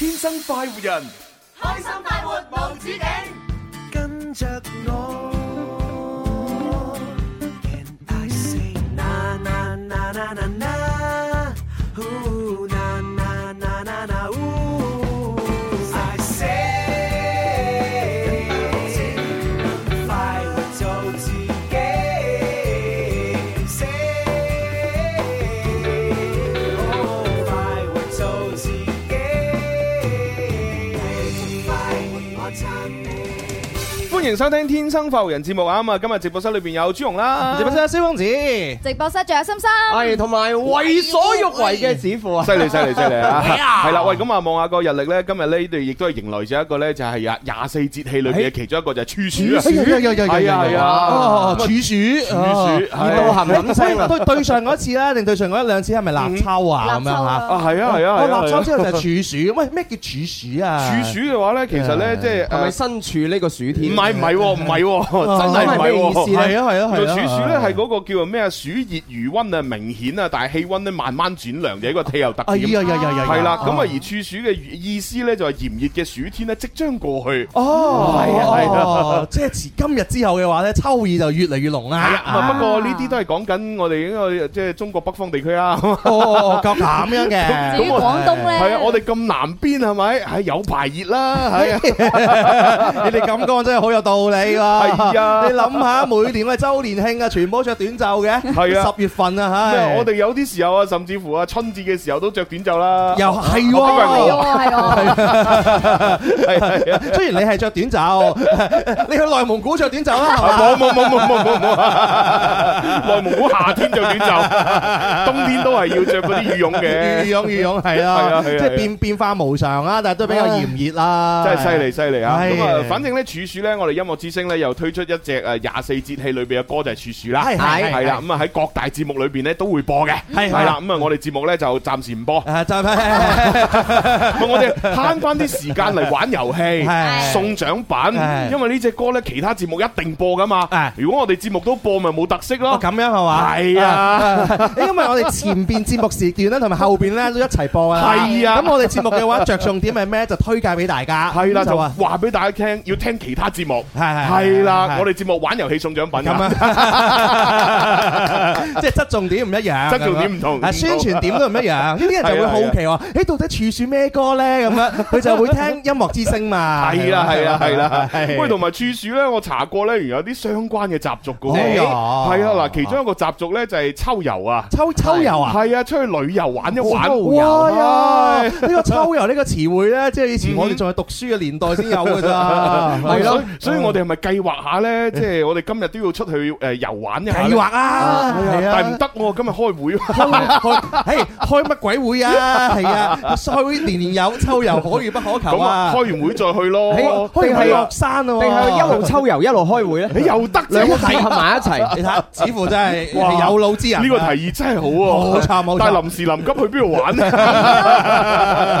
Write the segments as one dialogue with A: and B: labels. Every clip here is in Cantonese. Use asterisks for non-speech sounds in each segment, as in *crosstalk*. A: 生快活人，
B: 开心快活无止境，
C: 跟着我。And I say na na na na na na, ooh na na na na na ooh. I say 快活做自己，say 快活做自己，快活我撐你。
A: 歡迎收聽《天生快活人》節目啊！咁啊，今日直播室裏邊有朱紅啦，
D: 直播室有蕭公子，
B: 直播室仲有心心，
D: 係同埋為所欲為嘅指父啊
A: 犀！利犀利犀利
D: *laughs*
A: 啊！
D: 哎
A: 係啦，喂，咁啊，望下個日曆咧，今日呢度亦都係迎來咗一個咧，就係廿廿四節氣裏
D: 哎
A: 邊嘅其中一個就係處暑啊！係啊係啊，
D: 處暑，
A: 處暑
D: 熱到冚冚聲啊！對對上嗰次啦，定對上嗰一兩次係咪立秋啊？咁樣嚇，
A: 啊係啊係啊，
D: 我
A: 係啊
D: 立秋之後就係處暑。喂，咩叫處暑啊？
A: 處暑嘅話咧，其實咧即係
E: 係咪
A: 誒
E: 身處呢個暑天？
A: 唔係唔係
D: *laughs*
A: 喎唔係喎，真係唔係
D: 咩意
A: 喎
D: 思。哦咧？係啊係啊
A: 做
D: 係啊！
A: 處暑咧係嗰個叫做咩啊？暑熱餘温啊，明顯啊，但係氣温咧慢慢轉涼嘅一個氣候特
D: 哎
A: 點。
D: 呀呀呀呀！
A: 係啦，咁啊而處暑嘅意思咧就係炎熱嘅暑天咧即將過去。
D: 哦，
A: 係啊係啊
D: 哦即係自今日之後嘅話咧，秋意就越嚟越濃
A: 係啊
D: 啦。，
A: 咁啊不過呢啲都係講緊我哋呢個即係中國北方地區啦。
D: 哦哦，哦咁樣嘅。
B: 至於廣東咧，
A: 係啊，我哋咁南邊係咪？係有排熱啦，
D: *laughs*
A: 係啊。 *laughs*
D: 你哋咁講真係好有道理喎！
A: 係啊
D: 你諗下每年嘅周年慶啊，全部都着短袖嘅，
A: 係啊
D: 十月份啊，
A: 咩
D: 嚇，
A: 我哋有啲時候啊，甚至乎啊春節嘅時候都着短袖啦。
D: 又係
A: 我以為
B: 係
D: 喎。
B: 喎係喎，
A: *laughs* 係係
D: *laughs*
A: 啊。
D: 雖然你係着短袖，你去內蒙古着短袖啦，
A: 啊！冇冇冇冇冇冇冇！ *laughs* 內蒙古夏天着短袖，冬天都係要着嗰啲羽絨
D: *laughs* 羽
A: 嘅，*laughs*
D: 絨羽絨係
A: 係啊
D: 啦，
A: 係啊
D: 即係變變化無常啦，但係都比較炎熱啦，
A: 真係犀利犀利啊！
D: 係
A: 咁啊，反正咧處暑咧，我哋音樂之聲咧又推出一隻誒廿四節氣裏邊嘅歌就係處暑啦，
D: 係係係
A: 係啦，咁啊喺各大節目裏邊咧都會播嘅，
D: 係係
A: 係啦，咁啊我哋節目咧就暫時唔
D: *laughs*
A: 播，*laughs*
D: 啊！就係
A: 我哋慳翻啲時間嚟玩遊戲。
D: *laughs* 係
A: 送獎品，
D: 係
A: 因為呢只歌咧，其他節目一定播噶嘛
D: 係。
A: 如果我哋節目都播，咪冇特色咯
D: 哦。咁樣係嘛？
A: 係啊，
D: 因為我哋前邊節目時段咧，同埋後邊咧都一齊播啊。
A: 係啊
D: 咁我哋節目嘅話，着重點係咩？就推介俾大家。
A: 係啦，
D: 咁
A: 就
D: 話
A: 話俾大家聽，要聽其他節目。
D: 係係
A: 係啦，
D: 係
A: 我哋節目玩遊戲送獎品㗎 *laughs*
D: 咁啊， *laughs* 即係側重點唔一樣，
A: 側重點唔同
D: 咁樣啊宣傳點都唔一
A: *laughs*
D: 樣。呢啲人就會好奇喎，誒到底處暑咩歌
A: *laughs*
D: 咧？咁樣佢就會聽音樂之聲嘛。
A: 係啦，係啦，係啦。喂，
D: 係
A: 同埋處暑咧，我查過咧，原來有啲相關嘅習俗嘅
D: 哎
A: 喎。
D: 呀
A: 係啊，嗱，其中一個習俗咧就係秋遊啊。
D: 秋秋遊啊！
A: 係啊，出去旅遊玩一玩。
D: 哇呀！
A: 係
D: 呢個秋遊呢個詞彙咧，即係以前我哋仲係讀書嘅年代先有
A: *laughs*
D: 㗎咋。
A: 係咯，所以我哋係咪計劃下咧？即係我哋今日都要出去誒遊玩一下呢。
D: 計劃啊，係啊，
A: 但係唔得喎，今日開會。
D: 開開，開乜鬼會
A: *laughs*
D: 啊？係啊，開會年年有，秋遊可遇不可求
A: 咁啊，
D: 啊！
A: 開完會再去咯。
E: 係
D: 開
E: 啊
D: 開完
E: 定係
D: 落山啊喎！
E: 定係一路秋遊一路
A: *laughs*
E: 開會咧？
A: 你又得
E: 兩個啊
A: 啫。
E: 係合埋一
D: 你
E: 齊，
D: 睇，似乎真係
A: 哇
D: 係有腦之人。
A: 呢個提議真係好喎，
D: 冇錯冇錯
A: 但係臨時臨急去邊度玩啊咧？
D: *laughs*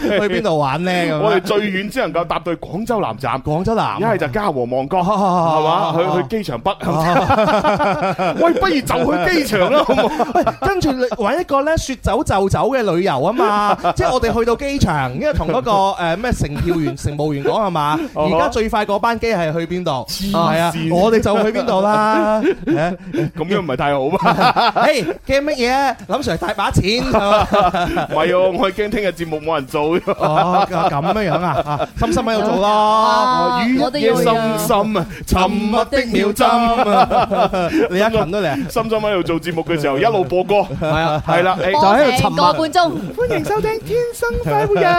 D: 去邊度玩咧？咁
A: 我哋
D: 樣
A: 最遠只能夠搭到去廣州南
B: 哦
A: 站，
D: 廣州南
A: 一係就嘉禾望角，
D: 哦
A: 係嘛？去去機場
B: 哦
A: 北， *laughs* 喂，不如就去機場啦，好
B: *laughs*
A: 唔好？
D: 喂，跟住你玩一個咧説走就走嘅旅遊
A: *laughs*
D: 啊嘛，即係我哋去到機場，因為同嗰個誒咩乘票員、乘務員講係嘛，
A: 哦
D: 而家最快嗰班機係去邊度？
A: 線
D: 係啊，我哋就去邊度
A: *laughs*
D: 啦。誒
A: 咁樣唔係太好嘛？
D: 誒驚乜嘢啊？林 Sir 大把錢係嘛？
A: 唔係喎，我係驚聽日節目冇人做。
D: 哦，咁樣樣啊啊，深深喺度做咯。
F: Ờ.
B: 啊
A: 雨
B: 我哋
A: 夜
B: *laughs* 要
A: 深深啊，沉默的秒針。
D: 啊！ *laughs* 你一近都嚟，
A: 深深喺度做節目嘅時候，一路播歌，
E: 係啊，
A: 係啦，誒
B: 就
E: 喺度沉默
B: 個半鐘，
E: *laughs*
A: 歡迎收聽《天生快 *laughs* 活人》，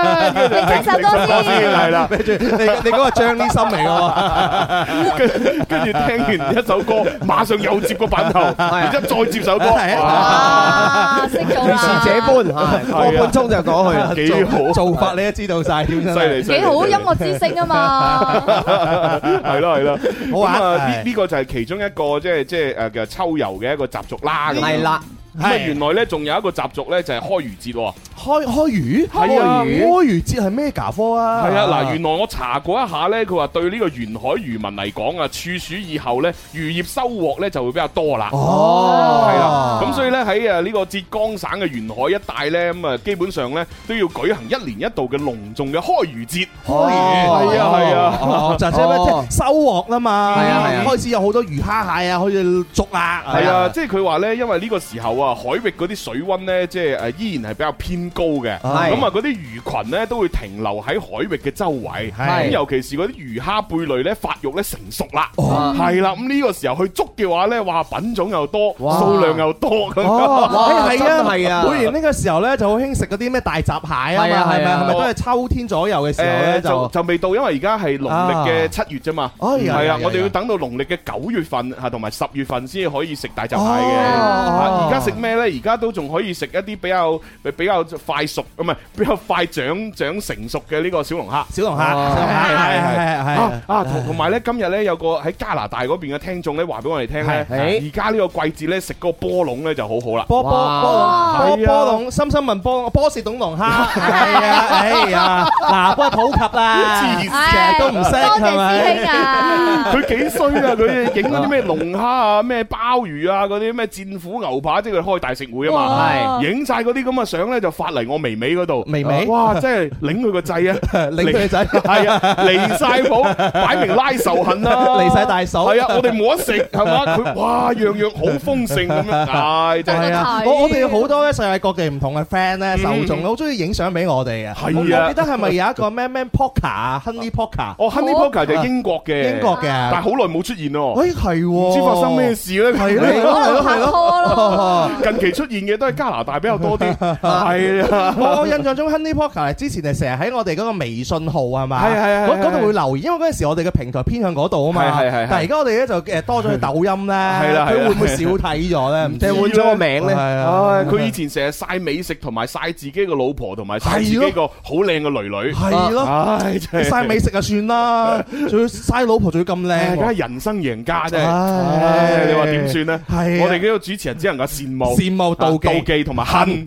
A: 你
B: 聽首歌先
A: 係啦。
D: 跟住你你嗰個張呢心嚟嘅喎，
A: 跟跟住聽完一首歌，馬上又接個版頭，然之後再接首歌，
B: 啊
D: 係
A: 哇啊
B: 哇，識做
E: 如是
B: 啦，
E: 這般，
A: *laughs*
E: 係個半鐘就過去啦。
A: 幾好，
D: 做法你都知道晒，點
A: 犀利，
D: 真係
A: 犀利
B: 幾好音樂之
D: *laughs*
B: 聲啊嘛，
A: *laughs* 係咯係咯，
D: 好
A: 咁
D: 玩
A: 啊呢
D: 係
A: 呃呢個就係其中一個即係即係誒嘅秋遊嘅一個習俗啦，咁樣
E: 係啦，
A: 咁啊，
D: 係
A: 原來咧仲有一個習俗咧，就係開魚節喎。
D: 開開魚，
A: 係啊
D: 開魚節係咩假科啊？
A: 係啊，嗱，原來我查過一下咧，佢話對呢個沿海漁民嚟講啊，處暑以後咧，漁業收穫咧就會比較多啦。
D: 哦，
A: 係啦
B: 啊，
A: 咁所以咧喺呃誒呢個浙江省嘅沿海一帶咧，咁啊基本上咧都要舉行一年一度嘅隆重嘅開漁節。
D: 開魚
A: 係啊係啊
D: 哦就係即係咩
E: 哦
D: 即係收穫啦嘛，
E: 係啊係啊
D: 開始有好多魚蝦蟹啊，可以捉啦，
A: 係啊，即係佢話咧，因為呢個時候啊，海域嗰啲水温咧，即係誒依然係比較偏高嘅，咁
E: 係
A: 啊嗰啲魚群咧都會停留喺海域嘅周圍，
D: 係
A: 咁尤其是嗰啲魚蝦貝類咧發育咧成熟啦，
E: 哦
A: 係啦，咁呢個時候去捉嘅話咧，哇品種又多，
E: 哇
A: 數量又多咁樣。
D: 哦，
E: 哇
D: 哎
E: 真係啊
D: 每年呢個時候咧就好興食嗰啲咩大閘蟹啊
E: 係啊
D: 嘛，係
E: 係
D: 咪
E: 啊
D: 係咪都係秋天左右嘅時候
A: 誒
D: 咧
A: 就
D: 就
A: 就未到，因為而家係農曆嘅
D: 啊
A: 七月啫嘛，
D: 哎呀
A: 係
D: 呀
A: 啊
D: 呀，
A: 我哋
D: 呀
A: 要等到農曆嘅九月份嚇同埋十月份先至可以食大閘蟹嘅。啊
D: 哦
A: 而家食咩呢？而家都仲可以食一啲比較比較快熟，唔係比較快長長成熟嘅呢個小龍蝦。
D: 小龍蝦，
E: 哦
D: 小龍蝦
A: 係係係
D: 係係係
A: 啊啊，同同埋呢，今日呢，有個喺加拿大嗰邊嘅聽眾呢話俾我哋聽呢，
E: 係
A: 而家呢個季節呢，食個波龍呢就好好啦。
D: 波波
E: 哇
D: 波
A: 係
D: 龍
A: 啊
D: 波波龍深深問波波士董龍蝦，係啊，哎呀，嗱，幫佢普及啦，
A: 黐
D: 其實都唔識
B: 唉多謝
D: 係咪？
B: 師兄啊！
A: 佢幾衰啊！佢影嗰啲咩龍蝦啊、咩鮑魚啊、嗰啲咩戰斧牛扒，即係佢開大食會啊嘛。
B: 哇
A: 影晒嗰啲咁嘅相咧，就發嚟我微微嗰度。
D: 微微
A: 哇！真係領佢個掣
D: *laughs*
A: 啊，
D: 領佢個掣
A: 係啊，離晒譜，擺明拉仇恨啦，
D: *laughs* 離晒大嫂
A: 係啊，我哋冇得食係嘛？佢哇，樣樣好豐盛咁
D: *laughs*
A: 樣，唉，真係
B: 真係
D: 啊，
B: 睇
D: 我我哋好多咧世界各地唔同嘅 friend 咧受眾好中意影相俾我哋嘅。
A: 嗯係啊
D: 我我記得係咪有一個咩咩 Poker 啊，Honey Poker，
A: 哦，Honey Poker 就係英國嘅，
D: 啊英國嘅，
A: 但係好耐冇出現咯，
D: 哎係喎，
A: 唔知發生咩事咧？
D: 係咯係咯係咯係咯。 *laughs*
B: 咯，
A: *laughs* 近期出現嘅都係加拿大比較多啲，係啊。
D: *laughs* 我我印象中 Honey Poker 之前係成日喺我哋嗰個微信號係嘛，
A: 係係係
D: 嗰
A: 係
D: 嗰度會留言，因為嗰陣時我哋嘅平台偏向嗰度啊嘛，
A: 係係係係
D: 但係而家我哋咧就誒多咗去抖音
A: *laughs*
D: 咧，
A: 係啦係啦
D: 佢會唔會少睇
A: *laughs*
D: 咗咧？唔
E: 定係換咗個名咧？
D: 係啊，
A: 唉，佢以前成日晒美食，同埋晒自己個老婆，同埋晒自己
D: 係
A: 個好靚嘅女女。
D: 係
A: *laughs*
D: 咯，
A: 唉，真係
D: 嘥美食就
A: *laughs*
D: 算啦，仲要嘥老婆，仲要咁
A: 唉
D: 靚
A: 梗
D: 喎，
A: 係人生贏家真係。
D: 唉
A: 唉你話點算呢？
D: 係啊
A: 我哋呢個主持人只能夠羨慕、
D: 羨慕妒忌
A: 啊。同埋
D: *laughs*
A: 恨，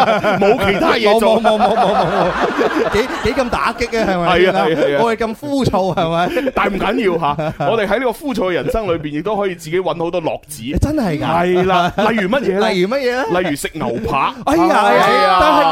A: 冇其他嘢
D: 冇
A: 做。
D: 冇冇冇冇冇 *laughs* 冇，幾幾咁打擊嘅係咪？
A: 係啊係啊係啊
D: 我哋咁枯
A: *laughs*
D: 燥係咪？
A: 但唔緊要吓，我哋喺呢個枯燥嘅人生裏邊，亦都可以自己揾好多樂子。
D: 真係㗎，
A: 係啦，例如乜嘢
D: 例如乜嘢咧？
A: 咧？例如食牛扒。
D: 哎呀，
A: 係啊
D: 但係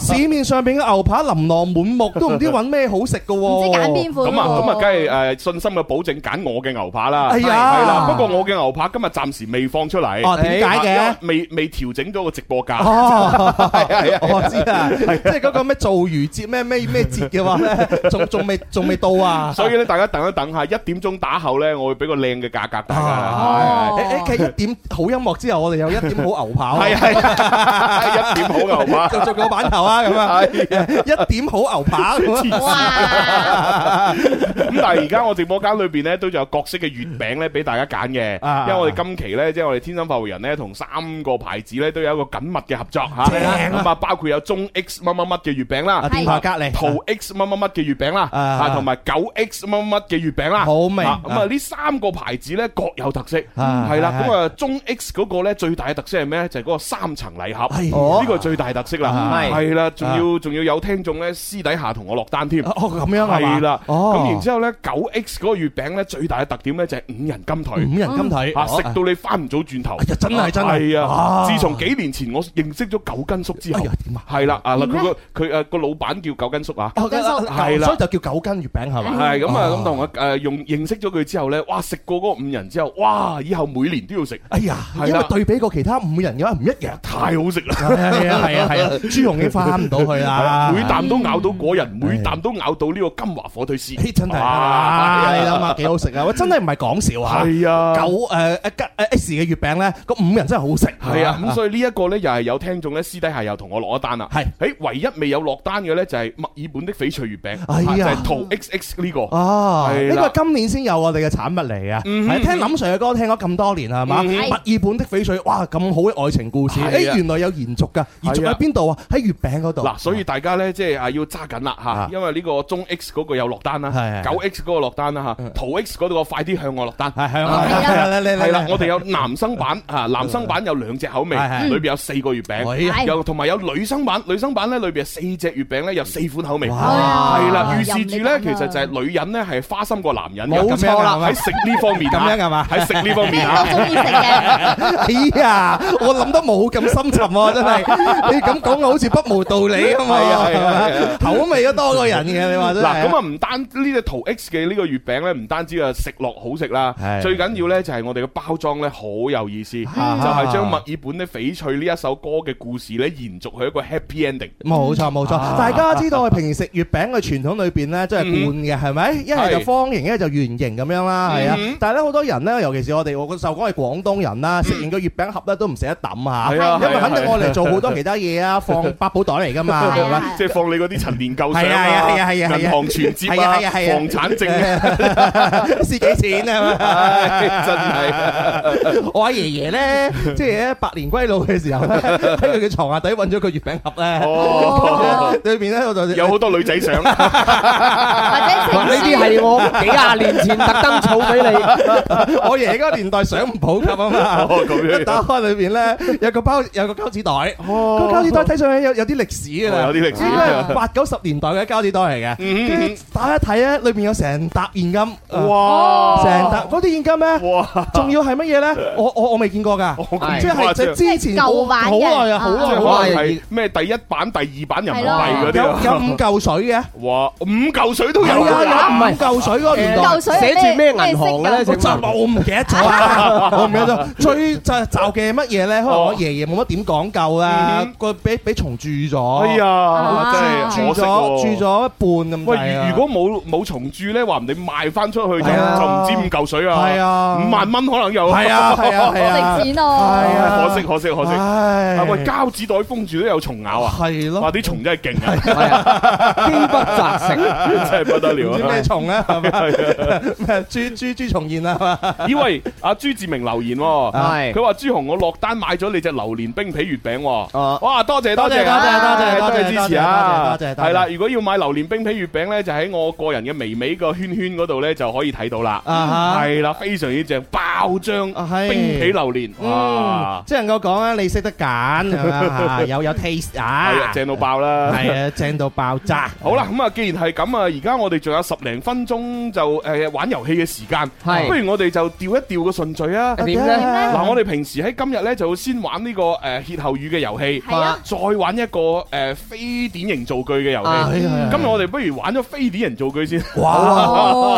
D: 咁喎，市面上邊嘅牛扒琳琅滿目，都唔知揾咩好食嘅
B: 唔
D: 喎。
B: 知揀邊款喎。
A: 咁啊，咁啊，梗係誒信心嘅保證揀我嘅牛扒啦。
D: 哎呀
A: 係啦，不過我嘅牛扒今日暫時未放出嚟。
D: 哦，點解嘅？
A: 因為未未調整咗個直播價。 *laughs*
D: 哦，係啊，我知啊，即係嗰個咩做魚節咩咩咩節嘅話咧，仲仲未仲未到啊。
A: 所以咧，大家等一等下，一點鐘打後咧，我會俾個靚嘅價格大家。
D: 啊
B: 哦
D: 誒誒，其實一點好音樂之後，我哋有一點好牛扒
A: 係
D: 喎，
A: 係係一點好牛扒。
D: 就做個版頭啊咁啊，一點好牛扒咁啊。
B: 哇！
A: *laughs* 咁但係而家我直播間裏邊咧，都仲有各式嘅月餅咧俾大家揀嘅。
D: 啊
A: 因為我哋今期咧，即係我哋天生發福人咧，同三個牌子咧都有一個緊密嘅合作嚇。
D: 正啊
A: 咁啊，包括有中 X 乜乜乜嘅月餅
D: 啊，
A: 啦。
B: 係
D: 電話隔離
A: 桃 X 乜乜乜嘅月餅啦，
D: 啊
A: 啊同埋九 X 乜乜乜嘅月餅啦，
D: 好味
A: 啊咁啊
D: 啊
A: 呢三個牌子咧各有特色，
D: 啊
A: 係啦
D: 係
A: 咁啊中 X 嗰個咧最大嘅特色係咩咧？就係嗰個三層禮
D: 係
A: 盒，呢個最大特色啦，
E: 係
A: 係啦，仲要
D: 哎啊
A: 仲要有聽眾咧私底下同我落單添。
D: 哦，咁樣係嘛
A: 係啦，
D: 哦，
A: 咁然之後咧，九 X 嗰個月餅咧，最大嘅特點咧就係五人金腿，
D: 五人金體
A: 嚇食到你翻唔到轉頭
D: 哎。呀，真係真係，
A: 係啊！
D: 啊
A: 自從幾年前我認識咗九斤叔之後
D: 哎呀點啊，
A: 係啦啊嗱，
B: 點
A: 佢
B: 咧
A: 個佢誒個老闆叫九斤叔啊。
D: 哦咁
B: 咁
A: 係啦
D: 所以就叫九斤月餅係嘛？
A: 係咁啊，
D: 哦
A: 咁同我誒用認識咗佢之後咧，哇！食過嗰個五人之後，哇！以後每年都要食，
D: 哎呀，
A: 係啦
D: 因為對比過其他五人嘅話唔一樣。
A: 太好食啦！
D: 係啊係啊係啊 *laughs* 係啊，朱紅已經翻唔到去啦。
A: 每啖都咬到果仁，每啖都咬到呢個金華火腿
D: 嘿
A: 絲，
D: 真係
A: 哇 À.
D: 啊，你諗下幾好食啊！喂，真係唔係講笑啊！
A: 係啊，
D: 九誒誒吉誒 S 嘅月餅咧，個五人真係好食。
A: 係啊，咁所以呢一個呢，又係有聽眾呢，私底下又同我落一單啦。
D: 係
A: 誒，唯一未有落單嘅呢，就係墨爾本的翡翠月餅，
D: 哎
A: 啊就
D: 呀
A: 係桃 XX 呢個。
D: 哦，
A: 係
D: 呢
A: 啦
D: 個今年先有我哋嘅產物嚟嘅，
A: 嗯
D: 係聽林 Sir 嘅歌聽咗咁多年係嘛？
A: 嗯
D: 墨爾本的翡翠，哇咁好嘅愛情故事，
A: 係啊
D: 誒原來有延續㗎，延續
A: 係啊
D: 喺邊度啊？喺月餅嗰度。
A: 嗱，所以大家呢，即係啊要揸緊啦嚇
D: 啊，
A: 因為呢個中 X 嗰個有落單啦，
D: 係係嗯
A: 九 X 嗰個落單啦嚇，桃 X 嗰度快啲向我落單。
D: 係係
B: 係啊
D: 係，嚟嚟
A: 係啦，
D: 嚟， *laughs*
A: 我哋有男生版啊，男生版有兩隻口味，
D: 係係哎
A: 裏邊有四個月
D: 係
F: 哎
A: 餅，又同埋有女生版，女生版咧裏邊有四隻月餅咧，有四款口味，
D: 哇
A: 係啦，預示住
F: 任
A: 咧
F: 你揀啊
A: 其實就係女人咧係花心過男人嘅，
D: 冇錯啦
A: 喺食呢方面啊，
D: 咁樣係嘛
A: 喺食呢方面啊。
D: *laughs* 哎呀，我諗得冇咁深沉
A: *laughs*
D: 喎，真係。你咁講啊我好似不無道理啊嘛，
A: 係啊係啊係啊
D: 口味都多過人 *laughs* 嘅，你話真係。
A: 嗱，咁啊唔單呢只桃 X 嘅呢個月餅咧，唔單止啊食落好食啦，
D: 係
A: 最緊要咧就係我哋嘅包裝咧好有意思，就
D: 啊
A: 係將墨爾本咧翡翠呢一首歌嘅故事咧延續去一個 happy ending。
D: 冇錯冇錯，
A: 啊
D: 大家知道我平時食月餅嘅傳統裏邊呢，都係
A: 嗯
D: 半嘅，係咪？一係就方形，一係就圓形咁樣啦，係啊
A: 嗯哼。
D: 但係咧好多人呢，尤其是我哋我就講係廣東人啦，食完個月餅盒咧都唔捨得抌下，
A: 嗯係啊
D: 因
A: 係
D: 為
A: 啊
D: 肯定我嚟做好多其他嘢
A: *laughs*
D: 啊，放百寶袋嚟㗎嘛，係咪？
A: 即係啊放你嗰啲陳年舊相
D: 係啊係啊係啊係啊
A: 銀行存折
D: 係
A: 啊
D: 啊係啊，係啊
A: 房產證
D: *laughs*
A: 啊，
D: 蝕幾錢
A: 唉真
D: 啊？
A: 係。
D: 我阿爺爺咧，
A: *laughs*
D: 即係喺百年歸老嘅時候咧，喺佢嘅床下底揾咗個月餅盒
A: 哦
D: 咧，裏邊咧我就
A: 有好多女仔相，
D: *laughs* 我爺爺嗰個年代想唔普及啊嘛，
A: *laughs* 哦咁樣
D: 一打開裏邊咧有個包有個膠紙袋，個膠紙袋睇上去有有啲歷史㗎啦，
A: 哦有啲歷史
D: 應該係八九十年代嘅膠紙袋嚟嘅，
A: 嗯
D: 跟住打一睇咧，裏邊有成沓現金，
A: 哇
D: 成沓嗰啲現金咧。
A: 哇！
D: 仲要係乜嘢咧？我我我未見過㗎，
A: 咁
D: 即係
A: 誇張
D: 就之前好
F: 舊版
D: 好
F: 嘅
D: 耐啊，好
A: 即
D: 耐
A: 係
D: 好
A: 可
D: 耐
A: 能係咩第一版、第二版人民幣嗰
D: 有
A: 啲啊
D: 有五嚿水嘅，
A: 哇，五嚿水都有
D: 係
A: 啊！
D: 啊，有五嚿水嗰個年代。我就冇，我唔記得
A: *laughs*
D: 咗啦，我唔記得咗。最就就嘅乜嘢咧？可能我爺爺冇乜點講究啦
A: 嗯，
D: 個俾俾蟲蛀咗，
A: 哎呀，
F: 啊
A: 真係
D: 住
A: 可惜
D: 咗
A: 喎
D: 住咗一半咁
A: 喂，
D: 滯
A: 如
D: 啊
A: 如果冇冇重注咧，話唔定賣翻出去就
D: 係啊
A: 就唔知五嚿水啊，
D: 係啊
A: 五萬蚊可能有，
D: 係啊係啊係啊，係啊
A: 可惜可惜可惜，啊
D: 唉
A: 喂，膠紙袋封住都有蟲咬啊，
D: 係
A: 哇
D: 咯，
A: 啲蟲真係勁啊， *laughs*
E: 饑不擇食。
A: 真係不得了
D: 唔知
A: 啊
D: 咩！
A: *laughs*
D: 蟲咧係咪？咩 *laughs* 豬豬豬蟲啊燕啊係嘛？
A: 咦喂，阿朱志明留言喎。佢話：朱紅，我落單買咗你隻榴蓮冰皮月餅
E: 哦
A: 喎，哇！多謝
D: 啊多謝多謝多謝
A: 多
D: 多謝
A: 謝支持啊！
D: 多謝多謝多謝
A: 係啦，如果要買榴蓮冰皮月餅咧，就喺我個人嘅微微個圈圈嗰度咧就可以睇到啦。
D: 啊哈
A: 係啦，非常之正，爆漿
D: 啊係
A: 冰皮榴蓮，
D: 嗯
A: 哇，！
D: 只能夠講啊，你識得揀係嘛嚇有有 taste
A: 係啊，
D: 啊，
A: 正到爆啦！
D: 係啊，正到爆炸。
A: 好啦，咁啊，既然係咁啊，而家我哋仲有十零分鐘就诶玩遊戲嘅時間，
E: 係
A: 不如我哋就調一調個順序啊！
E: 點咧
A: 嗱，我哋平時喺今日呢，就先玩呢個诶歇後語嘅遊戲，
F: 係啊
A: 再玩一個诶非典型造句嘅遊
E: 啊
A: 戲。
D: 係啊
A: 今日我哋不如玩咗非典型造句先，
D: 哇！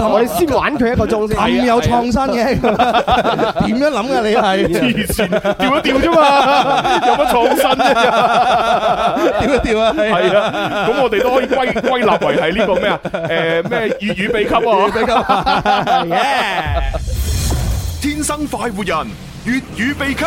E: 我哋先玩佢一個鐘先。
D: 咁有創新嘅， *laughs* 點樣諗嘅你係？
A: 黐線，調一調啫
E: *laughs*
A: 嘛，有乜創新啫？
D: 點啊點啊，
A: 係啊，咁我哋都可以歸歸納為係呢個咩啊？誒咩粵語秘笈啊？ *laughs*
G: 天生快活人，粵語秘笈，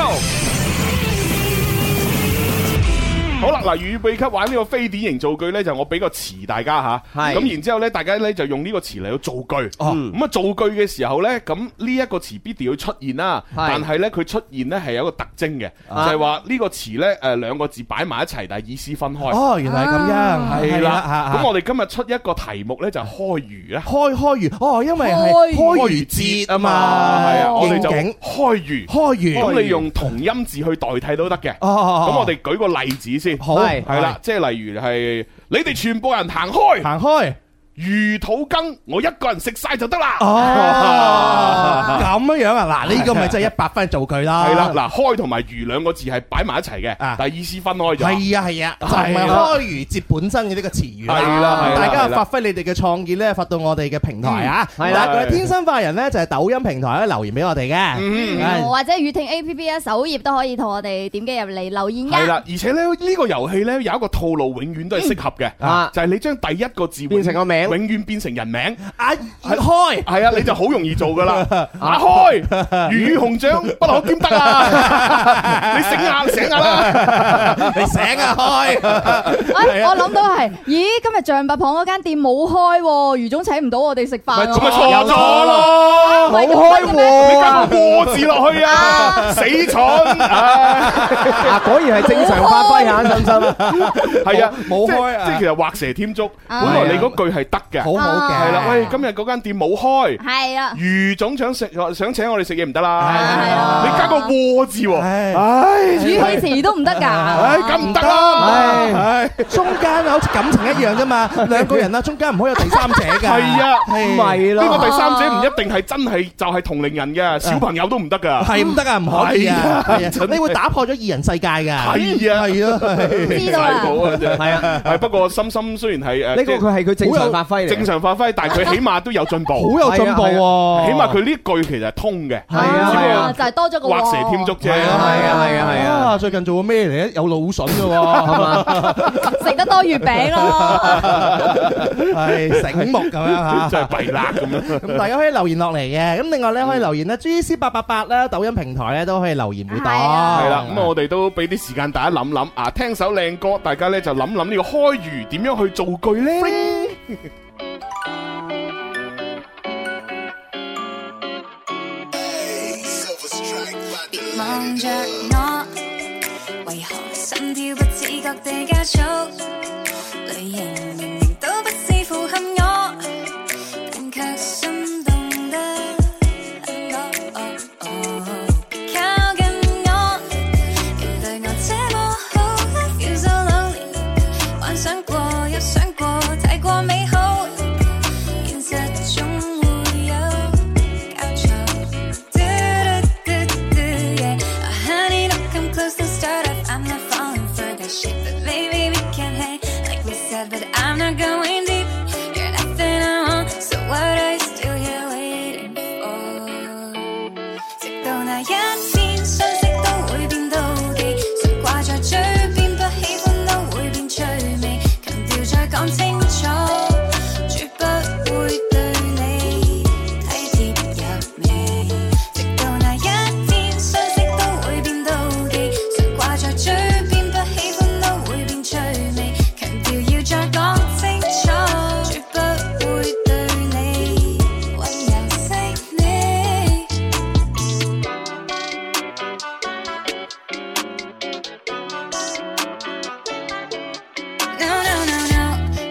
A: 好啦，嗱，粵語秘笈玩呢個非典型造句咧，就我俾個詞大家吓，
E: 係
A: 咁然之後咧，大家咧就用呢個詞嚟到造句。咁啊，造句嘅時候咧，咁呢一個詞必定要出現啦，
E: 係
A: 但係咧佢出現咧係有一個特徵嘅，
E: 啊
A: 就係話呢個詞咧誒兩個字擺埋一齊，但係意思分開。
D: 哦，原來係咁
F: 啊
D: 樣，
A: 係啦，
D: 嚇
A: 咁我哋今日出一個題目咧就係開魚啊啦，
D: 開開魚，哦，因為係
F: 開魚
D: 開魚節啊嘛，
A: 係啊，我哋
D: 應
A: 就
D: 景
A: 開魚，
D: 開魚，
A: 咁你用同音字去代替都得嘅。
D: 哦哦，
A: 咁
D: 哦
A: 我哋舉個例子先，
D: 好
E: 係
A: 係啦，即係例如係你哋全部人行開。
D: 行開，
A: 魚肚羹，我一個人食晒就得啦。
D: 哦，咁樣樣啊，嗱呢個咪真係一百分做佢啦，
A: 係啦，嗱，開同埋魚兩個字係擺埋一齊嘅，
D: 啊
A: 但係意思分開咗。
D: 係啊係啊，就唔係開魚節本身嘅呢個詞語啦。
A: 係啦，係啦，
D: 大家
A: 係啦
D: 發揮你哋嘅創意咧，發到我哋嘅平台啊！
E: 嗯係啦
D: 嗱我哋天生快人咧就係抖音平台咧留言俾我哋
A: 嗯
D: 嘅。
F: 或者粵聽 A P P 啊，首頁都可以同我哋點擊入嚟留言
A: 係
F: 噶。
A: 啦，而且咧呢個遊戲咧有一個套路，永遠都係適合嘅
D: 嗯
E: 啊，
A: 就係你將第一個字
E: 變成個名
A: 永遠變成人名，
D: 啊，開
A: *laughs* 係啊，你就好容易做噶啦。 *laughs* 阿開，魚與熊掌不可兼得 *laughs* 啊！你醒下醒下啦，
D: 你醒啊開！
F: 哎，我諗到係，咦，今日象拔蚌嗰間店冇開喎，余總請唔到我哋食飯喎。
A: 咁咪錯咗咯。
F: 喂，咁
E: 冇開
F: 得嘅咩
A: *laughs*
E: 喎
A: 加個過字落去啊！死蠢，
E: 啊，果然係正常發揮啊，心心。
A: 係啊，
D: 冇冇
A: 即係
D: 開啊
A: 即係其實畫蛇添足。
F: 啊
A: 本來你嗰句係得嘅，
D: 好啊好嘅
A: 係啦，喂，今日嗰間店冇開。
F: 係啊，
A: 余總想食想請我哋食嘢唔得啦，你加個和字
D: 啊
A: 喎，唉，
F: 語氣詞都唔得㗎。
A: 唉，咁唔得啦，
D: 唉，中間好似感情一樣
A: *laughs*
D: 啫嘛，兩個人啦，中間唔可以有第三者㗎。
A: 係啊，呢個第三者唔
D: 一
A: 一定係真係就係同齡人嘅，小朋友都唔得㗎，
D: 係唔得啊，唔可以啊，係啊你會打破咗二人世界㗎。
A: 係啊，
D: 係啊，
A: *laughs*
D: 係
A: 知道啊，好啊，真係啊，係不過心心雖然係誒，
E: 呢個佢係佢正常發揮嚟嘅
A: 正常發揮，但係佢 *laughs* 起碼都有進步，
E: 好有進步喎
A: 起碼佢呢句其實係通嘅，係
F: 啊，就係多咗個
A: 畫蛇
F: 喎
A: 添足啫，
D: 係
A: *laughs*
D: 啊係啊係啊係
A: 係
D: 啊！最近做過咩嚟？有腦筍 *laughs* 嘅喎，係嘛？
F: 食得多月餅咯。
D: 係醒目咁 *laughs*
A: 真
D: 樣嚇。
A: 係弊啦咁樣。
D: 咁大家可以留言落嚟嘅，咁另外咧可以留言咧，G C 八八八啦，抖音平台咧都可以留言互動。
A: 系
D: 係
A: 啦，咁啊，我哋都俾啲時間大家諗諗啊，聽首靚歌，大家咧就諗諗呢個開餘點樣去造句咧。
H: 別望着我，為何心跳不自覺地加速？類型明明都不是符合我，但卻心動得靠近我。原對我這麼好，feel so lonely，幻想過又想過，太過美好，現實總會有交錯。Do do do do yeah. Oh, honey, don't come close, don't start up. I'm not falling for that shit, but baby we can hang like we said. But I'm not going deep. You're nothing I want, so what are you still here waiting for? 直到那一天，相識都會變妒忌，常掛在嘴邊，不喜歡都會變趣味。強調再講清楚，絕不會對你體貼入微。直到那一天，相識都會變妒忌，常掛在嘴邊，不喜歡都會變趣味。強調要再講清楚，絕不會對你温柔細膩。No no no no，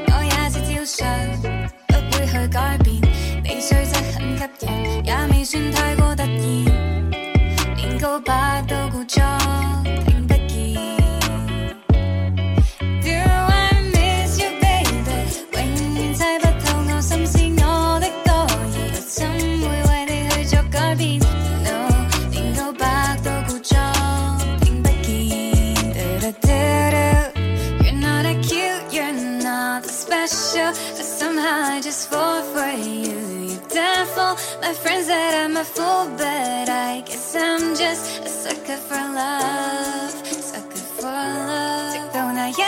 H: 我也是照常，不會去改變。你雖則很吸引，也未算太過突然，連告白都故作聽不見。Do I miss you baby？永遠猜不透我心思，我的多疑，有心會為你去作改變。No，連告白都故作聽不見。嘟嘟嘟嘟 You're not that cute, you're not that special, but somehow I just fall for you. You devil, my friends said I'm a fool, but I guess I'm just a sucker for love, sucker for love. 直到那一天，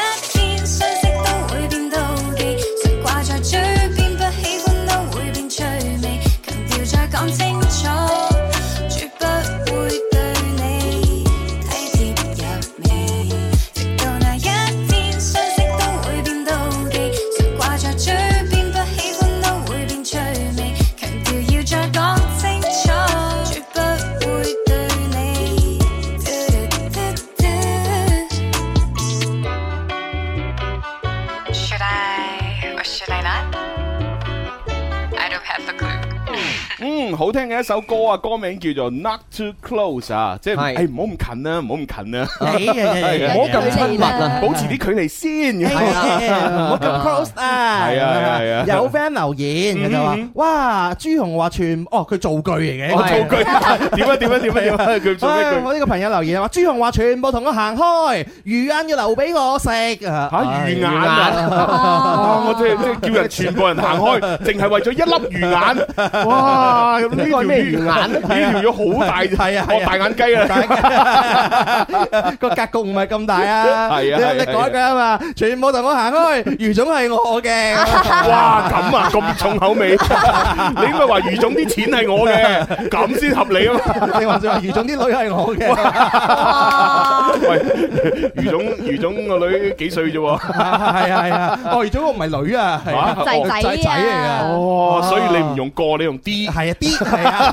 H: 相識都會變妒忌，常掛在嘴邊，不喜歡都會變趣味，強調再講清楚，絕不會對你體貼入微。到那一天，相識都會變妒忌，常掛在嘴邊，不喜歡都會變趣味。強調要再講清楚，絕不會對你。嘟嘟嘟嘟 Should I or should I not? I don't have a clue.
A: 嗯，好聽嘅一首歌啊，歌名叫做 Not Too Close 啊，即係誒唔好咁近啦，唔好咁近啦，
D: 哎呀呀呀呀
A: 係啊
D: 唔好咁親密啊
A: 保持啲距離先。
D: 唔好咁 close 啊！
A: 係啊係啊
D: 有 friend 留言佢就話：，哇，朱紅話全哦，佢造句嚟嘅，
A: 我造句點啊點啊點啊點啊，佢做咩
D: 啊
A: 句
D: 我？呢個朋友留言話：朱紅話全部同我行開，魚眼要留俾我食啊！
A: 嚇魚眼啊！我即係即係叫人全部人行開，淨係為咗一粒魚眼。哇！咁呢條魚呢條魚好大，
D: 係啊係啊
A: 哦大眼雞啊！
D: *laughs* 個格局唔係咁大啊！
A: 係啊係啊
D: 你你改一句啊嘛，全部同我行開，魚總係我嘅。
A: 哇，咁啊，咁重口味，你應該話余總啲錢係我嘅，咁先合理啊嘛。
D: 你話就話魚總啲女係我嘅，
A: 喂，余總余總個女幾歲啫喎？
D: 係啊係啊，哦，而咗我唔係女啊，係
A: 啊仔仔啊
D: 仔仔嚟噶。
A: 哦，所以你唔用個，你用 D，
D: 係啊 D，係啊，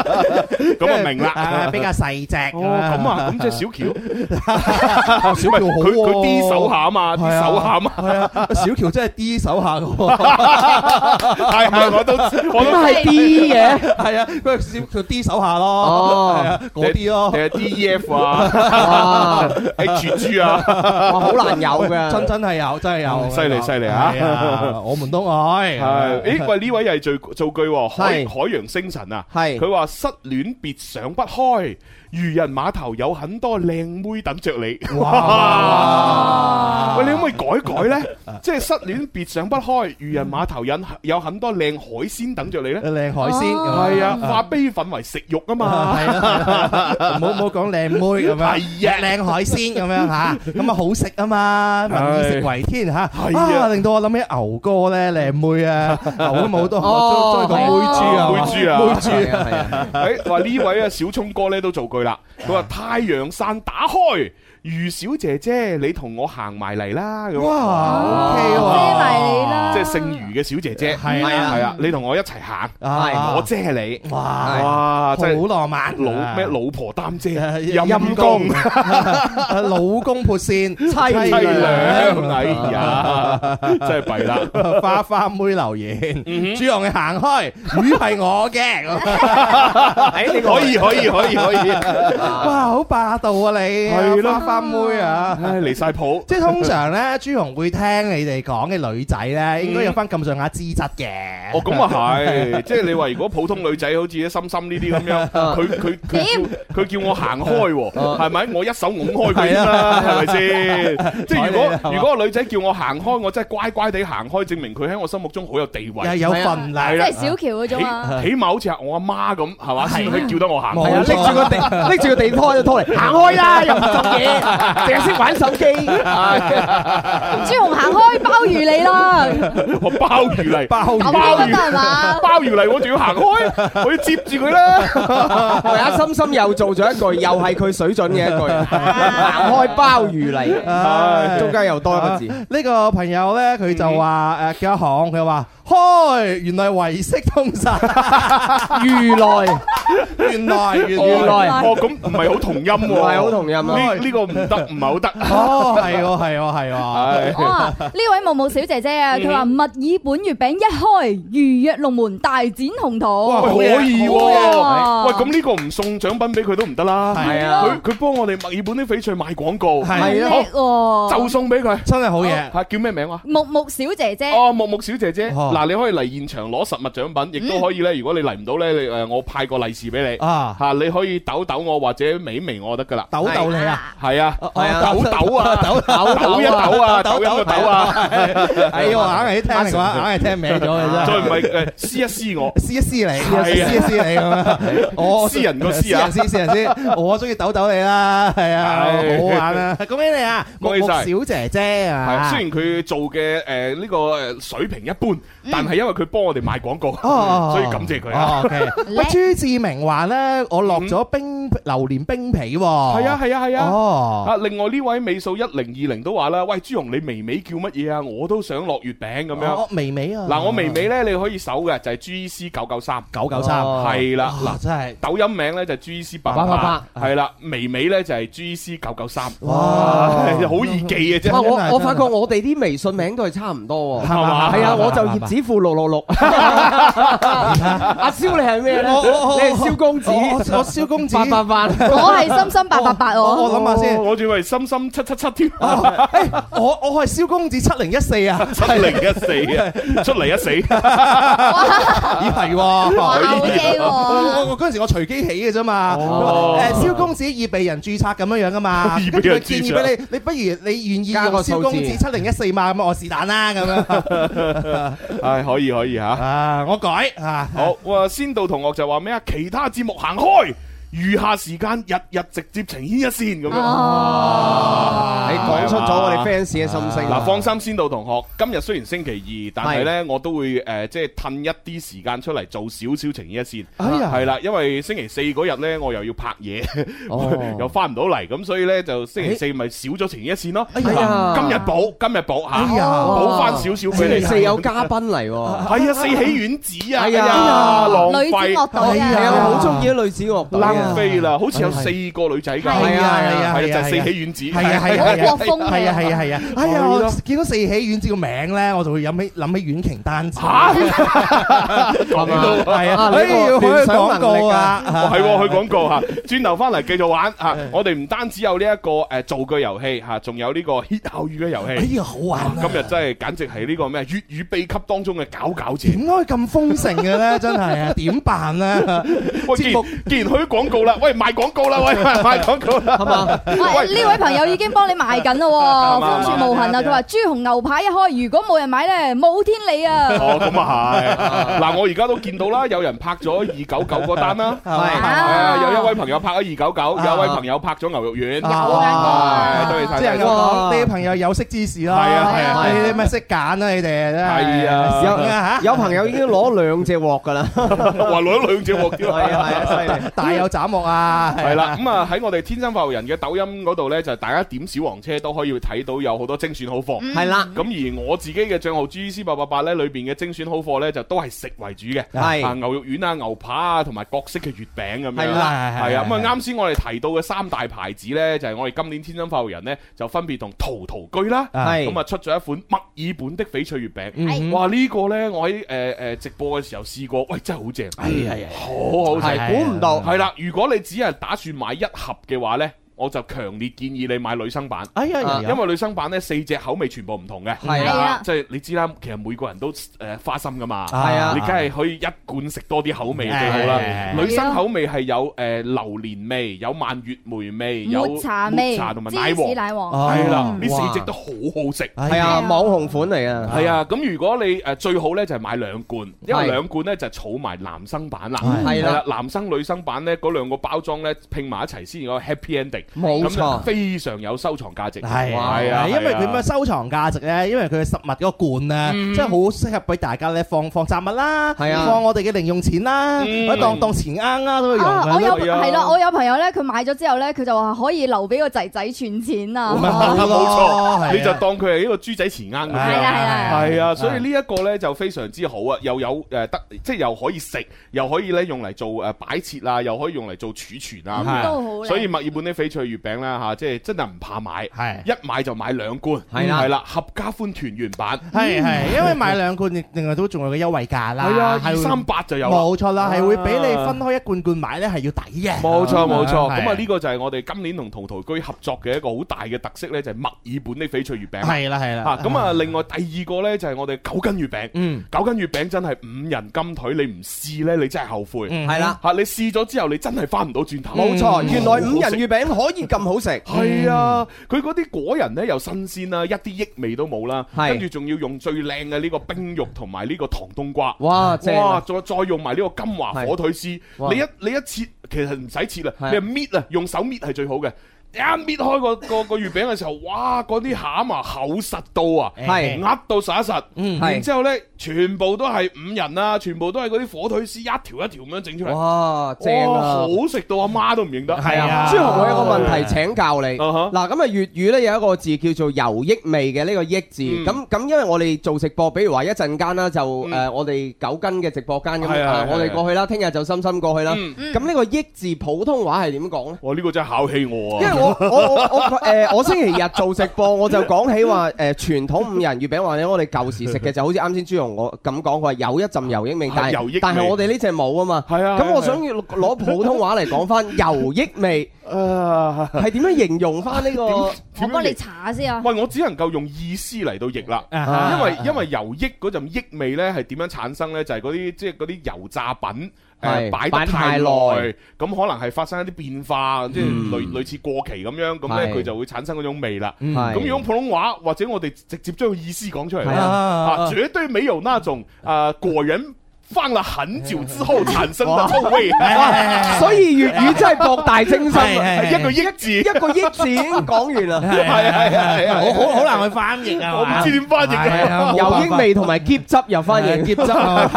A: 咁啊明啦，
D: 啊比較細只。
A: 哦，咁啊，咁即係小喬。
D: *laughs* 小喬好
A: 佢佢 D 手下啊
D: 下
A: 嘛，D 手下啊嘛，
D: 係啊，小喬真係 D 手下嘅喎。
A: 係係我都我都
D: 係 D 嘅，係啊，佢係小喬 D 手下咯。係啊，嗰啲咯。
A: 定係 D E F
D: *laughs*
A: 啊，H G 啊，
D: 好難有
A: *laughs*
D: 嘅，真真係有，真係有，
A: 犀利犀利啊
D: 係啊！我們都愛，
A: 係，誒喂呢位又係最造句喎，海
D: 係
A: 海洋星辰啊，佢話失戀別想不開，漁人碼頭有很多靚妹等着你。 *laughs*
D: 哇！
A: 喂，你可唔可以改改咧？
D: *laughs*
A: 即係失戀別想不開，漁人碼頭引有很多靚海鮮等着你
D: *laughs*
A: 咧。
D: 靚海鮮
A: 係啊，
D: Ờ.
A: 化悲憤為食慾啊嘛。
D: 係啊唔好唔好講靚妹咁樣，靚海鮮咁樣嚇，咁啊好食啊嘛，民以食為天嚇，啊令到我諗起牛哥咧靚妹啊，牛都冇好多，
A: 哦
D: 都係講妹豬啊，
A: 妹豬啊，
D: 妹豬啊，
A: 誒，話呢位啊小聰哥咧都造句啦，佢
D: 啊
A: 話太陽傘打開，余小姐姐你同我行埋嚟啦，咁 Ờ.
D: 哇
A: ，OK
D: 喎遮埋
A: 你啦，即係姓余嘅小姐姐，
D: 係啊
A: 係啊，你同我一齊行，
D: 啊
A: 我遮你，
D: 哇
A: 哇，真係
D: 好浪漫啊哎
A: 老咩老婆擔遮，
D: 陰公，老公潑線，
A: 淒涼，哎
D: *laughs*
A: 呀，真係弊啦。
D: 花花妹留言，朱紅你行開，魚係我嘅。哎
A: 你可以可以可以可
D: *laughs*
A: 以，
D: 哇，好霸道啊你，
A: 係咯
D: 花花妹啊！
A: 唉，離晒譜，
D: 即係通常咧， *laughs* 朱紅會聽你哋講嘅女仔咧，應該有翻咁上下資質嘅。
A: 哦，咁啊係，即係你話如果普通女仔好似心心呢啲咁樣，佢佢佢叫佢叫我行開喎，係咪？我一手拱開佢先啦，係咪先？即係如果如果個女仔叫我行開，我真係乖乖地行開，證明佢喺我心目中好有地位，
D: 又有份量
A: 係啦
F: 即係小喬嗰種啊
A: 起起碼好似係我阿媽咁，係嘛？先佢叫得我行開，
E: 係啊，拎住個地，拎住個地拖就拖嚟，
A: *laughs*
E: 行開啦，又唔做嘢，淨係識玩手機。
F: 朱紅行開，鮑魚你啦，
A: 我鮑魚嚟，
D: 鮑
F: 咁都得係嘛？
A: 鮑魚嚟，我仲要行開，我要接住
E: *laughs*
A: 佢啦。
E: 係啊，心心又做咗一句，又係佢水準嘅一句，行開鮑魚嚟，中間又多一個字。
D: 呢個朋友咧，佢就話誒叫阿航，佢話開，原來唯識通殺，
E: 如來，
D: *laughs* 原來
E: 原來
A: 哦，咁唔係好同音喎，
E: 唔係好同音啊
A: 呢呢個唔得，唔係好得。
D: 哦，係喎係喎係喎，
A: *laughs*
F: 我啊，呢位木木小姐姐啊，佢話墨爾本月餅一開，如躍龍門，大展宏
A: 喂
F: 圖。
A: 可以喎，
F: 好嘢
A: 喂咁呢個唔送獎品俾佢都唔得啦，
D: 係啊
A: 佢佢幫我哋墨爾本啲翡翠賣廣告，
D: 係
F: 叻
A: 好
F: 喎！
A: 就送俾佢，啊
D: 真係好嘢。
A: 嚇叫咩名話？
F: 木木小姐姐，
A: 哦，木木小姐姐，
D: 哦
A: 嗱你可以嚟現場攞實物獎品，亦都可以咧。如果你嚟唔到咧，你誒我派個利是俾你，
D: 啊
A: 嚇你可以抖抖我或者微微我就得噶啦。
D: 抖抖你啊！
A: 係啊，
D: 係啊
A: 抖抖啊，
D: 抖
A: 抖抖一抖啊，抖一個抖啊，
D: 哎呀，我硬係聽明話，硬係聽歪咗嘅
A: 再唔
D: 啫。
A: 係誒撕一撕我。
D: 撕一撕你，
A: 啊
D: 撕一撕你咁
A: *laughs*
D: 樣。我
A: 私人個私
D: 私
A: 啊
D: 人先，私人先。我中意抖抖你啦，係啊，
A: 係
D: 好
A: *laughs*
D: 玩啊！恭喜你啊，木
A: 恭喜
D: 木
A: 晒
D: 小姐姐
A: 係，
D: 啊！
A: 雖然佢做嘅誒呢個誒水平一般，但係因為佢幫我哋賣廣告，
D: 哦
A: 所以感謝佢啊。
D: 哦，OK。喂，朱志明話咧，我落咗冰榴蓮冰皮喎。
A: 係啊，係啊，係啊。
D: 哦，
A: 啊！另外呢位尾數一零二零都話啦，喂朱紅你微微叫乜嘢啊？我都想落月餅咁樣。
D: 我微微啊。
A: 嗱，我微微呢，你可以搜嘅就係 G C 九九三，
D: 九九三，
A: 係啦。
D: 哇
A: 嗱，
D: 哦真係。
A: 抖音名呢就 G C 八八
E: 888
A: 八，係啦。微微呢就係 G C 九九三，
D: 哇
A: 唉好易記嘅啫。
E: 哇！
D: 真係
E: 我我發覺我哋啲微信名都係差唔多喎，
D: 係嘛
E: 係啊，我就葉子富六六六。阿蕭你係咩咧？
D: 我我我
E: 你係蕭公子，
D: 我我我蕭公子
E: 八八八。
F: 我係心心八八八
D: 我
F: 我。
D: 我諗下先。
A: 我仲以為心心七七七添，
D: 誒，我我係蕭公子七零一四啊。
A: *laughs*
D: *laughs*
A: 七零一四啊，出嚟一死。
D: 咦係
F: 哇，
D: 喎。
F: 好嘢
D: 我
F: 喎！
D: 我嗰陣時我隨機起嘅啫嘛，佢話誒蕭公子已被人註冊咁樣樣噶嘛，
A: *laughs* 已
D: 跟
A: 哦被
D: 住佢
A: 人
D: 建
A: 註冊
D: 議俾你，你不如你願意用
E: 加個數
D: 蕭
E: 字
D: 公子七零一四嘛，咁啊我是但啦咁 *laughs* 樣。
A: *laughs* 唉，可以可以吓。
D: 啊，我改啊，
A: 好，哇！先到同學就話咩啊？其他節目行開，餘下時間日日直接情牽一線咁樣。
E: 哦你講出咗我哋 fans 嘅心聲。
A: 嗱，放心，先到同學，今日雖然星期二，但係呢，我都會誒、呃即係褪一啲時間出嚟做少少情意一線，
E: 哎呀
A: 係啦、因為星期四嗰日呢，我又要拍嘢，
E: Ờ. 哦
A: *laughs* 又翻唔到嚟，咁所以呢，就星期四咪少咗情意一線咯。
E: 哎呀
A: 今日補，今日補嚇，
E: 哎呀
A: 補翻少少俾你。
E: 星期四有嘉賓嚟喎，
A: 係啊，四喜丸子啊，
E: 哎
A: 哎
E: 呀
A: 呀，浪費，
E: 係啊，我好中意啲女子樂隊啊，
A: 冷飛啦，好似有四個女仔㗎，
D: 係啊係啊
A: 係
D: 係
A: 就
D: 啊
A: 係四喜丸子，
D: 係啊係啊，係啊係啊係啊！哎呀，
A: 係
D: 我
A: 咯
D: 見到四喜丸子個名咧，我就會諗起諗起苑瓊丹子。
A: *laughs*
E: Ờ,
A: 講
D: 啊
A: 到
D: 係啊哎呀
A: 你個
D: 佢去廣告啊
A: 哦係喎，去廣告嚇，轉頭翻嚟繼續玩嚇。我哋唔單止有呢一個誒造句遊戲嚇，仲有呢個 hit 口語嘅遊戲。
D: 哎呀，好玩啊！
A: 今日真係簡直係呢個咩粵語秘笈當中嘅佼佼者。
D: 點解咁豐盛嘅咧？真係啊，點辦咧？
A: 喂，既然既然去咗廣告啦，喂賣廣告啦，
D: *laughs*
A: 喂賣廣告啦，係嘛？
F: 喂，呢位朋友已經幫你賣
A: *laughs*
F: 緊咯
A: 係
F: 喎，
A: 嘛
F: 風雪無痕啊！佢話豬紅牛排一開，如果冇人買咧，冇天理啊！
A: 哦，咁啊係。嗱，我而家都見到啦，有人拍咗二九九嗰單啦，係啊，有一位朋友拍咗二九九，有一位朋友拍咗牛肉丸，係多謝晒
D: 即
A: 大
D: 係
A: 家。
D: 講呢啲朋友有識之士啦，
A: 係啊係啊係啊
D: 你你咪識揀啦，你哋真係
A: 係啊
E: 有有朋友已經攞兩隻鑊㗎啦，
A: 話攞咗兩隻鑊添，
E: 係啊係啊，犀利。
D: 大有斬獲啊！
A: 系啦，咁啊喺我哋天生發育人嘅抖音嗰度呢，就大家點小黃車都可以睇到有好多精選好貨。
E: 係啦
A: 咁而我自己嘅帳號 G C 八八八呢，裏邊嘅精選好貨呢，就都係食為主嘅，
E: 係
A: 啊牛肉丸啊、牛扒啊，同埋各式嘅月餅咁樣。
E: 係啦
A: 係啊。
D: 係
A: 咁啊啱先我哋提到嘅三大牌子呢，就係我哋今年天生發育人呢，就分別同陶陶居啦，
E: 係嗯
A: 咁啊出咗一款墨爾本的翡翠月餅。哇！呢個呢，我喺誒誒直播嘅時候試過，喂真係好正，
D: 係係
A: 好好食。
E: 係估唔到，
A: 系啦，如果你只係打算買一盒嘅話呢，我就強烈建議你買女生版。
D: 哎呀，
E: 啊
A: 因為女生版呢，四隻口味全部唔同嘅，
E: 係
F: 啊
A: 即係你知啦，其實每個人都誒花心噶嘛，
D: 係
E: 啊
A: 你梗係可以一罐食多啲口味最好啦。
D: 係
A: 女生口味係有誒榴蓮味、有蔓越莓味、有
F: 抹茶
A: 抹
F: 味、
A: 茶同埋奶
F: 芝士
A: 黃，
F: 奶黃，
D: 哦
A: 係啦，呢
E: 哇
A: 四隻都好好食。
D: 哎
E: 係
D: 呀
E: 啊，網紅款嚟啊，
A: 係啊，咁如果你誒最好呢，就係買兩罐，因為
E: 係
A: 兩罐呢，就係儲埋男生版啦。
E: 係
A: 係啦
E: 啦，，
A: 男生女生版呢，嗰兩個包裝呢，拼埋一齊先有 happy ending，
E: 冇
A: 咁就
E: 錯，
A: 非常有收藏價值。
D: 係啊
A: 係啊，
D: 因為佢嘅收藏價值咧，因為佢嘅實物嗰個罐咧，真係好適合俾大家咧放放雜物啦，
E: 係啊
D: 放我哋嘅零用錢啦，
A: 嗯
D: 或者當當錢罌啦都可以用
F: 啊！我有
D: 㗎。
A: 係啊
F: 係啦，我有朋友咧，佢買咗之後咧，佢就話可以留俾個仔仔存錢
D: *laughs* 咪
F: 啊！
D: 好咯係啊
A: 你就當佢係一個豬仔錢罌咁
F: 係
A: 樣。
F: 啦係啦
A: 係啊，所以呢一個呢就非常之好啊，又有誒得，即係又可以食，又可以呢用嚟做誒擺設啊，又可以用嚟做儲存啊咁樣。
F: 都嗯好靚
A: 所以墨爾本啲翡翠月餅啦嚇，即係真係唔怕買，
D: 係
A: 一買就買兩罐，
E: 係啦
A: 係啦，合家歡團圓版，
D: 係係，因為買兩罐，另另外都仲有個優惠價啦，
A: 係啊，
D: 係
A: 二
D: 會
A: 三八就有啦。
D: 冇錯啦，係會俾你分開一罐罐買咧，係要抵嘅。
A: 冇錯冇錯，
D: 係
A: 咁啊呢個就係我哋今年同陶陶居合作嘅一個好大嘅特色呢，就係墨爾本的翡翠月餅。
D: 係啦係啦。
A: 啊，咁啊另外第二個呢，就係我哋九斤月餅。
D: 嗯
A: 九斤月餅真係五人金腿，你唔試呢，你真係後悔。
D: 嗯
E: 係啦，
A: 嚇你試咗之後，你真係翻唔到轉頭。
E: 冇錯，原來五仁
A: 月
E: 月餅可以咁好食，
A: 係啊，
E: 嗯
A: 佢嗰啲果仁呢又新鮮啦，一啲益味都冇啦，
E: 係
A: 跟住仲要用最靚嘅呢個冰肉同埋呢個糖冬瓜。
E: 哇，正啊
A: 哇！再再用埋呢個金華火腿絲，
E: 哇
A: 你一你一切其實唔使切啦，你係
E: 係
A: 搣啊，用手搣係最好嘅。一搣開個個個月餅嘅時候，哇！嗰啲餡啊厚實到啊，
E: 係
A: 壓到實一實。
D: 嗯
E: 係
A: 然之後呢，全部都係五仁啊，全部都係嗰啲火腿絲一條一條咁樣整出嚟。
E: 哇，正
A: 哇
E: 啊！
A: 好食到阿媽都唔認得。
D: 係啊
E: 朱紅，我有個問題請教你。
A: 啊哈
E: 嗱，咁啊粵語咧有一個字叫做油益味嘅呢個益字。
A: 嗯
E: 咁咁，因為我哋做直播，比如話一陣間啦，就
A: 嗯
E: 誒我哋九斤嘅直播間咁，
A: 係啊係啊
E: 誒我哋過去啦，聽日就深深過去啦。
A: 嗯
E: 咁呢個益字普通話係點講咧？
A: 哇！呢個真係考起我
E: 因為
A: 啊！
E: 我我我我誒，我星期日做直播，我就講起話誒傳統五仁月餅，或者我哋舊時食嘅就好似啱先朱紅我咁講，佢話有一陣油益味，但
A: 係啊油益
E: 係
A: 味
E: 但係我哋呢只冇啊嘛。
A: 係啊
E: 咁我
A: 係啊
E: 想要攞普通話嚟
A: *laughs*
E: 講翻油益味
A: 啊
E: 係點樣形容翻呢個？
A: *laughs* 點
F: 我幫你
A: 譯
F: 查先啊！
A: 喂，我只能夠用意思嚟到譯啦。
D: 啊
A: 因為因為油益嗰陣益味咧係點樣產生咧？就係嗰啲即係嗰啲油炸品。誒
E: 係
A: 擺
E: 擺
A: 得
E: 得
A: 太
E: 太
A: 耐，
E: 耐嗯
A: 咁可能係發生一啲變化，即係類類似過期咁樣，咁咧
E: 係
A: 佢就會產生嗰種味啦。
D: 嗯
E: 係
A: 咁用普通話或者我哋直接將個意思講出嚟
E: 係
A: 啦，
D: 啊
A: 啊，絕對沒有那種啊果仁放了很久之后产生的臭味。
E: 哇所以粵語真係博大精深啊！
A: 一個億字，
E: 一個億字已經講
A: *laughs*
E: 完啦。
A: 係係係係
D: 我好好難去翻譯啊！
A: 我唔知點翻譯啊
D: 係啊冇辦法
E: 由英味同埋劫汁又翻譯， *laughs*
D: 劫汁啊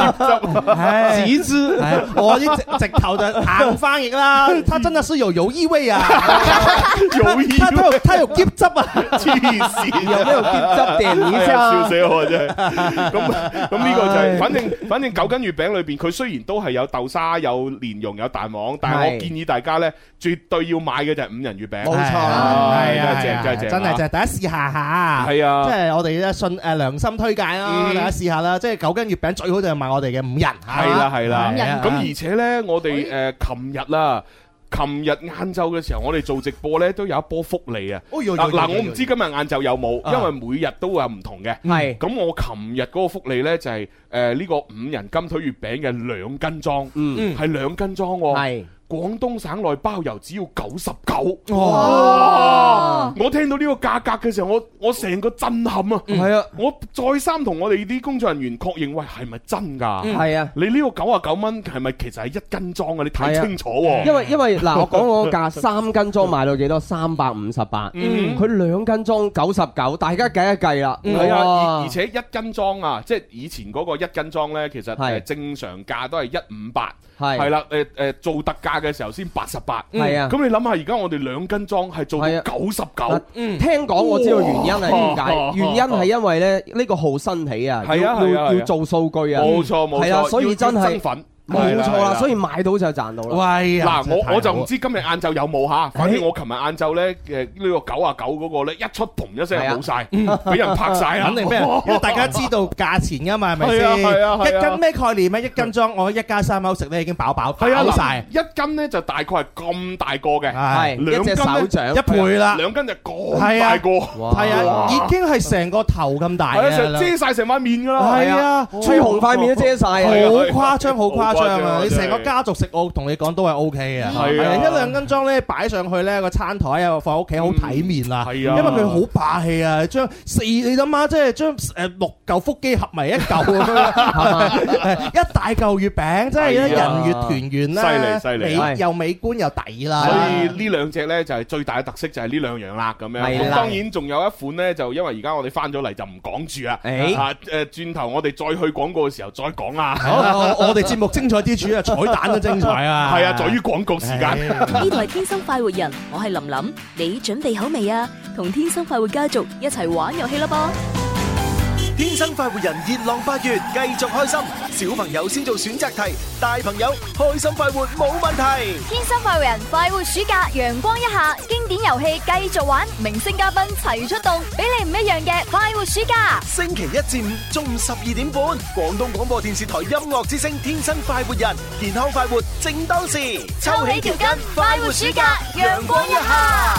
D: 唉
E: 紙汁
D: 係啊我啲直直頭就硬翻譯
A: *laughs*
D: 啦，他真的是有油意味啊！
A: 有意
D: 他他有他有劫汁啊！
A: 黐線，
E: 有咩叫汁
A: *laughs* 哎
E: 定耳
A: 呀笑
E: 啊？
A: 死我真係。咁咁呢個就係，
E: 唉
A: 反正反正九斤月餅裏邊，佢雖然都係有豆沙、有蓮蓉、有蛋黃，但係我
E: 係
A: 建議大家呢，絕對要買嘅就係五仁月餅。
E: 冇錯啦
A: 唉
D: 係
A: 真係正，
D: 啊，
A: 真係正，
D: 真係就係大家試下下。
A: 係啊
D: 即係我哋咧信誒良心推介啦，
A: 嗯
D: 大家試下啦。即係九斤月餅最好就係買我哋嘅五仁嚇。
A: 係啦係啦
F: 五。仁
D: 啊
A: 咁而且呢，我哋誒琴日啦。琴日晏晝嘅時候，我哋做直播呢，都有一波福利啊！
D: 哦呦呦
A: 嗱嗱，
D: 呦
A: 我唔知今日晏晝有冇，因為每日都有唔同嘅。
E: 係
A: 咁我琴日嗰個福利呢，就係誒呢個五仁金腿月餅嘅兩斤裝，
E: 嗯
A: 係兩斤裝喎。
E: 係
A: 廣東省內包郵只要九十九，
F: 哦，
A: 我聽到呢個價格嘅時候，我我成個震撼啊！
E: 係啊
A: 我再三同我哋啲工作人員確認，喂係咪真㗎？
E: 係啊。
A: 你呢個九啊九蚊係咪其實係一斤裝啊？你睇清楚喎。
E: 因為因為嗱，我講嗰個價三斤裝賣到幾多？三百五十八，
A: 嗯
E: 佢兩斤裝九十九，大家計一計啦。
A: 係啊，而
E: 哇
A: 而且一斤裝啊，即係以前嗰個一斤裝呢，其實
E: 係
A: 誒正常價都係一五八，係
E: 係
A: 啦，誒誒做特價嘅時候先八十八，
E: 係啊
A: 咁你諗下，而家我哋兩斤裝係做
E: 係
A: 到
E: 啊
A: 九十
E: 嗱
A: 九，
E: 聽講我知道原因係點解
A: 哇，
E: 原因係因為咧呢個號新起啊，要
A: 係啊係啊
E: 要
A: 係啊
E: 要做數據啊，
A: 冇錯冇
E: 係啊
A: 錯，
E: 所以
A: 要
E: 真係
A: 要增粉，係
E: 冇錯
A: 係
E: 啦，所以買到就賺到啦。
D: 喂呀
A: 嗱，我我就唔。
D: 真係太好
A: 知今日晏晝有冇吓，反正我琴日晏晝咧，誒呢個九啊九嗰個咧一出嘭一聲
E: 係啊
A: 冇晒，俾人拍晒
E: *laughs*
A: 啦，*laughs*
D: 肯定俾人，因為大家知道價錢噶嘛，係咪先？
A: 係啊係啊係啊
D: 一斤咩概念咩？一斤裝我一家三口食咧已經飽飽
A: 係啊，
D: 飽
A: 嗱
D: 晒，
A: 一斤咧就大概係咁大個嘅，
E: 係
D: 係
E: 一隻手掌
D: 一，倍啦，
A: 兩斤就咁大個，
D: 啊係啊，已經係成個頭咁大
A: 係啊，
D: 嘅
A: 成
D: 啦。
A: 遮晒成塊面噶啦，
D: 係啊，
E: 吹紅塊面都遮晒啊！
D: 好誇張，好誇張
A: 好誇張啊
D: 啊！你成
A: 真
D: 個
A: 係
D: 家族食，我同你講都係 O K 嘅。
A: 係啊
D: 係一兩斤裝咧擺上去咧個餐台啊，放喺屋企好體面啦。
A: 嗯係啊
D: 因為佢好霸氣啊，將四你諗下，即係將誒六嚿腹肌合埋一
A: *laughs*
D: 嚿咁樣，一大嚿月餅，真係一人
A: 係
E: 啊
D: 月團圓啦，
A: 犀利犀利
D: 美
E: 係
D: 又美觀又抵啦。
A: 所以呢兩隻呢，就係最大嘅特色就係呢兩樣啦，咁樣。
E: 係
A: 咁
E: 啦
A: 當然仲有一款呢，就因為而家我哋翻咗嚟就唔講住啦。
E: 誒
A: 啊誒，轉頭我哋再去廣告嘅時候再講啊啦。
D: 好我我哋節目精彩之處啊，彩蛋都精彩啊！
A: 係啊，在於廣告時間。
I: *laughs* 呢度係天生快活人，我係琳琳，你準備好未啊？同天生快活家族一齊玩遊戲啦噃！
C: 天生快活人，熱浪八月繼續開心。小朋友先做選擇題，大朋友開心快活冇問題。
I: 天生快活人，快活暑假，陽光一下，經典遊戲繼續玩，明星嘉賓齊出動，俾你唔一樣嘅快活暑假。
C: 星期一至五中午十二點半，廣東廣播電視台音樂之聲《天生快活人》，健康快活正當時，
I: 抽起條筋，快活暑假，陽光一下。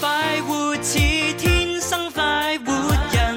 J: 快活似天生快活人，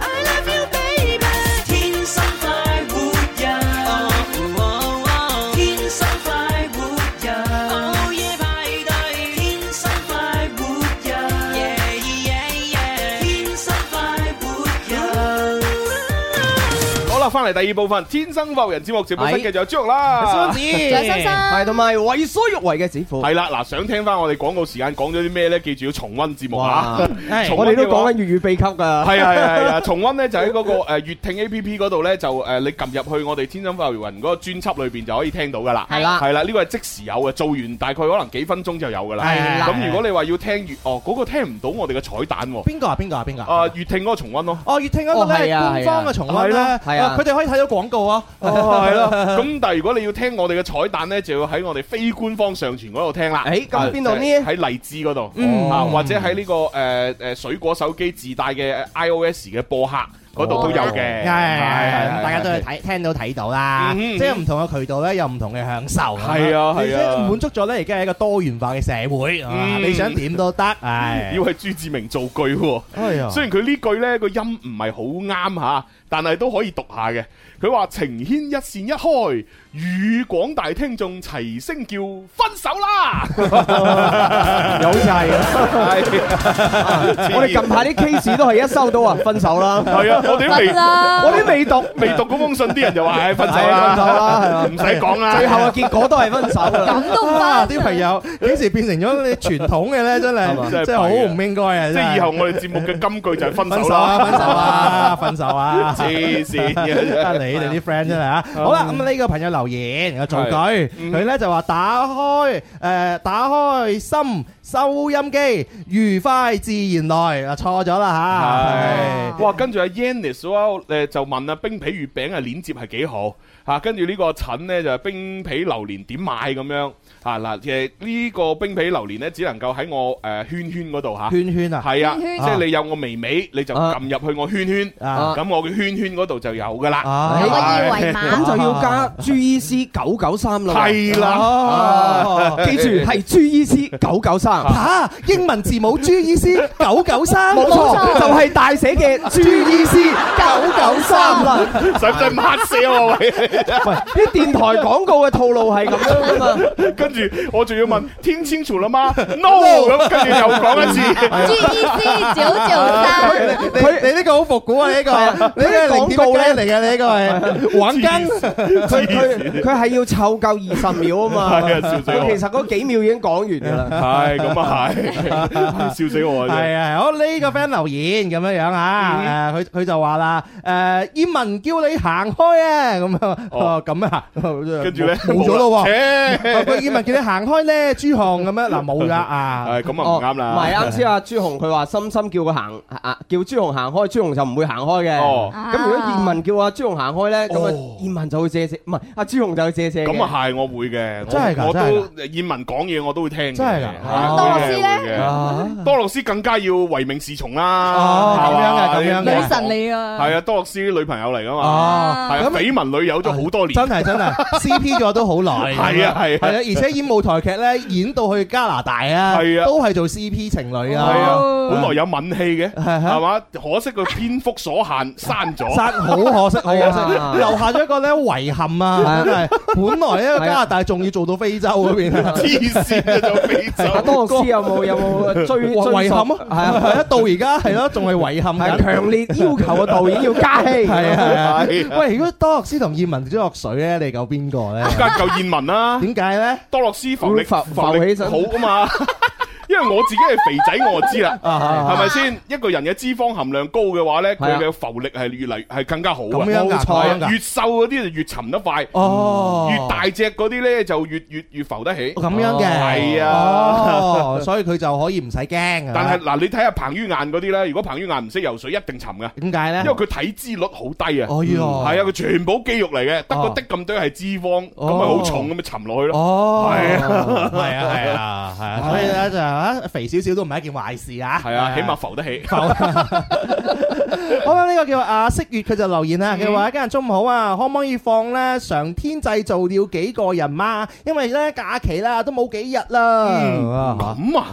J: I love you baby，天生快活人，哦哦哦天生快活人，午夜派對，天生快活人，yeah yeah yeah，天生快活人。
A: 好啦，翻嚟第二部分《天生浮人》節目直播室嘅就有朱紅啦。
F: 仲有心心，
E: 係同埋為所欲為嘅指父，
A: 係啦，嗱，想聽翻我哋廣告時間講咗啲咩呢？記住要重温節目啊！
D: 係
A: 重
E: 我
A: 溫
E: 哋
A: 嘅話
E: 都講緊粵語秘笈㗎。
A: 係啊係啊係啊！重温咧就喺嗰個誒粵聽 A P P 嗰度咧，就誒你撳入去我哋天生快活人嗰個專輯裏邊就可以聽到噶啦。
E: 係啦
A: 係啦，呢個係即時有嘅，做完大概可能幾分鐘就有噶啦。
D: 係啦
A: 咁如果你話要聽粵，哦嗰個聽唔到我哋嘅彩蛋
D: *laughs*
A: 喎，
D: 邊個啊？邊個啊？邊個啊？
A: 啊粵聽嗰個重温咯。
D: 哦，粵聽嗰個咧
E: 哦係啊
D: 官方嘅重温啦，
E: 係啊係啊
D: 啊佢哋可以睇到廣告啊。
A: 哦，係咯。咁但係如果你要聽我哋嘅彩蛋咧，就要喺我哋非官方上傳嗰度聽啦。
E: 誒咁
A: 啊
E: 邊度呢
A: 就係喺荔枝嗰度，
D: 嗯
A: 啊或者喺呢個誒誒水果手機自帶嘅 iOS 嘅播客。嗰度都有嘅，
D: 係哦係大家都係睇聽到睇到啦，即係唔同嘅渠道咧，有唔同嘅享受。
A: 係啊係啊
D: 即係滿足咗咧，而家係一個多元化嘅社會，啊
A: 嗯
D: 你想點都得，唉。
A: 要係朱志明造句喎
D: 哎。
E: 哦
D: 呀
A: 雖然佢呢句呢個音唔係好啱吓，但係都可以讀下嘅。佢話情牽一線一開，與廣大聽眾齊聲叫分手啦！
E: *laughs* 有就係我哋近排啲 case 都係一收到啊，分手啦。
A: 係啊我哋都未分啦
E: 我哋未讀，
A: 未讀嗰封信，啲人
E: *laughs*
A: 就話唉分手啦，
E: 係分手啦係啊
A: 唔使講啦。
E: 最後啊嘅結果都係分手㗎啦咁都唔分
D: 啊啲朋友幾時變成咗你傳統嘅咧？真係真係好唔應該啊！
A: 即
D: 真係
A: 係以後我哋節目嘅金句就係分
D: 分
A: 手
D: 手
A: 啦，
D: 啊！分手啊！分手啊！
A: 黐線嘅
D: 啊你哋啲 friend 真係啊！好啦，咁呢個朋友留言有造句，
A: 係
D: 佢咧就話打開誒打開心收音機，愉快自然來啊！錯咗啦
A: 係，哇！跟住阿 Yannis 啊，誒就問啊，冰皮月餅啊，鏈接係幾好嚇？跟住呢個陳呢，就係冰皮榴蓮點買咁樣嚇嗱？誒呢個冰皮榴蓮呢，只能夠喺我誒圈圈嗰度嚇。
D: 圈圈啊
A: 係啊，
D: 圈圈
A: 即係你有我微微，你就撳入去我圈圈，
D: 啊
A: 咁我嘅圈圈嗰度就有㗎啦。
E: 有個
A: 係
E: 二維碼咁就要加 GEC 九九三啦。
A: 係啦
E: 哦記住係 GEC 九九三。
D: 嚇，英文字母 G E C 九九三，
E: 冇錯，就係大寫嘅 GEC 九九三啦。
A: 使唔使抹死
D: *laughs*
A: 我喂？
E: 喂，啲電台廣告嘅套路係咁樣啊嘛。
A: 跟住我仲要問聽清楚
D: *laughs*
A: 啦嗎？No 咁，跟住又講一次。 *laughs*
F: E
D: 係。佢你呢個好復古啊！呢個
E: 係啊
D: 你呢個零
E: 廣
D: 點
E: 告
D: 咧
E: 咧
D: 嚟嘅，你呢個係玩根。
A: *laughs*
E: 佢佢佢係要湊夠二十秒啊嘛。
A: 係啊笑死我
E: 佢其實嗰幾秒已經講完㗎啦。
A: 係 *laughs* 咁啊係，笑死我啊！真係
D: 係啊，好呢個 friend 留言咁樣樣
A: 嗯
D: 啊，誒佢佢就話啦，誒燕文叫你行開啊，咁樣哦咁啊，跟
A: 跟住咧
D: 冇咗咯
A: 冇啦切
D: 喎，哦佢燕文叫你行開咧，朱紅咁樣嗱冇啦啊，
A: 係咁啊唔啱啦
E: 唔係啱先啊，朱紅佢話深深叫佢行啊，叫朱紅行開，朱紅就唔會行開嘅。
A: 哦
E: 咁如果葉文叫阿朱紅行開咧，咁啊葉文就會借借，唔係阿朱紅就會借借嘅。
A: 咁啊係，我會嘅，我
E: 真係㗎
A: 我
E: 真係㗎
A: 都燕文講嘢我都會聽嘅，
E: 真係㗎
A: 係
E: 多樂
A: 會嘅
E: 斯咧
A: 會
D: Ờ.
A: 嘅
E: 啊
A: 多樂斯更加要唯命是從啦，
D: 哦
A: 係嘛
D: 咁樣嘅咁樣嘅女神
F: 嚟
D: 啊
A: 係啊，多樂斯女朋友嚟㗎
D: 哦
A: 嘛，係啊
D: 咁，
A: 緋聞女友咗好多年，
D: 真係真係 C P 咗都好耐，
A: 係啊係啊
D: 係啊，而且演舞台劇咧演到去加拿大啊，
A: 係啊
D: 都係做 C P 情侶
A: 係
D: 啊，
A: 啊，本來有吻戲嘅，
D: 啊
A: 係嘛，可惜個篇幅所限刪
D: *laughs*
A: 咗，
D: 真好可惜，
E: *laughs*
D: 好可
A: 係啊
D: 惜，留下咗一個咧遺憾啊！真係，本來呢個加拿大仲要做到非洲嗰邊，
E: *laughs*
A: 黐線啊！做非洲，
E: 阿多樂斯有冇有冇
A: *laughs*
E: 追
D: 遺
E: 追
D: 遺
E: 溯
D: 憾啊？
E: 係啊
D: 係啊，到而家係咯，仲係遺憾緊。
E: 係強烈要求個導演要
A: *laughs*
E: 加戲
D: 係啊係
A: 係
D: 啊！
A: 啊
D: *laughs* 喂，如果多樂斯同葉問跌咗落水咧，你救邊個 *laughs* 咧？
A: 梗係救燕文啦。
D: 點解咧？
A: 多樂斯浮力
D: 浮
A: 浮
D: 浮
A: 力
D: 起身
A: 好啊嘛。 *laughs* 因為我自己係肥仔，我就知啦，
D: 啊啊
A: 係咪先？一個人嘅脂肪含量高嘅話咧，佢嘅浮力係越嚟係更加好啊！
D: 咁樣㗎
A: 係啊
D: 咁樣㗎
A: 越瘦嗰啲就越沉得快，
D: 哦
A: 越大隻嗰啲咧就越越越浮得起。
D: 咁樣嘅
A: 係
D: 哦
A: 啊，
D: 所以佢就可以唔使驚啊。
A: 但係嗱，你睇下彭于晏嗰啲咧，如果彭于晏唔識游水，一定沉嘅。
D: 點解咧
A: 因為佢體脂率好低啊。
D: 哎呀
A: 係啊，佢全部肌肉嚟嘅，得個的咁多係脂肪，咁咪好重咁咪沉落去咯。
D: 哦
A: 係啊，
D: 係啊係啊係啊，所以咧就啊肥少少都唔係一件壞事啊。
A: 係啊，起碼浮得起。
D: 好啦，呢個叫阿色月，佢就留言啦，啊佢話一家人中午好啊，可唔可以放咧上天製造了幾個人嘛？因為咧假期啦，都冇幾日
A: 嗯
D: 啦。
A: 咁啊，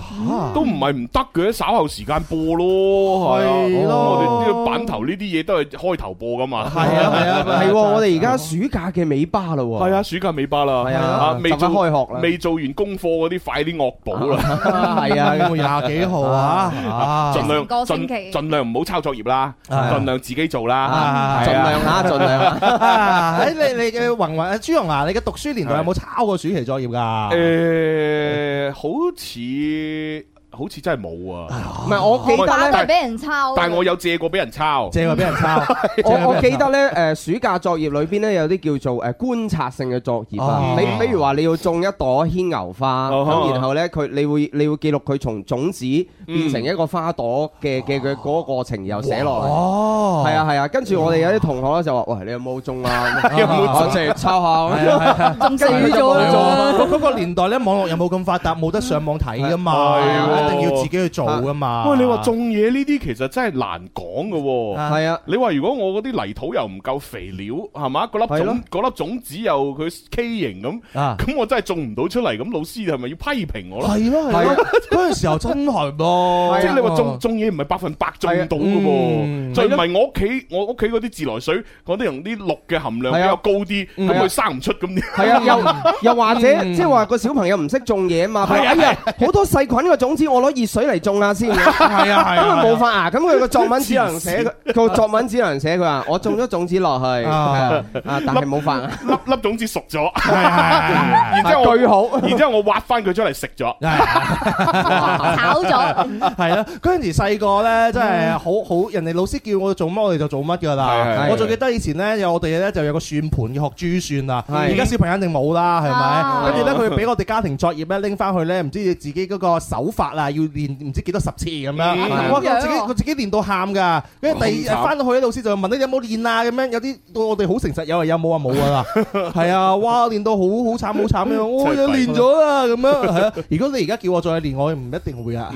A: 都唔係唔得嘅，稍後時間播咯，係啊，我哋呢個版頭呢啲嘢都係開頭播噶嘛，係
E: 啊係啊係喎，我哋而家暑假嘅尾巴啦
A: *laughs*
E: 喎。
A: 係啊，暑假尾巴啦，
E: 係啊
A: 未
E: 就
A: 做
E: 快開學啦
A: 未做完功課嗰啲快啲惡補啦，
E: *laughs* 係啊
D: 咁廿幾號啊啊
A: 盡量
D: 成個星期
A: 盡盡量唔好抄作業啦，
D: 啊
A: 盡量自己做啦，
D: 啊
A: 係啊
E: 盡
D: *laughs*
E: 量啦盡量啦
D: 啊！喺你你嘅宏宏啊，朱紅啊，你嘅讀書年代有冇抄過暑期作業㗎？
A: 誒，好似好似真係冇啊，
E: 唔係我記得
F: 打
E: 咧
F: 就。俾人抄。
A: 但係我有借過俾人抄，
D: 借過俾人抄
E: 我
D: 啊
E: 我記得咧，誒暑假作業裏邊咧有啲叫做誒觀察性嘅作業啊
A: 哦，
E: 比比如話你要種一朵牽牛花，
A: 哦
E: 咁然後咧佢你會你會記錄佢從種子變成一個花朵嘅嘅嘅嗰個過程，然後寫落嚟。
D: 哦
E: 係啊係啊，跟住我哋有啲同學咧就話：喂，你有冇種啊？
D: 有冇種
E: 我淨係抄
D: 係啊係
E: 下
D: 啊，
E: 係啊
D: 嗰嗰個年代咧，網絡又冇咁發達，冇得上網睇噶嘛。
A: 係喎
D: 一定要自己去做㗎嘛
A: 喂，你話種嘢呢啲其實真係難講㗎喎。
D: 啊係啊，
A: 你話如果我嗰啲泥土又唔夠肥料，係嘛？嗰粒
D: 係咯
A: 種嗰粒種子又佢畸形咁，
D: 啊
A: 咁我真係種唔到出嚟。咁老師係咪要批評我咧？
D: 係咯係咯，嗰陣時候真係噃，
A: 即係你話種種嘢唔係百分百種到嘅喎，
D: 嗯
A: 再唔係我屋企我屋企嗰啲自來水嗰啲用啲氯嘅含量比較高啲，
E: 嗯
A: 咁佢生唔出咁。
E: 係啊，又又或者
A: 嗯
E: 即係話個小朋友唔識種嘢啊嘛，佢話
A: 係啊
E: 哎呀好多細菌嘅種子，我攞熱水嚟種下先，係
D: 啊係
A: *laughs*
D: 啊
E: 因為冇法啊，咁佢個作文只能寫
A: 黐
E: 佢個作文只能寫佢話我種咗種子落去，係啊啊但係冇法啊，
A: 粒粒種子熟咗，
D: 啊
A: *laughs* 然之後我
E: 句好
A: 然之後我挖翻佢出嚟食咗，
D: 炒
I: *laughs*
A: 咗
D: 係啦，嗰陣時細個咧，真係
E: 嗯
D: 好好，人哋老師叫我做乜，我哋就做乜㗎
A: 係
D: 啦
A: 係。
D: 我最記得以前咧，有我哋咧就有個算盤嘅學珠算啦，
E: 係
D: 而家小朋友一定冇啦，係
E: 啊
D: 咪？跟住咧，佢俾我哋家庭作業咧拎翻去咧，唔知自己嗰個手法啊，要練唔知幾多十次咁樣。
E: 嗯
D: 哇！
E: 咁樣
D: 我自己我自己練到喊㗎，跟住第
E: 咁
D: 二
E: 慘
D: 翻到去咧，老師就問你有冇練啊咁樣，有啲到我哋好誠實，有啊有，冇啊冇㗎啦。
E: *laughs*
D: 係啊，哇！練到好好慘好慘咁樣，我有練咗啦
E: *laughs*
D: 咁樣。係啊如果你而家叫我再練，我唔一定會啊。啊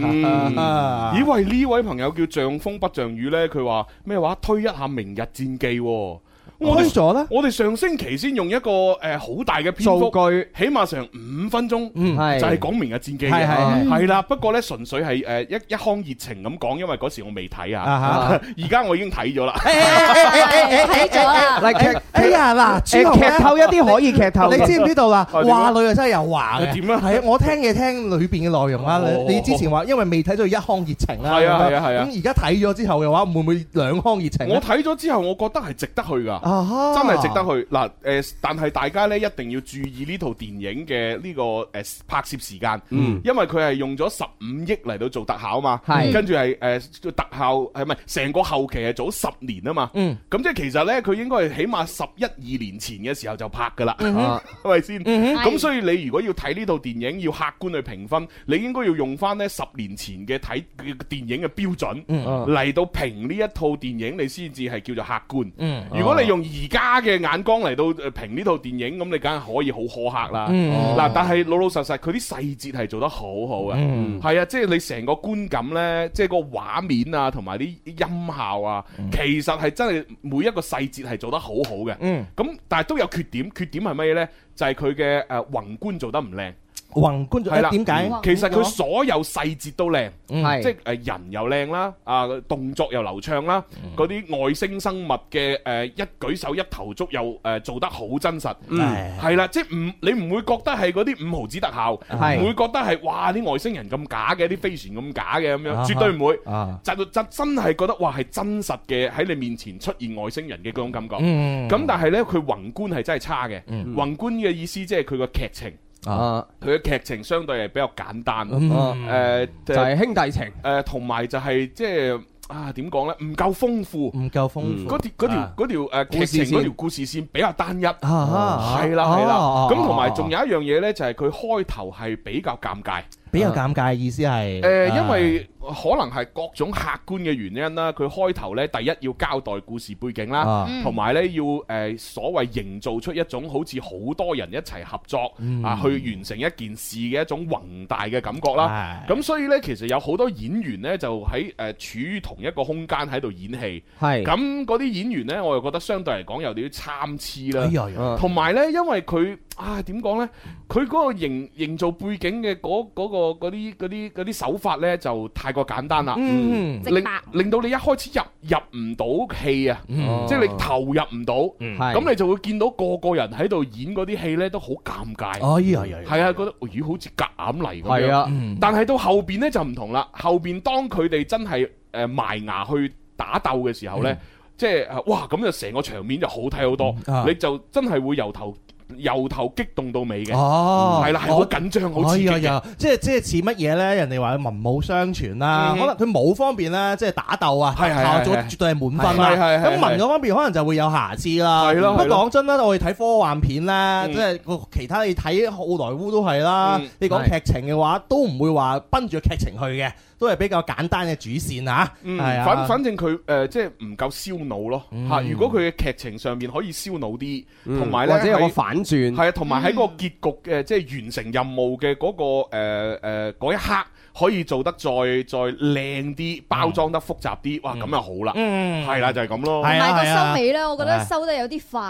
A: 嗯咦喂，呢位朋友叫像風不像雨呢，佢話咩話推一下明日戰記喎。我
D: 開
A: 哋
D: 咗啦，
A: 我哋上星期先用一個誒好大嘅篇幅，起碼成五分鐘，
E: 嗯係
A: 就係講明日戰記嘅，啊
E: 係嗯係係
A: 係啦。不過呢，純粹係誒一一腔熱情咁講，因為嗰時我未睇
E: 啊
A: 啊， *laughs* 而家我已經睇咗啦。
E: 睇咗
I: 啊
E: 啦嗱劇
D: 哎呀嗱，
E: 誒
D: 朱紅咧
E: 劇透一啲可以劇透嘅
D: 你知唔知道啦？
E: 啊點啊
D: 話裏啊真係有話嘅。
A: 點啊
D: 係啊，我聽嘢聽裏邊嘅內容啦。
A: 哦
D: 你你之前話因為未睇到一腔熱情啦，
A: 係啊
D: 咁樣
A: 係啊係啊
D: 咁而家睇咗之後嘅話，會唔會兩腔熱情咧？
A: 我睇咗之後，我覺得係值得去㗎，
D: 哈
A: 真係值得去嗱。誒，但係大家呢，一定要注意呢套電影嘅呢個誒拍攝時間，
E: 嗯
A: 因為佢係用咗十五億嚟到做特效啊嘛，
E: 係
A: 跟住係誒特效係咪成個後期係做咗十年啊嘛，
E: 嗯
A: 咁即係其實呢，佢應該係起碼十一二年前嘅時候就拍㗎啦，
E: 嗯哼
A: *laughs* 係咪先？
E: 嗯哼
A: 咁所以你如果要睇呢套電影，要客觀去評分，你應該要用翻呢十年前嘅睇嘅電影嘅標準
E: 嗯啊
A: 嚟到評呢一套電影，你先至係叫做客觀。
E: 嗯
A: 如果你用而家嘅眼光嚟到呃評呢套電影，咁你梗係可以好苛刻啦。
E: 嗯
A: 嗱，但係老老實實，佢啲細節係做得好好嘅。
E: 嗯
A: 係啊，即係你成個觀感呢，即係個畫面啊，同埋啲音效啊，其實係真係每一個細節係做得好好嘅。
D: 嗯
A: 咁但係都有缺點，缺點係乜嘢呢？就係佢嘅誒宏觀做得唔靚。
D: 宏觀
A: 係啦，嗯
D: 咗點解？
A: 其實佢所有細節都靚，
D: 嗯係
A: 即係誒人又靚啦，啊動作又流暢啦，
E: 嗯
A: 嗰啲外星生物嘅誒一舉手一投足又誒做得好真實，
E: 嗯
A: 係啦，即係唔你唔會覺得係嗰啲五毫子特效，
E: 係
A: 唔會覺得係哇啲外星人咁假嘅，啲飛船咁假嘅咁
E: 啊
A: 樣，絕對唔會
D: 啊，
A: 就就真係覺得哇係真實嘅喺你面前出現外星人嘅嗰種感覺，
E: 嗯
A: 咁但係呢，佢宏觀係真係差嘅，宏觀嘅意思即係佢個劇情。
E: 啊
A: 佢嘅劇情相對係比較簡單，
E: 嗯
A: 誒
E: 就係兄弟情，
A: 誒呃同埋就係即係啊點講呢？唔夠豐富，
D: 唔夠豐富
A: 嗰條嗰條
D: 啊
A: 嗰條誒
D: 故事
A: 劇情
D: 線
A: 嗰條故事線比較單一，係
D: 啊
A: 啦係啦
D: 哦。
A: 咁同埋仲有一樣嘢呢，就係佢開頭係比較尷尬。
D: 比較尷尬嘅意思係
A: 誒，因
D: 啊
A: 為可能係各種客觀嘅原因啦，佢開頭呢，第一要交代故事背景啦
D: 啊，嗯
A: 同埋呢要誒所謂營造出一種好似好多人一齊合作
E: 嗯
A: 啊去完成一件事嘅一種宏大嘅感覺啦。咁所以呢，其實有好多演員呢，就喺誒處於同一個空間喺度演戲，
E: 係
A: 咁嗰啲演員呢，我又覺得相對嚟講有啲參差
E: 哎呀
A: 啦
E: 呀，
A: 同埋呢，因為佢啊點講呢？佢嗰個營營造背景嘅嗰嗰個嗰啲嗰啲嗰啲手法呢，就太過簡單啦，
D: 嗯
A: 令
D: 直白
A: 令到你一開始入入唔到戲啊，
E: 哦
D: 嗯
A: 即係你投入唔到，
D: 係
A: 咁你就會見到個個人喺度演嗰啲戲呢，都好尷尬，
D: 哎呀呀呀
A: 係啊，覺得咦好似夾硬嚟咁
E: 哦係啊
D: 嗯
A: 樣，但係到後邊呢，就唔同啦，後邊當佢哋真係誒埋牙去打鬥嘅時候呢。即係啊哇咁就成個場面就好睇好多，
D: 嗯啊
A: 你就真係會由頭由頭激動到尾嘅，
D: 哦，
A: 係啦，係好緊張，好刺激
D: 哎呀
A: 嘅
D: 呀。即係即係似乜嘢咧？人哋話文武雙全啦，
A: 嗯
D: 可能佢武方面咧，即係打鬥啊，
A: 係係
D: 效
A: 係
D: 咗
A: 係
D: 絕對係滿分啦。
A: 係係係
D: 咁
A: 係
D: 文嗰方面可能就會有瑕疵啦。
A: 係咯係
D: 不過
A: 咯嗯
D: 講真啦，我哋睇科幻片咧，即係個其他你睇好萊塢都係啦
E: 嗯。
D: 你講
E: 係
D: 劇情嘅話，都唔會話奔住劇情去嘅，都係比較簡單嘅主線嚇。
A: 嗯
D: 係啊，嗯
A: 反反正佢誒即係唔夠燒腦咯嚇。如果佢嘅劇情上面可以燒腦啲，同埋咧
E: 或者有個
A: 喺
E: 反反
D: 嗯
E: 轉。
A: 係啊，同埋喺個結局嘅即係完成任務嘅嗰個誒誒嗰一刻，可以做得再再靚啲，包裝得複雜啲，哇咁就好啦。
D: 嗯
A: 係啦，就係咁咯。
F: 同埋個收尾咧，我覺得收得有啲快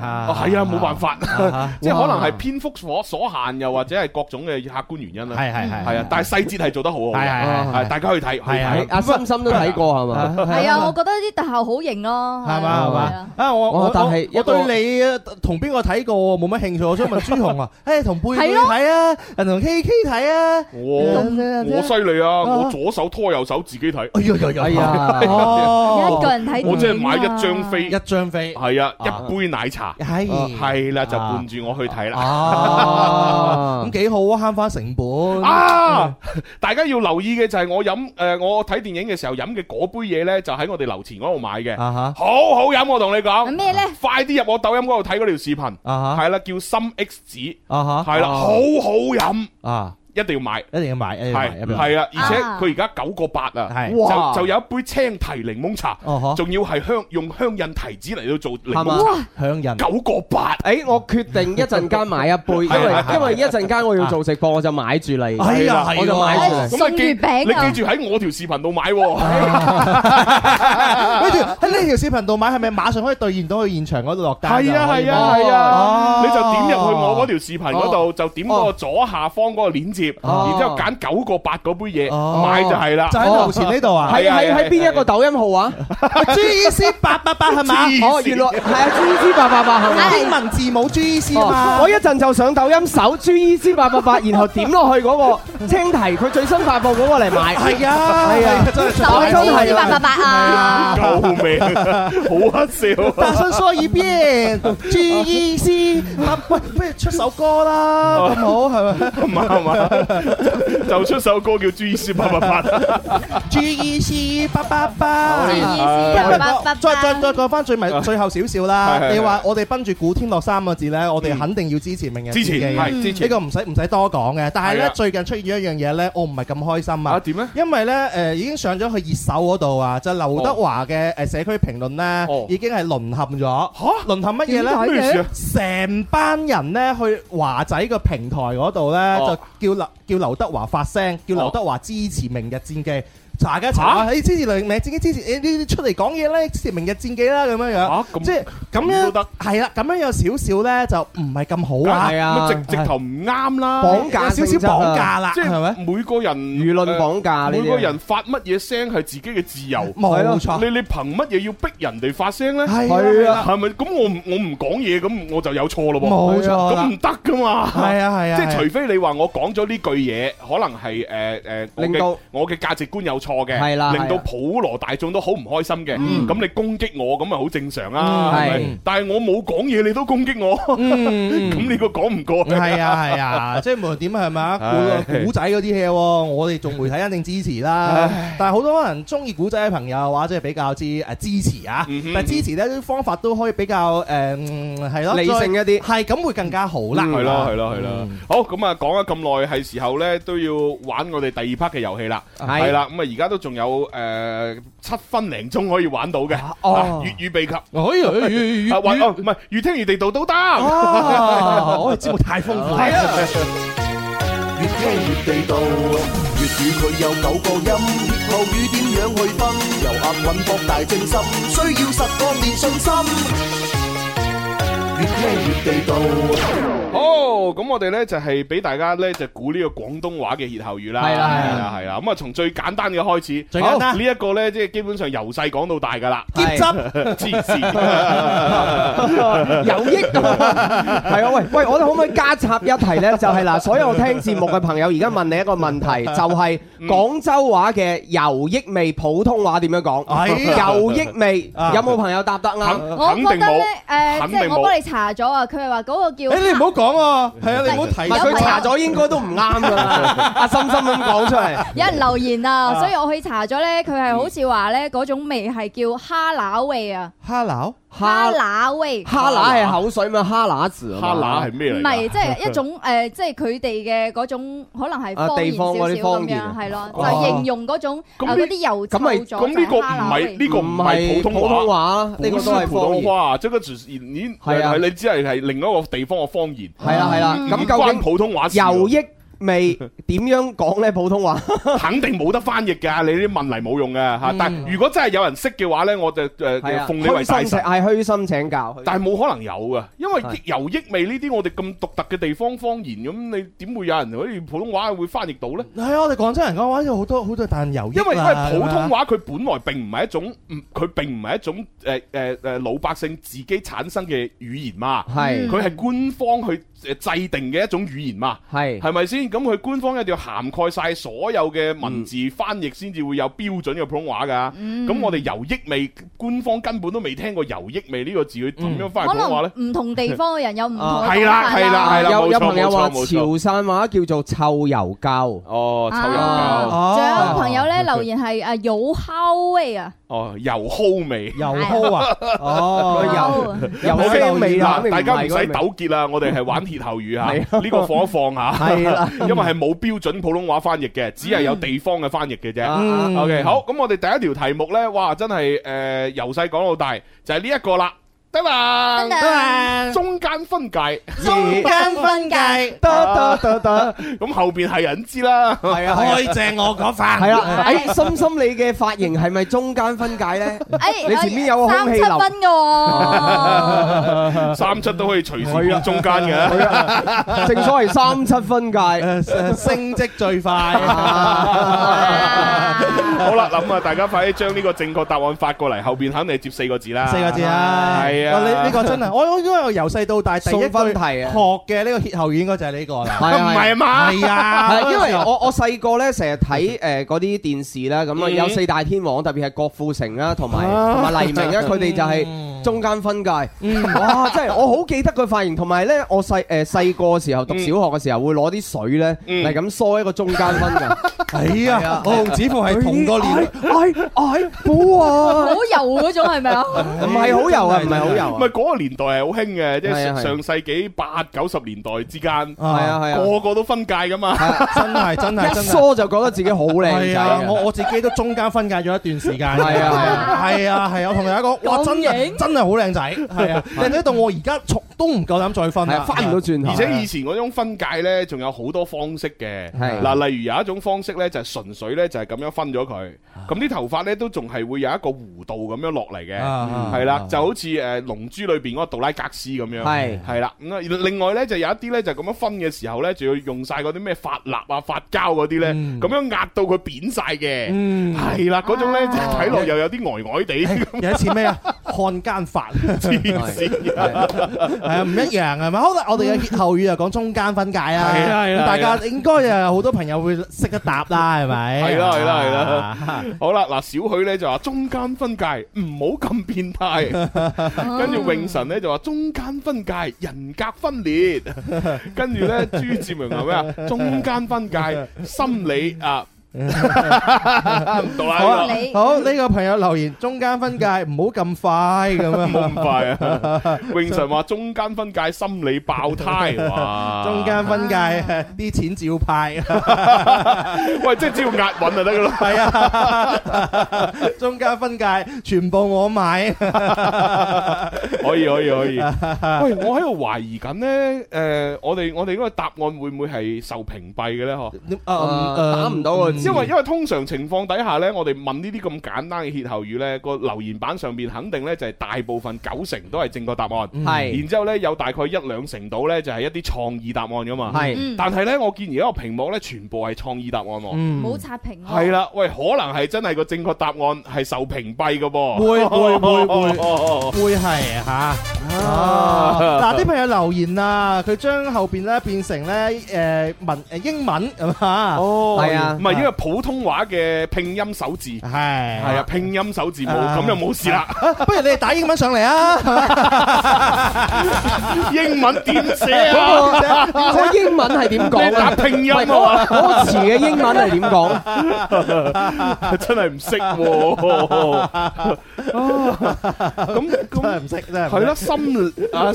F: 啊。
A: 啊，係啊，冇辦法 *laughs*
D: 啊，
A: 即係可能
D: 哇
A: 係篇幅所所限，又或者係各種嘅客觀原因啦。
D: 係係係
A: 係啊，但係細節係做得好好嘅，
D: 係係係
A: 係大家去睇。
D: 係啊
A: 去睇
E: 阿心心都睇過係 *laughs* 嘛？
F: 係啊，我覺得啲特效好型咯。
D: 係嘛係嘛？啊我
E: 哇
D: 我
E: 但係
D: 我
E: 一個
D: 我對你啊同邊個睇過我冇乜興趣，我想問朱紅啊， *laughs* 誒同貝貝
F: 係咯
D: 睇啊，同 K K 睇啊，
A: 我我犀利啊！我左手拖右手自己睇。哎
D: 呀
A: 呀 *laughs*
D: 呃呀
F: 啊
D: 哦
F: 有一個人睇
A: 哦我即係
F: 電影
A: 買
F: 啊
A: 一張飛，
D: 一張飛哎
A: 係啊，一杯奶茶，
D: 係
A: 係啦，
D: 啊
A: 就伴住我去睇啦。
D: 哦，咁幾好啊，慳翻成本
A: 啊！ *laughs* 大家要留意嘅就係我飲誒，我睇電影嘅時候飲嘅嗰杯嘢呢，就喺我哋樓前嗰度買嘅，
D: 啊
A: 好好飲我同你講。
F: 咩呢？
A: 快啲入我抖音嗰度睇嗰條視頻，
D: 啊
A: 係啦，叫心 X 子，
D: 啊哈
A: 係啦，
D: 啊
A: 好好飲，
D: 啊，
A: 一定要買。
D: 一定要買，一定要買，
A: 係
D: 一定要
A: 係
D: 買
A: 啦，而且
D: 啊
A: 佢而家九個八啊，
D: 係
A: 就
D: 哇
A: 就有一杯青提檸檬茶
D: 哦呵，
A: 仲要係香用香印提子嚟到做檸
E: 係嘛
A: 檬茶，*laughs*
D: 香人
A: 九個八。
E: 誒，我決定一陣間買一杯，
A: *laughs*
E: 因
A: 係
E: 為
A: 係
E: 因為一陣間我要做直播，我就買住你。
A: 哎呀係喎
E: 我就買住啊你。
A: 咁你記
F: 啊
A: 你記住喺我條視頻度買
D: *laughs*
A: 喎。
D: 喂條喺呢條視頻度買係咪馬上可以兌現到去現場嗰度落單？哦
A: 係啊係啊係啊！你就點入去我嗰條視頻嗰度，就點嗰個左下方嗰個鏈接，
D: 哦
A: 然之後揀九個八嗰杯嘢買就係啦。
D: 就喺樓前呢度啊！
A: 係啊係啊係啊
E: 一個抖音號啊
D: ？G E C 八八八係嘛？
A: E
E: 黐線哦原來係啊，GEC 888係嘛
D: 英文字母 G E C
E: 哦
D: 嘛？
E: 我一陣就上抖音搜 G E C 八八八，然後點落
A: *laughs*
E: 去嗰個青提佢最新發布嗰個嚟買。
D: 係啊
E: 係啊，
D: 真係
E: 我真係
F: 888啊
A: 救命！好黑笑。啊
D: 大聲說
A: *laughs*
D: 一遍 G E C 啊！喂，不如出首歌啦，
A: 哦
D: 咁好係
A: 唔係
D: 咪？
A: 唔係，就出首歌叫《G E C 八八
D: *laughs*
A: 八》。
D: G E C 八八 E 八
A: 係
D: 喂再再再講翻最
A: 啊
D: 埋最後少少
A: 係係
D: 啦。
A: 係
D: 你話我哋奔住古天樂三個字咧，我哋肯定要支持明日
A: 支持
D: 之嘅
A: 係支持
D: 呢個唔使唔使多講嘅。但係
A: 係
D: 咧
A: 啊
D: 最近出現一樣嘢咧，我唔係咁開心
A: 啊
D: 啊。
A: 點咧？
D: 因為咧誒已經上咗去熱搜嗰度啊，就劉德華嘅誒社區評論咧已經係淪陷咗。嚇！淪陷
A: 哦
D: 乜嘢
A: 點解嘅咩事啊
D: 咧？成班人咧去華仔個平台嗰度咧，
A: 哦
D: 就叫劉叫劉德華發聲，叫劉德華支持明日戰記。查嘅
A: 嚇
D: 查下，誒支持明日戰記，支持誒呢啲出嚟講嘢咧，支持明日戰記啦咁樣樣，啊即係咁
A: 啊都
D: 樣
A: 得
D: 係啦，咁樣有少少咧就唔係咁好啊，
A: 係啊咁直直頭唔啱啦，
D: 綁架有少少綁架啦，
A: 即
D: 係咪
A: 係？每個人呃
E: 輿論綁架呢啲
A: 每個人發乜嘢聲係自己嘅自由，
D: 啊冇錯
A: 係咯你你憑乜嘢要逼人哋發聲咧？
D: 係啊係啊
A: 係咪？咁我唔我唔講嘢，咁我就有錯咯喎。
D: 冇錯啦
A: 咁唔得噶嘛。
D: 係啊係啊
A: *laughs* 即
D: 係
A: 係
D: 啊
A: 除非你話我講咗呢句嘢，可能係誒誒，我嘅
E: 令到
A: 我嘅價值觀有錯嘅，
E: 係啦
A: 令到
E: 係啊
A: 普羅大眾都好唔開心嘅。
E: 嗯
A: 咁你攻擊我，咁咪好正常啊？係
E: 嗯
A: 咪
E: 係
A: 但係我冇講嘢，你都攻擊我，
D: 嗯
A: 咁你個講唔過
D: 係啊係啊， *laughs* 即係無論點係咪啊，
A: 唉
D: 古古仔嗰啲嘢喎，我哋做媒體一定支持啦
A: 唉。
D: 但係好多人中意古仔嘅朋友嘅話，即係比較之誒支持啊
A: 嗯哼。
D: 但係支持呢啲方法都可以比較誒嗯係咯，
A: 理性一
D: 啲，係咁會更加好啦。啊
A: 係咯，係咯，係咯。
D: 嗯
A: 好，咁啊，講咗咁耐，係時候咧都要玩我哋第二 part 嘅遊戲啦。
E: 係
A: 係啦，咁啊，而家都仲有誒七分零鐘可以玩到嘅。
E: 哦
A: 啊粵語秘笈。
D: 哎呀粵粵
A: 啊玩哦，唔係越聽越地道都得。
E: 哦
D: 啊我哋節目太豐 *laughs* 富啦
A: 係啊
K: 越聽越地道，粵語佢有九個音，粵語點樣去分？由押韻博大精深，需要實幹練信心。越聽越地道，
A: 好，咁我哋咧就係俾大家咧就估呢個廣東話嘅歇後語啦。
E: 係啦係啦
A: 係啦，係啦。咁啊，從最簡單嘅開始。
E: 最簡單
A: 好呢一個咧，即係基本上由細講到大噶啦。
E: 係
A: *laughs* 黐
E: *laughs*
A: 線，
E: 有益係啊！喂喂，我哋可唔可以加插一題呢？就係嗱，所有聽節目嘅朋友，而家問你一個
A: *laughs*
E: 問題，就係廣州話嘅油益味，普通話點樣
D: 哎
F: 呀
E: 講？油益味
D: 啊
E: 有冇朋友答得啱？
F: 我覺得咧，誒，即
E: 肯定
F: 係
E: 冇
F: 我幫你查咗啊，佢係話嗰個叫
D: 誒你唔好講啊，係啊，你唔好提。
E: 唔係佢查咗應該都唔啱
A: *laughs*
E: 㗎啦，阿心心咁講出嚟。
F: 有人留言啊，
E: 啊
F: 所以我去查咗咧，佢係好似話咧嗰種味係叫蝦乸味啊，
D: 哈佬，
F: 哈喇喂，
E: 哈喇係口水嘛，哈喇字啊嘛。
A: 哈喇係咩
F: 唔係即係一種 *laughs* 誒，即係佢哋嘅嗰種可能係
E: 啊
F: 方
E: 地
F: 言
E: 方嗰啲
F: 少少咁
E: 方言
F: 樣，係咯，
E: 哦
F: 就形容嗰種啊嗰啲油臭
A: 咁咪
F: 咗就
A: 咁呢個
F: 係
A: 唔
F: 哈喇
A: 係
F: 喂。
A: 呢個唔係普通
E: 普通話
A: 話
E: 啦，呢個都係
A: 普通
E: 方言
A: 話，即係只是你
E: 係啊
A: 係你只係係另一個地方嘅方言。
E: 係啦係啦，
A: 唔
E: 咁究
A: 關
E: 竟
A: 普通話事喎
E: 有益味點樣講咧？普
A: *laughs*
E: 通話
A: 肯定冇得翻譯㗎，你啲問嚟冇用嘅嚇。但係如果真係有人識嘅話咧，我就誒
E: 嗯係啊，
A: 奉你為大
E: 虛心
A: 神。
E: 係虛心請教。
A: 但係冇可能有㗎，因為
E: 係
A: 油益味呢啲我哋咁獨特嘅地方方言，咁你點會有人好似普通話會翻譯到咧？
D: 係啊，我哋廣州人講話有好多好多但油益
A: 因為因為
D: 啦
A: 普通
D: 係嘛
A: 話佢本來並唔係一種，唔佢並唔係一種誒誒誒老百姓自己產生嘅語言嘛，
E: 係
A: 佢係官方去誒制定嘅一種語言嘛，
E: 係
A: 係咪先？咁佢官方一定要涵蓋晒所有嘅文字翻譯先至會有標準嘅普通話㗎。
F: 嗯
A: 咁我哋油益味，官方根本都未聽過油益味呢個字，佢點樣翻譯
F: 可
A: 普通話呢？
F: 能唔同地方嘅人有唔同
A: 啊
F: 嘅
A: 係啦
F: 講法
A: 係啦係啦
E: 有
A: 冇錯
E: 有朋友話
A: 冇
E: 潮
A: 錯冇錯
E: 汕話叫做臭油膠。
A: 哦
F: 臭油膠啊仲有朋友咧留言係啊有烤味啊，
A: 哦，油蒿味，
D: 油
F: 蒿
D: à?
F: 啊
E: 哦油油
A: 咩
E: 咩味啊肯定唔
A: 大
E: 係
A: 家唔使
E: 嗰味
A: 糾結啦，我哋係玩歇後語
E: *laughs* 係
A: 嚇，
E: 啊
A: 呢個放一放
E: *laughs*
A: 嚇，*laughs*
E: 係啦
A: 因為係冇標準普通話翻譯嘅，只係有地方嘅翻譯嘅
D: Ừ.
E: 嗯
A: 啫。OK，好，À, 咁我哋第一條題目咧，哇，真係誒由細講到大，就係呢一個啦。得啦，
E: 得啦
A: 中間分界， *laughs*
D: 中間分界
E: 得得得得，
A: 咁後邊係人知啦。
E: *laughs* 係啊，
D: 開正我嗰塊
E: 係啦，誒，心心你嘅髮型係咪中間分界咧？
F: 誒
E: 你前面有個
F: 三
E: 空氣
F: 七
E: 流
F: 分。嘅喎，
A: 三七都可以隨時變中間
E: 啊係
A: 嘅。
E: 正所謂三七分界，
D: 升職最快。
A: *laughs* 啊好啦，咁啊，大家快啲將呢個正確答案發過嚟，後邊肯定係接四個字啦。
D: 四個字啊，
A: 係
D: 哇
A: 啊，
D: 你呢個真係，我我因為我由細到大第一
E: 送
D: 句
E: 分題
D: 學
E: 啊
D: 嘅呢個歇後語應該就係呢個啦，
E: 係啊係啊
D: 係啊，
E: 係因為我我細個咧成日睇誒嗰啲電視啦，咁啊
D: 嗯
E: 有四大天王，特別係郭富城啦，同埋
D: 啊
E: 同埋黎明啊，佢哋就係中間分界。哇！真係我好記得佢髮型，同埋咧我細誒細個嘅時候讀小學嘅時候會攞啲水咧嚟咁梳一個中間分界。
D: 係
E: 係
D: 啊
E: 啊，
D: 我同子富係同個年，
E: 哎哎，冇
F: 好
E: 啊！
F: 油嗰種係咪啊？
E: 唔係好油啊，唔係好油
A: 唔
E: 啊。
A: 係嗰個年代係好興嘅，即
E: 係啊係
A: 係
E: 啊
A: 上世紀八九十年代之間，係
D: Ờ.
E: 啊係啊啊
A: 個個都分界噶嘛。
D: 真係真係
E: 一
D: 真係。
E: 梳就覺得自己好靚
D: 係
E: 仔
D: 啊
E: 啊，！
D: 我我自己都中間分界咗一段時間。
E: 係啊
D: 係啊，係啊！我同大家講，哇，真係真係好靚仔，係啊！靚仔到我而家從都唔夠膽再分
E: 係啊，
D: 啊
E: 翻唔到轉頭。
A: 而且 *laughs* 以前嗰種分界呢，仲有好多方式嘅。
E: 係啊
A: 嗱，例如有一種方式呢，就係純粹呢，就係咁樣分咗佢。
E: 啊
A: 咁啲頭髮呢，都仲係會有一個弧度咁樣落嚟嘅，嗯
D: 啊
A: 係啦，就好似誒《龍珠》裏邊嗰個杜拉格斯咁樣。
E: 係
A: 係啦，咁啊另外呢，就有一啲呢，就咁樣分嘅時候呢，就要用晒嗰啲咩髮蠟啊、髮膠嗰啲
E: 嗯
A: 呢，咁樣壓到佢扁晒嘅。
D: 嗯
A: 係啦，嗰種呢，就睇落又有啲呆呆
D: *laughs*
A: 地。
D: 有一次咩啊？漢奸法，
A: 黐線啊！
D: 係啊，唔一樣係咪？好啦，我哋嘅歇後語又講中間分界啊，
A: 係啊係啊
D: 大
A: 係
D: 家應該又有好多朋友會識得答啦，係咪？
A: 系啦系啦系啦，好啦嗱，小許咧就話中間分界唔好咁變態，
D: *laughs*
A: 跟住永神咧就話中間分界人格分裂，跟住咧朱志明係咩啊？中間分界心理啊，唔讀
D: 好啊
A: 啦，呢個
D: 好呢個朋友留言中間分界唔好咁快咁
A: *laughs*
D: 啊，
A: 唔好咁快啊！永神話中間分界心理爆胎，哇！
D: 中間分界啲錢照派，
A: 喂，即係只要押韻就得噶啦。
D: 係啊， *laughs* 中間分界全部
A: *laughs*
D: 我買，
A: 可以可以可以。喂，我喺度懷疑緊咧，誒，我哋我哋嗰個答案會唔會係受屏蔽嘅咧？嗬，
D: 嗯呃
E: 打唔到啊，
A: 因為因為通常情況底下咧，我哋問呢啲咁簡單嘅歇後語咧，個留言板上邊肯定咧就係大部分九成都係正確答案，
D: 嗯
E: 係
A: 然之後咧有大概一兩成度咧就係一啲創意答案噶嘛。
E: 係嗯
A: 但係咧我見而家個屏幕咧全部係創意答案喎。
D: 嗯
F: 冇刷屏喎
A: 係啦，喂，可能係真係個正確答案係受屏蔽嘅噃。
D: 會會會會
A: 哦
D: 會係嚇。
A: 啊
D: 哦嗱，啲朋友留言啊，佢將後邊咧變成咧誒文誒英文咁啊，
A: 哦
E: 係啊
A: 唔係應該為普通話嘅拼音首字係係啊，拼音首字母
D: 啊
A: 咁就冇事啦。
D: 啊不如你哋打英文上嚟
A: *laughs*
D: 啊！
A: 英文點寫
E: 啊
A: 啊？
E: 我英文係點講啊
A: 你打拼音啊
E: 喂歌詞嘅英文係點
A: 講？ *laughs* 真係唔識喎。啊咁咁
D: 唔識真係唔識
A: 係啦，心啊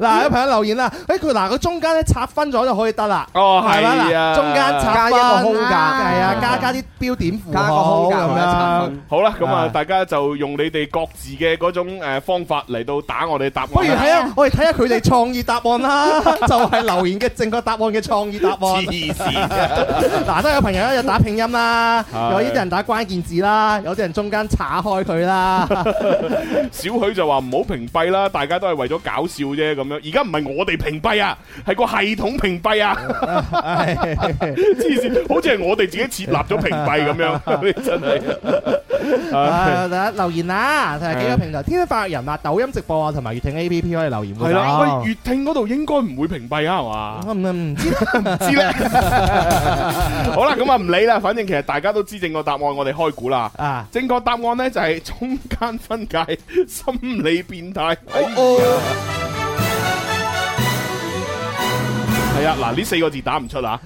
D: 嗱，有朋友留言啦，誒佢嗱佢中間咧拆分咗就可以得啦，
A: 哦
D: 係咪
A: 係啊
D: 嗱中間
A: 加
D: 拆分
A: 一個空格
D: 係啊，加加啲標點符
A: 加個
D: 號
A: 空格
D: 咁
A: 去
D: 樣。
A: 好啦，咁啊，
D: 啊
A: 大家就用你哋各自嘅嗰種誒方法嚟到打我哋答案啦。
D: 不如睇下，我哋睇下佢哋創意答案啦， *laughs* 就係留言嘅正確答案嘅創意答
A: *laughs*
D: 案。
A: 黐線
D: 嗱，都有朋友咧就打拼音啦，
A: 係
D: 有啲人打關鍵字啦，有啲人中間岔開佢啦。
A: *laughs* 小許就話唔好屏蔽啦，大家都係為咗搞笑啫咁樣。而家唔係我哋屏蔽啊，係個系統屏蔽啊！ *laughs* 黐線，好似係我哋自己設立咗屏蔽咁樣，真係。
D: 啊！
A: 啊
D: 大家留言啦，睇下幾個平台，天生發育人啊，抖音直播啊，同埋粵聽 A P P 可以留言㗎。
A: 係啦，喂，粵聽嗰度應該唔會屏蔽啊，係嘛？
D: 唔嗯唔知
A: 知咧。好啦，咁啊唔理啦，反正其實大家都知正確答案，我哋開估啦。
D: 啊， *laughs*
A: 正確答案呢就係中間分界心理變態。係啊，嗱呢四個字打唔出啊。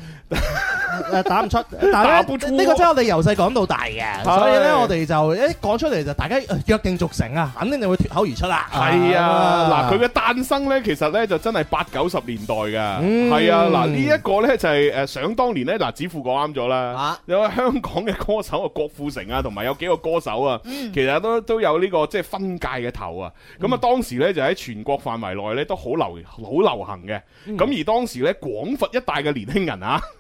D: 誒
A: *laughs*
D: 打唔出，但
A: 打
D: 係
A: 不出
D: 咧呢個真係我哋由細講到大嘅，所以咧我哋就一講出嚟就大家呃約定俗成啊，肯定就會脱口而出啦。
A: 係啊，嗱，佢嘅誕生咧，其實咧就真係八九十年代噶，
D: 嗯
A: 係啊，嗱呢一個咧就係誒，呃想當年咧，嗱，子富講啱咗啦，有香港嘅歌手啊，郭富城啊，同埋有幾個歌手啊，其實都都有呢個即係分界嘅頭啊，咁啊當時咧就喺全國範圍內咧都好流好流行嘅，咁而當時咧廣佛一帶嘅年輕人啊， *laughs*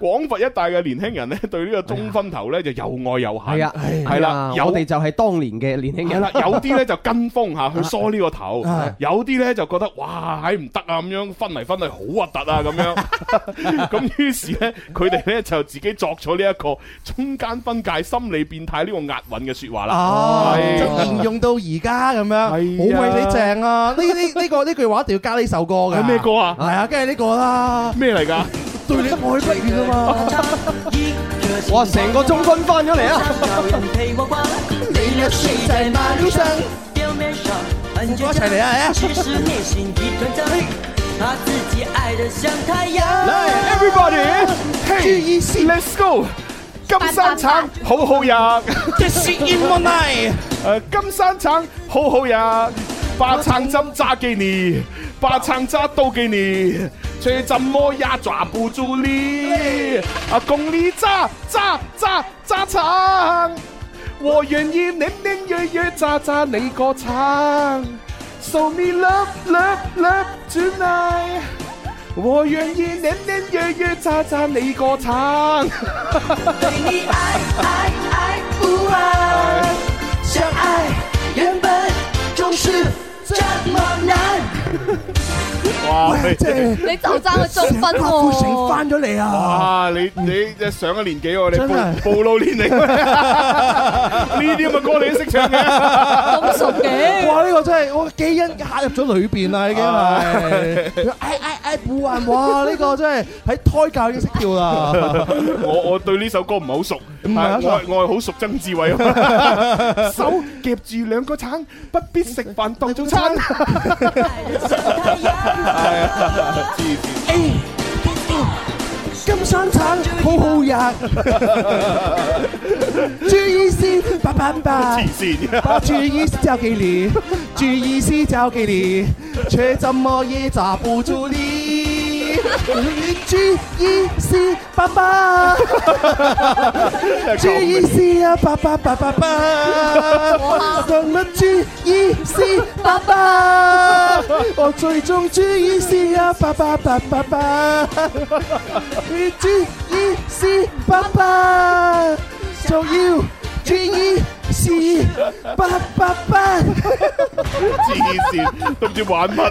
A: 廣佛一帶嘅年輕人咧對呢個中分頭咧就又愛又恨，
E: 係啊，
A: 係啦，有
E: 我哋就係當年嘅年輕
A: 係
E: 人
A: *laughs* 啦，有啲咧就跟風嚇去梳呢個頭
E: 啊，
A: 有啲咧就覺得哇，唉唔得啊咁樣，分嚟分去好核突啊咁 *laughs* 樣。咁於是咧，佢哋咧就自己作咗呢一個中間分界心理變態呢個押韻嘅説話啦。
D: 哦，
A: 係
D: 就沿用到而家咁樣，好為你正啊！呢呢呢個呢句話一定要加呢首歌嘅。
A: 咩歌啊？
D: 係啊，梗係呢個啦。
A: 咩嚟㗎？
D: 對你愛不完啊嘛！
E: 哇，
D: Ờ,
E: 成個中軍翻咗嚟啊！
C: 你若睡在马路上，表面上很倔强，其实内心一团糟，把自己爱得像太阳。
A: 嚟，everybody，hey，let's
D: E
A: go，金山橙好好飲
D: This is in my mind
A: 誒，呃金山橙好好飲，把橙針揸幾年，把橙揸到幾年，卻怎麼也抓不住你，啊，共你揸揸揸揸橙，我願意年年月月揸揸你個橙，So me love love love tonight。我願意年年月月揸揸你個橙，
C: 对你愛愛愛不愛，相愛原本总是这么難。
A: 哇！
F: 你就爭個中分喎，
D: 翻咗嚟
A: 啊！哇！你你即係上咗年紀喎，
D: 真係
A: 你暴暴露年
D: *laughs*
A: 齡，呢啲咁嘅歌你都識唱嘅，
D: *laughs* 咁
F: 熟嘅
D: 哇！呢個真係我基因壓入咗裏邊啦，已經係。哎哎哎，古韻哇！呢個真係喺胎教已經識跳啦。
A: 我我對呢首歌唔係好熟，
D: 唔係
A: 但
D: 好
A: 係
D: 熟
A: 我係我係好熟曾志
D: *laughs*
A: 偉啊，手夾住兩個橙，不必食飯當早餐。係啊黐線
D: 金山橙好好飲，注意思八八八，
A: 黐線
D: 把注意思交給你，注意思交給你，卻怎麼也抓不住你。注意思爸爸，注意思啊爸爸爸爸爸，什麼注意思爸爸，我最終注意思啊爸爸爸爸爸，注意思爸爸，就要注意思爸爸爸。
A: 黐線，都唔知玩乜。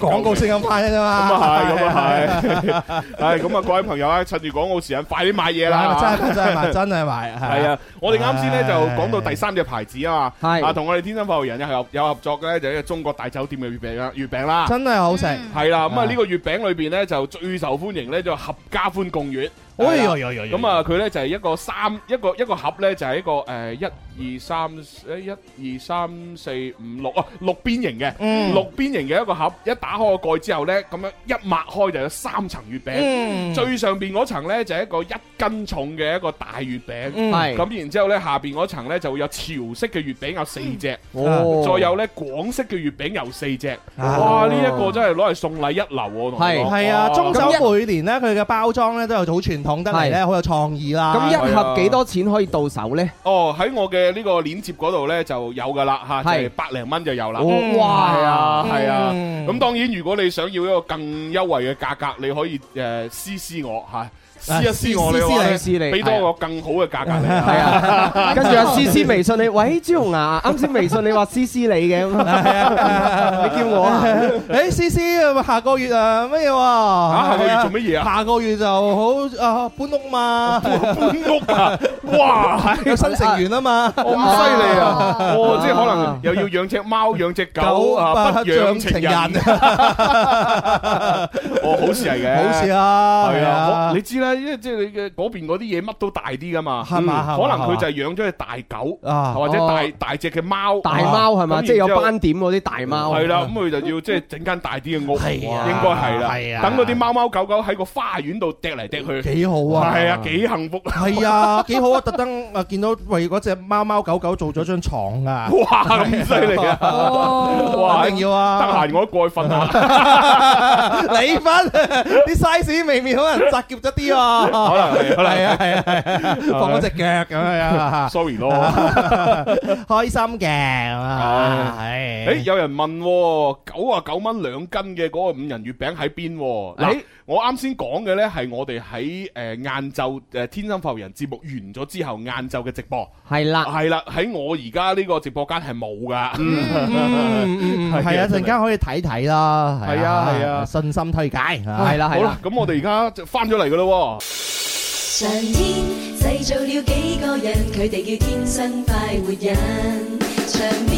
D: *laughs* 廣告聲咁快啫嘛，
A: 咁啊係，咁啊係，係咁啊！各位朋友啊，趁住廣告時間，快啲買嘢啦！
D: 啊真係買真係買真係買係啊
A: 係啊！我哋啱先咧就講到第三隻牌子啊嘛，
D: 係
A: 啊，同我哋天生發育人有合有合作嘅咧，就係呢個中國大酒店嘅月餅啦，月餅啦，à.
D: 真係好食。
A: 係啦。咁啊，
D: 啊
A: 呢個月餅裏邊咧就最受歡迎咧就合家歡共月，
D: 哎呀呀呀呀
A: 咁啊，佢咧就係一個三一個一個盒咧，就係一個誒一二三誒一二三四五六啊六邊形嘅，
B: 嗯
A: 六邊形嘅一個盒，一打開個蓋之後咧，咁樣一擘開就有三層月餅，
B: 嗯
A: 最上邊嗰層咧就係一個一斤重嘅一個大月餅，
B: 嗯係
A: 咁然之後咧下邊嗰層咧就會有潮式嘅月餅有四隻，
E: 哦
A: 再有咧廣式嘅月餅有四隻，
D: 啊
A: 哇！呢一個真係攞嚟送禮一流喎，我同你講
D: 係啊，
A: 哇
D: 中酒每年咧佢嘅包裝咧都有好傳統得嚟咧，
A: 係
D: 好有創意啦。
A: 咁一盒幾
E: 多錢可以到手咧？
A: 哦，喺我嘅呢個鏈接嗰度呢就有噶啦嚇，就
E: 係
A: 係百零蚊就有啦。
D: 嗯
E: 哦哇
A: 係啊，係啊。
E: 嗯
D: *laughs*
A: 咁當然，如果你想要一個更優惠嘅價格，你可以誒私私我嚇。私一私我
E: CC
A: 你話呢
E: 你 CC 你
A: 俾多個更好嘅價格你啊。
E: 係啊，跟住阿思思微信你，喂朱紅啊，啱先微信你話思思你嘅，咁你叫我啊？
D: *laughs* 誒思思，下個月啊乜嘢喎？
A: 下個月做乜嘢啊
D: *laughs* 下個月就好啊搬屋
A: *laughs*
D: 嘛，搬
A: 屋啊！哇，
D: 有新成員
A: *laughs*
D: 啊嘛，
A: 咁犀利啊！哦，即係可能又要養隻貓、養隻狗
D: 狗
A: 啊，不
D: 不
A: 養
D: 養
A: 情
D: 情
A: 人
D: 人。
A: *laughs* 哦，好事嚟嘅，
D: 好事啊
A: 係
D: 係
A: 啊
D: 啊，
A: 你知啦，因為即係你嘅嗰邊嗰啲嘢乜都大啲噶嘛，
E: 係嘛
A: 嗯
E: 係
A: 可
E: 嘛
A: 能佢就係養咗隻大狗
E: 啊
A: 或者
E: 哦
A: 大大隻嘅貓，
E: 大貓係嘛，
A: 咁
E: 即係有
A: 然之後
E: 斑點嗰啲大貓。
A: 係啦，咁佢就要即係整間大啲嘅屋，應
E: 啊
A: 該係
E: 係
A: 啦。
E: 啊
A: 等嗰啲貓貓狗狗喺個花園度趯嚟趯去，
D: 幾好啊
A: 係啊，幾幸福。
D: 係啊，幾好啊！特登啊，見到為嗰只貓貓狗狗做咗張床啊！
A: 哇，咁犀利啊！哇，
D: 一定要啊！
A: 得閒我都過去瞓下。
D: *laughs* 離婚啲 size 未免可能窄夾咗
A: *laughs*
D: 啲啊！
A: 可能係可能係
D: 係啊係啊係啊，放嗰只腳咁樣啊
A: *laughs* Sorry 咯，
D: 開心嘅啊！係
A: 誒，有人問喎九啊九蚊兩斤嘅嗰個五仁月餅喺邊喎？嗱
D: 誒，
A: 我啱先講嘅呢係我哋喺誒晏晝誒天生發育人節目完咗之後晏晝嘅直播，
E: 係啦
A: 係啦，喺我而家呢個直播間係冇㗎。 *laughs* 嗯
D: 嗯，係啊，陣間可以睇睇啦。
A: 係啊係啊
D: 信心推介係
A: 係好啦，，咁我哋而家就翻咗嚟㗎咯喎。
L: 上天製造了幾個人，佢哋叫天生快活人。場面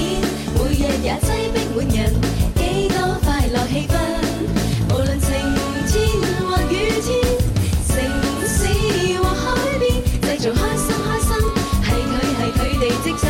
L: 每日也擠逼滿人，幾多快樂氣氛。無論晴天或雨天，城市或海邊，製造開心開心，係佢係佢哋職責。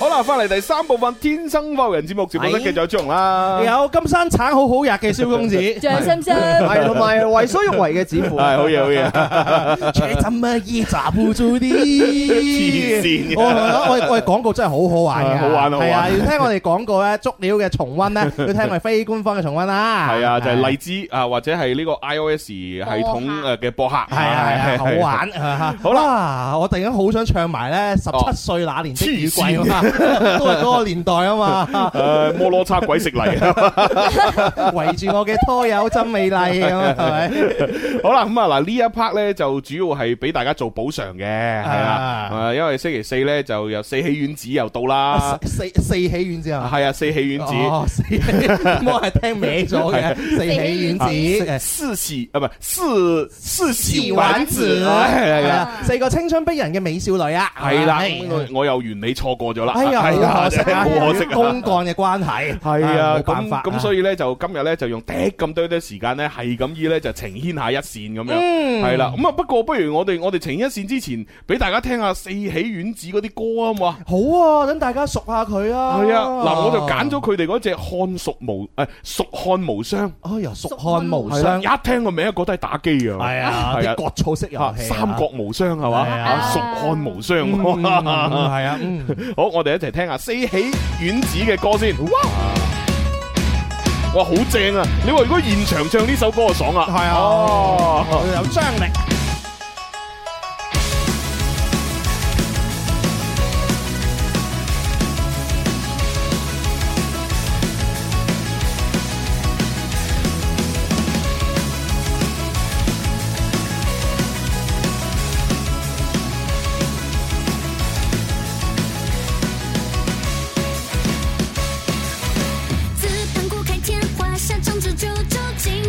A: 好啦，翻嚟第三部分《天生發育人》節目，直播室繼續有朱紅啦， *laughs*
D: 有金山橙好好日嘅蕭公子，
A: 象心心
E: 係同埋為所欲為嘅指
A: *laughs*
E: 父。
A: 係哎好嘢好 *laughs* 嘢。
D: 且怎麼依咋不做啲？
A: 黐線嘅
D: 我我我哋廣告真係好好玩
A: 係
D: 嘅，
A: 好玩好玩
D: 係啊，要聽我哋廣告咧，足料嘅
A: *laughs*
D: 重温咧，要聽我哋非官方嘅重温啦。
A: 係啊，就係荔枝啊，或者係呢個 iOS 系統誒嘅播客，係
D: 啊係啊好玩
A: *laughs*
D: 啊！好啦，我突然間好想唱埋咧十
A: 哦
D: 七歲那年的雨季啊嘛， *laughs* 都係嗰個年代
A: *laughs*
D: 啊嘛。
A: 誒摩羅叉鬼食泥，啊
D: *laughs* 圍住我嘅拖友真美麗咁
A: *laughs*
D: 啊，係咪？
A: 好啦，咁啊嗱呢一 part 咧就主要係俾大家做補償嘅，
D: 啊
A: 係啦，誒因為星期四咧就有四喜丸子又到
D: *laughs*
A: 啦，
D: 四四喜丸子啊，
A: 係啊四喜丸
D: 哦，
A: 子，
D: 四喜，我係聽歪
A: *laughs*
D: 咗嘅，四喜丸子。
A: 啊四喜啊唔係四四喜
D: 喜
A: 丸子，係啊。
D: 四個青春逼人嘅美少女啊，
A: 系啦，
D: 係
A: 咁我我又原理錯過咗啦，
D: 哎呀，
A: *laughs* 係
D: 好可惜啊，
A: 好可惜啊
D: *laughs* 公幹嘅關係，
A: 係啊，
D: 冇辦
A: 咁
D: 法，
A: 咁所以咧就今日咧就用 *laughs* 滴咁多啲時間咧，係咁依咧就呈牽下一線咁樣，
D: 嗯
A: 係啦。咁啊，不過不如我哋我哋呈牽一線之前，俾大家聽下四喜丸子嗰啲歌啊嘛。
D: 好啊，等大家熟下佢啊，
A: 係啊，嗱，我就揀咗佢哋嗰只漢蜀無誒蜀漢無雙。
D: 哎呀，蜀漢無
A: 係啦
D: 雙，
A: 一聽個名覺得係打機啊。
D: 嗯係啊
A: 係
D: 啲國草式遊戲啊
A: 三國無雙係嘛，
D: 係啊
A: 啊蜀漢無雙，
D: 嗯係啊。
A: *laughs* 好，我哋一齊聽下四喜丸子嘅歌先。哇，好正啊！你話如果現場唱呢首歌就爽啊，係啊，哦，
D: 有張力。
M: 紫盘古开天，华夏长治久久，经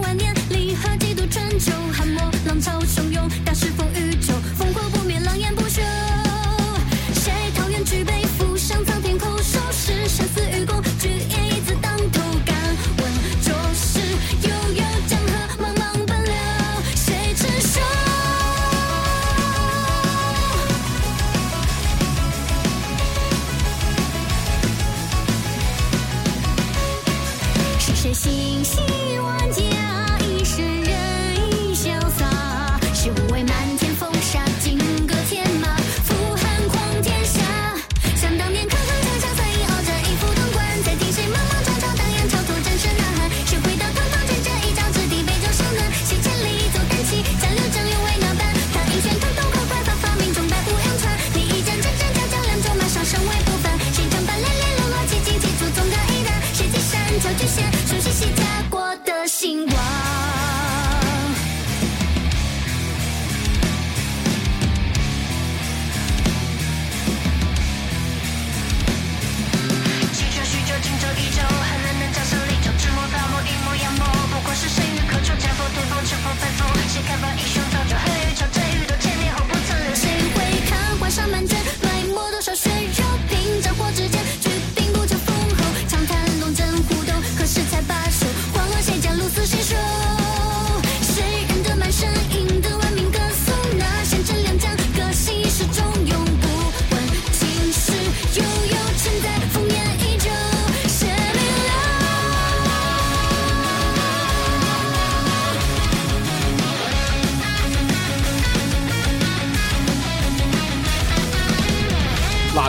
M: 万年，历河几度春秋，汉末浪潮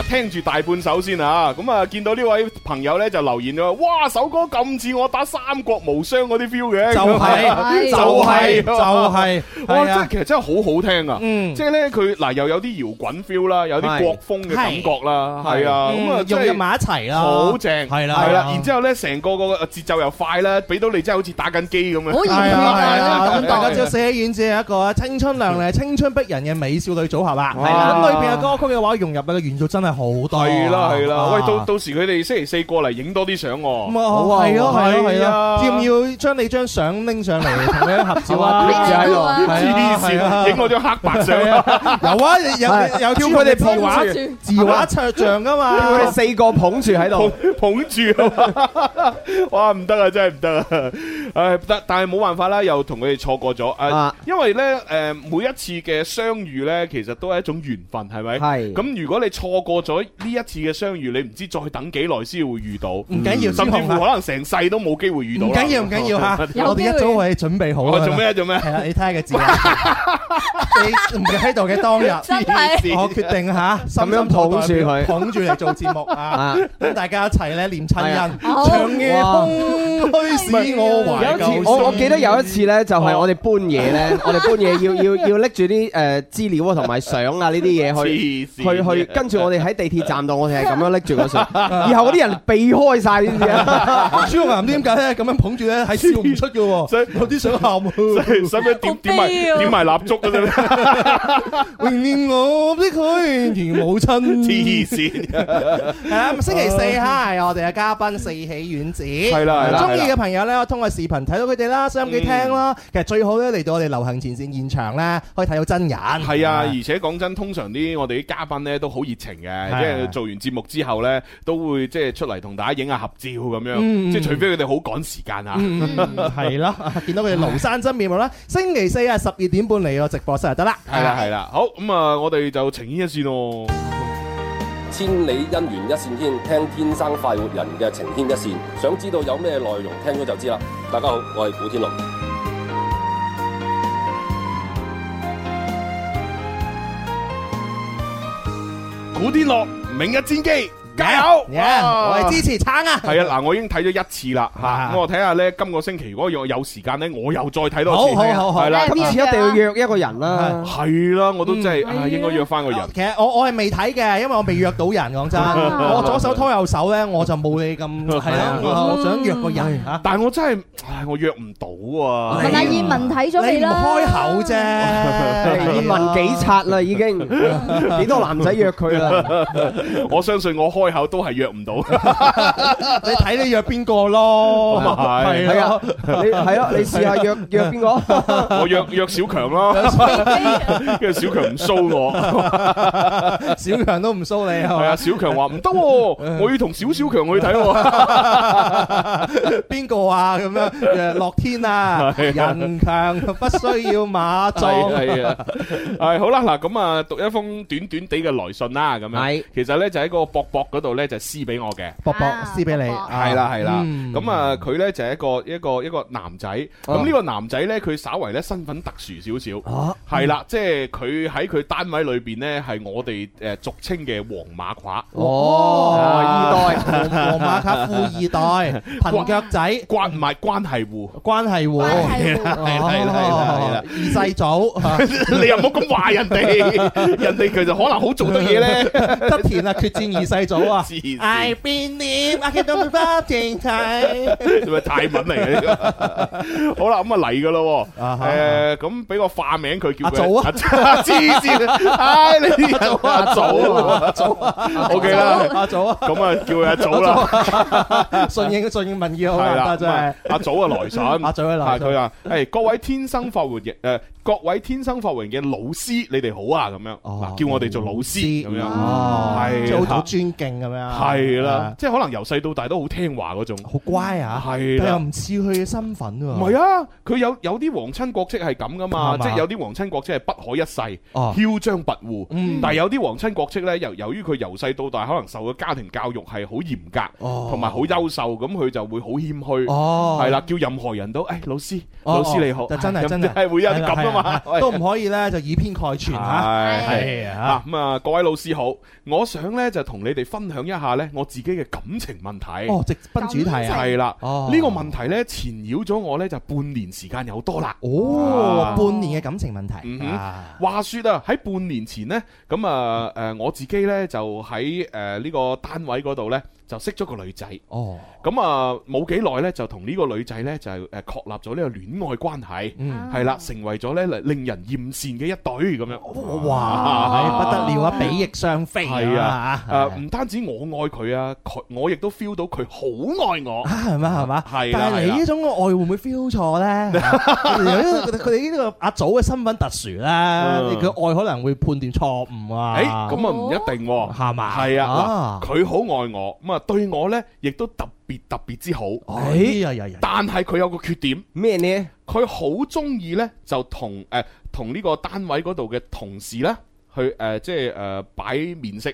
A: 聽住大半首先啊！咁啊，見到呢位朋友咧就留言咗，哇，首歌咁似我打三國無雙嗰啲 feel 嘅，
D: 就係
A: *laughs* 就
D: 就
A: 係
D: 係就係
A: 哇！
D: 係啊
A: 真係其實真係好好聽啊！
D: 嗯
A: 即係咧佢嗱又有啲搖滾 feel 啦，有啲國風嘅感覺啦，係啊，咁啊
D: 嗯融入埋一齊啦
A: 好正，
D: 係啦
A: 係
D: 係啊
A: 啦，然之後咧成個個節奏又快啦，俾到你真係好似打緊機咁樣，
D: *laughs* 係啊係啊，咁大家知道
A: 係
D: 四喜丸只係一個青春靚麗、青春逼人嘅美少女組合啦。
A: 係啦
D: 咁裏邊嘅歌曲嘅話，融入嘅元素真係好多。
A: 啦係啦，喂，到
D: 啊
A: 到時佢哋星期四過嚟影多啲相喎，
D: 咁啊，係咯係咯係
A: 係啊
D: 咯，要唔要將你張相拎上嚟同佢合照啊？
A: 貼住喺度啊
D: 係啊係啊
A: 黐線影我張黑白相
D: 係啊有啊，有有
E: 叫
D: 叫
E: 佢
D: 佢
E: 哋
D: 哋
E: 捧
D: 捧
E: 住
D: 畫字畫桌像噶嘛？
E: 佢哋四個捧住喺度，
A: 捧住，哇唔得啊，真係唔得啊！唉，但但係冇辦法啦，又同佢哋錯過咗啊
E: 啊，
A: 因為呢，誒每一次嘅相遇呢，其實都係一種緣分，係咪？係。咁如果你錯過咗呢一次嘅相遇，你唔知再等幾耐先會遇到，唔
D: 緊要
A: 甚至
D: 朱紅啊
A: 乎可能成世都冇機會遇到
D: 唔
A: 啦。
D: 緊要唔緊要嚇，我哋一早為你準備好
A: 我
D: 啦。
A: 做咩做
D: *laughs*
A: 咩
D: 係啦，你睇下
E: *laughs*
D: 個字啊。你唔喺度嘅當日，
E: 真係
D: 我決定嚇，深
E: 咁樣
D: 深
E: 捧
D: 代表
E: 住佢
D: 捧住嚟做節目
E: *laughs*
D: 啊
E: 啊！
D: 咁大家一齊咧念親恩，
E: 係啊
D: 長夜
E: 哇
D: 空虛使我懷
E: 有一
D: 舊
E: 次，我我
D: 心
E: 記得有一次咧，就係我哋搬嘢
A: *laughs*
E: 咧，我哋搬嘢要要要拎住啲誒資料啊，同埋相啊呢啲嘢去
A: 黐線
E: 去去，跟住我哋喺地鐵站度，我哋係咁樣
A: *laughs*
E: 拎住個相，以後嗰啲人避開晒呢啲啊。
D: 朱紅啊唔知點解咧咁樣捧住咧係笑唔出
E: *laughs*
D: 嘅喎，有啲想喊 *laughs* 喎。
A: 使使唔使點點埋點埋蠟燭嗰陣呢？
D: 永念我的佢如母
E: *laughs*
D: 親。
A: 黐線！
D: 係 *laughs* 啦，咁星期四嚇係我哋嘅嘉賓四喜丸子，係
A: 啦係啦
D: 中意嘅朋友咧，我通過視頻睇到佢哋啦，收音機聽啦。其實最好咧嚟到我哋流行前線現場咧，可以睇到真人。係
A: 係啊，而且講真，通常啲我哋啲嘉賓咧都好熱情嘅，
D: 啊
A: 即係做完節目之後咧，都會即係出嚟同大家影下合照咁樣，
D: 嗯
A: 即係除非佢哋好趕時間啊。
D: 嗯係啦，見到佢哋廬山真面目啦。 *laughs* 星期四啊，十二點半嚟我直播室就得啦。
A: 係啦係啦，好咁啊，我哋就情牽一線咯。
M: 千里姻緣一線牽，聽天生快活人嘅情牽一線。想知道有咩內容，聽咗就知啦。大家好，我係古天樂。
A: 古天樂明日戰機，加油！
D: Yeah，
A: 哇
D: 我哋支持撐啊
A: 係啊，嗱，我已經睇咗一次
D: *laughs*
A: 啦，吓
D: 啊
A: 咁我睇下咧，今個星期如果我有時間咧，我又再睇多
D: 好
A: 次。
D: 好好好
A: 係啦，
D: 今次一定要約一個人啦
A: 係啦，我都真係
D: 嗯
A: 啊應該約翻個人。
D: 其實我我係未睇嘅，因為我未約到人。 *laughs* 講真，
A: 啊
D: 我左手拖右手咧，我就冇你咁係啊！我想約個人嚇。
A: 但係我真係，唉，我約唔到啊！
F: 問下葉文睇咗未啦？
D: 開口 *laughs*
E: 葉
D: 啫，
E: 問幾刷啦已經， *laughs* 幾多男仔約佢啦？
A: 我相信我開口都係約唔到。
D: 你睇你約邊個咯？
A: 咁啊 *laughs* 係
D: 係啊，
E: 你係咯，你試下約約
A: *laughs*
E: 邊個？
A: 我約約小強 *laughs* 咯，跟住小強唔騷 *laughs* 我，
D: 小強都唔騷你係嘛
A: 係啊，小強話唔得 *laughs* 喎，我要同小小強去睇喎。
D: 邊個啊？咁樣誒，樂天啊，
A: 係啊
D: 人強不需要馬
A: *laughs*
D: 壯。
A: *laughs* 係係啊，係好啦嗱，咁啊讀一封短短地嘅來信啦，咁樣，其實咧就喺個博博嗰度咧就私俾我嘅，
D: 博博
F: À,
D: 撕俾你，
A: 係啦係啦，
D: 嗯
A: 咁啊佢咧就係一個一個一個男仔，咁呢個男仔咧佢稍為咧身份特殊少少，係啦，即係佢喺佢單位裏邊咧係我哋誒俗稱嘅黃馬褂，
D: 哦，
A: 啊
D: 二代黃馬卡富二代，貧腳仔，
A: 關唔係關係戶，
D: 關係戶，
A: 係
D: *laughs*
A: 啦係啦係啦。
D: 二世祖，
A: *laughs* 你又唔好咁話人
D: *laughs*
A: 哋，人哋其實可能好做得嘢咧。
D: 得田啊，決戰二世祖啊
A: 黐線
D: ，I believe I can do the fighting time。
A: 係咪泰文嚟嘅 *laughs* 呢個？好啦，咁啊嚟噶咯
D: 啊哈
A: 喎。誒，咁俾個化名佢叫
D: 阿祖
A: 佢
D: 啊
A: 阿祖黐線，唉你啲人
D: 阿祖啊
A: 阿祖啊，OK 啦，
D: 阿祖啊，
A: 咁啊叫佢阿祖啦。
D: *laughs* 順應順應民意好
A: 係
D: 啊，
A: 啦，
D: 真係
A: 咁啊。阿祖啊來信，阿
D: 祖啊來信
A: 佢話：，誒各位天生發活嘅誒各位天生發活嘅老師，你哋好啊，咁樣
D: 哦
A: 嗱，叫我哋做老師咁樣，哦係
D: 即係哦好好
A: 啦
D: 尊敬咁樣。
A: 係啦
D: 啊，
A: 即係可能由細到大都好聽話嗰種，好
D: 乖啊，
A: 係
D: 但又
A: 啦。
D: 唔似佢嘅身份喎。
A: 唔係啊，佢有有啲皇親國戚係咁噶嘛，
D: 係
A: 即
D: 嘛
A: 係有啲皇親國戚係不可一世、
D: 哦
A: 囂張跋扈，
D: 嗯
A: 但係有啲皇親國戚呢，由由於佢由細到大可能受嘅家庭教育係好嚴格，
D: 哦
A: 同埋好優秀，咁佢就會好謙虛，
D: 哦
A: 係啦，叫任何人都誒老師，
D: 哦
A: 老師你好，
D: 就真係
A: 哎
D: 真係
A: 係會有啲咁啊嘛，喂
D: 都唔可以咧就以偏概全啊哎吓。
A: 係啊，咁啊，各位老師好，我想呢就同你哋分享一下呢我自己嘅感情問題。
D: 哦直奔主題啊感情
A: 係啦，
D: 哦
A: 呢個問題呢纏繞咗我呢就半年時間有多啦。
D: 哦
A: 啊，
D: 半年嘅感情問題
A: 嗯
D: 啊
A: 哼，話說啊，喺半年前呢，咁啊誒我自己呢就喺誒呢個單位嗰度呢，就識咗個女仔。
D: 哦，
A: 咁啊冇幾耐呢，就同呢個女仔呢，就誒確立咗呢個戀愛關
D: 嗯
A: 係，係啦，成為咗呢令人豔羨嘅一對咁樣。
D: 哇，不得了啊，比翼雙飛
A: 係啊，誒唔單止我愛佢啊，佢我亦都 feel 到佢好愛我。
D: 啊係嘛係嘛，
A: 啊係啦
D: 但係你
A: 係
D: 呢
A: 啦
D: 種愛會唔會 feel
A: *laughs*
D: 錯咧？佢哋佢哋呢個阿祖嘅身份特殊啦，
A: 嗯
D: 佢愛可能會判斷錯誤啊。
A: 誒咁啊唔一定喎，係
D: 嘛
A: 係啊
D: 啊，
A: 嗱佢好愛我，咁啊對我呢亦都特別特別之好。
D: 哎呀呀呀！
A: 但係佢有個缺點
E: 咩呢？
A: 佢好中意呢，就同誒同呢個單位嗰度嘅同事呢，去誒即係誒擺面色。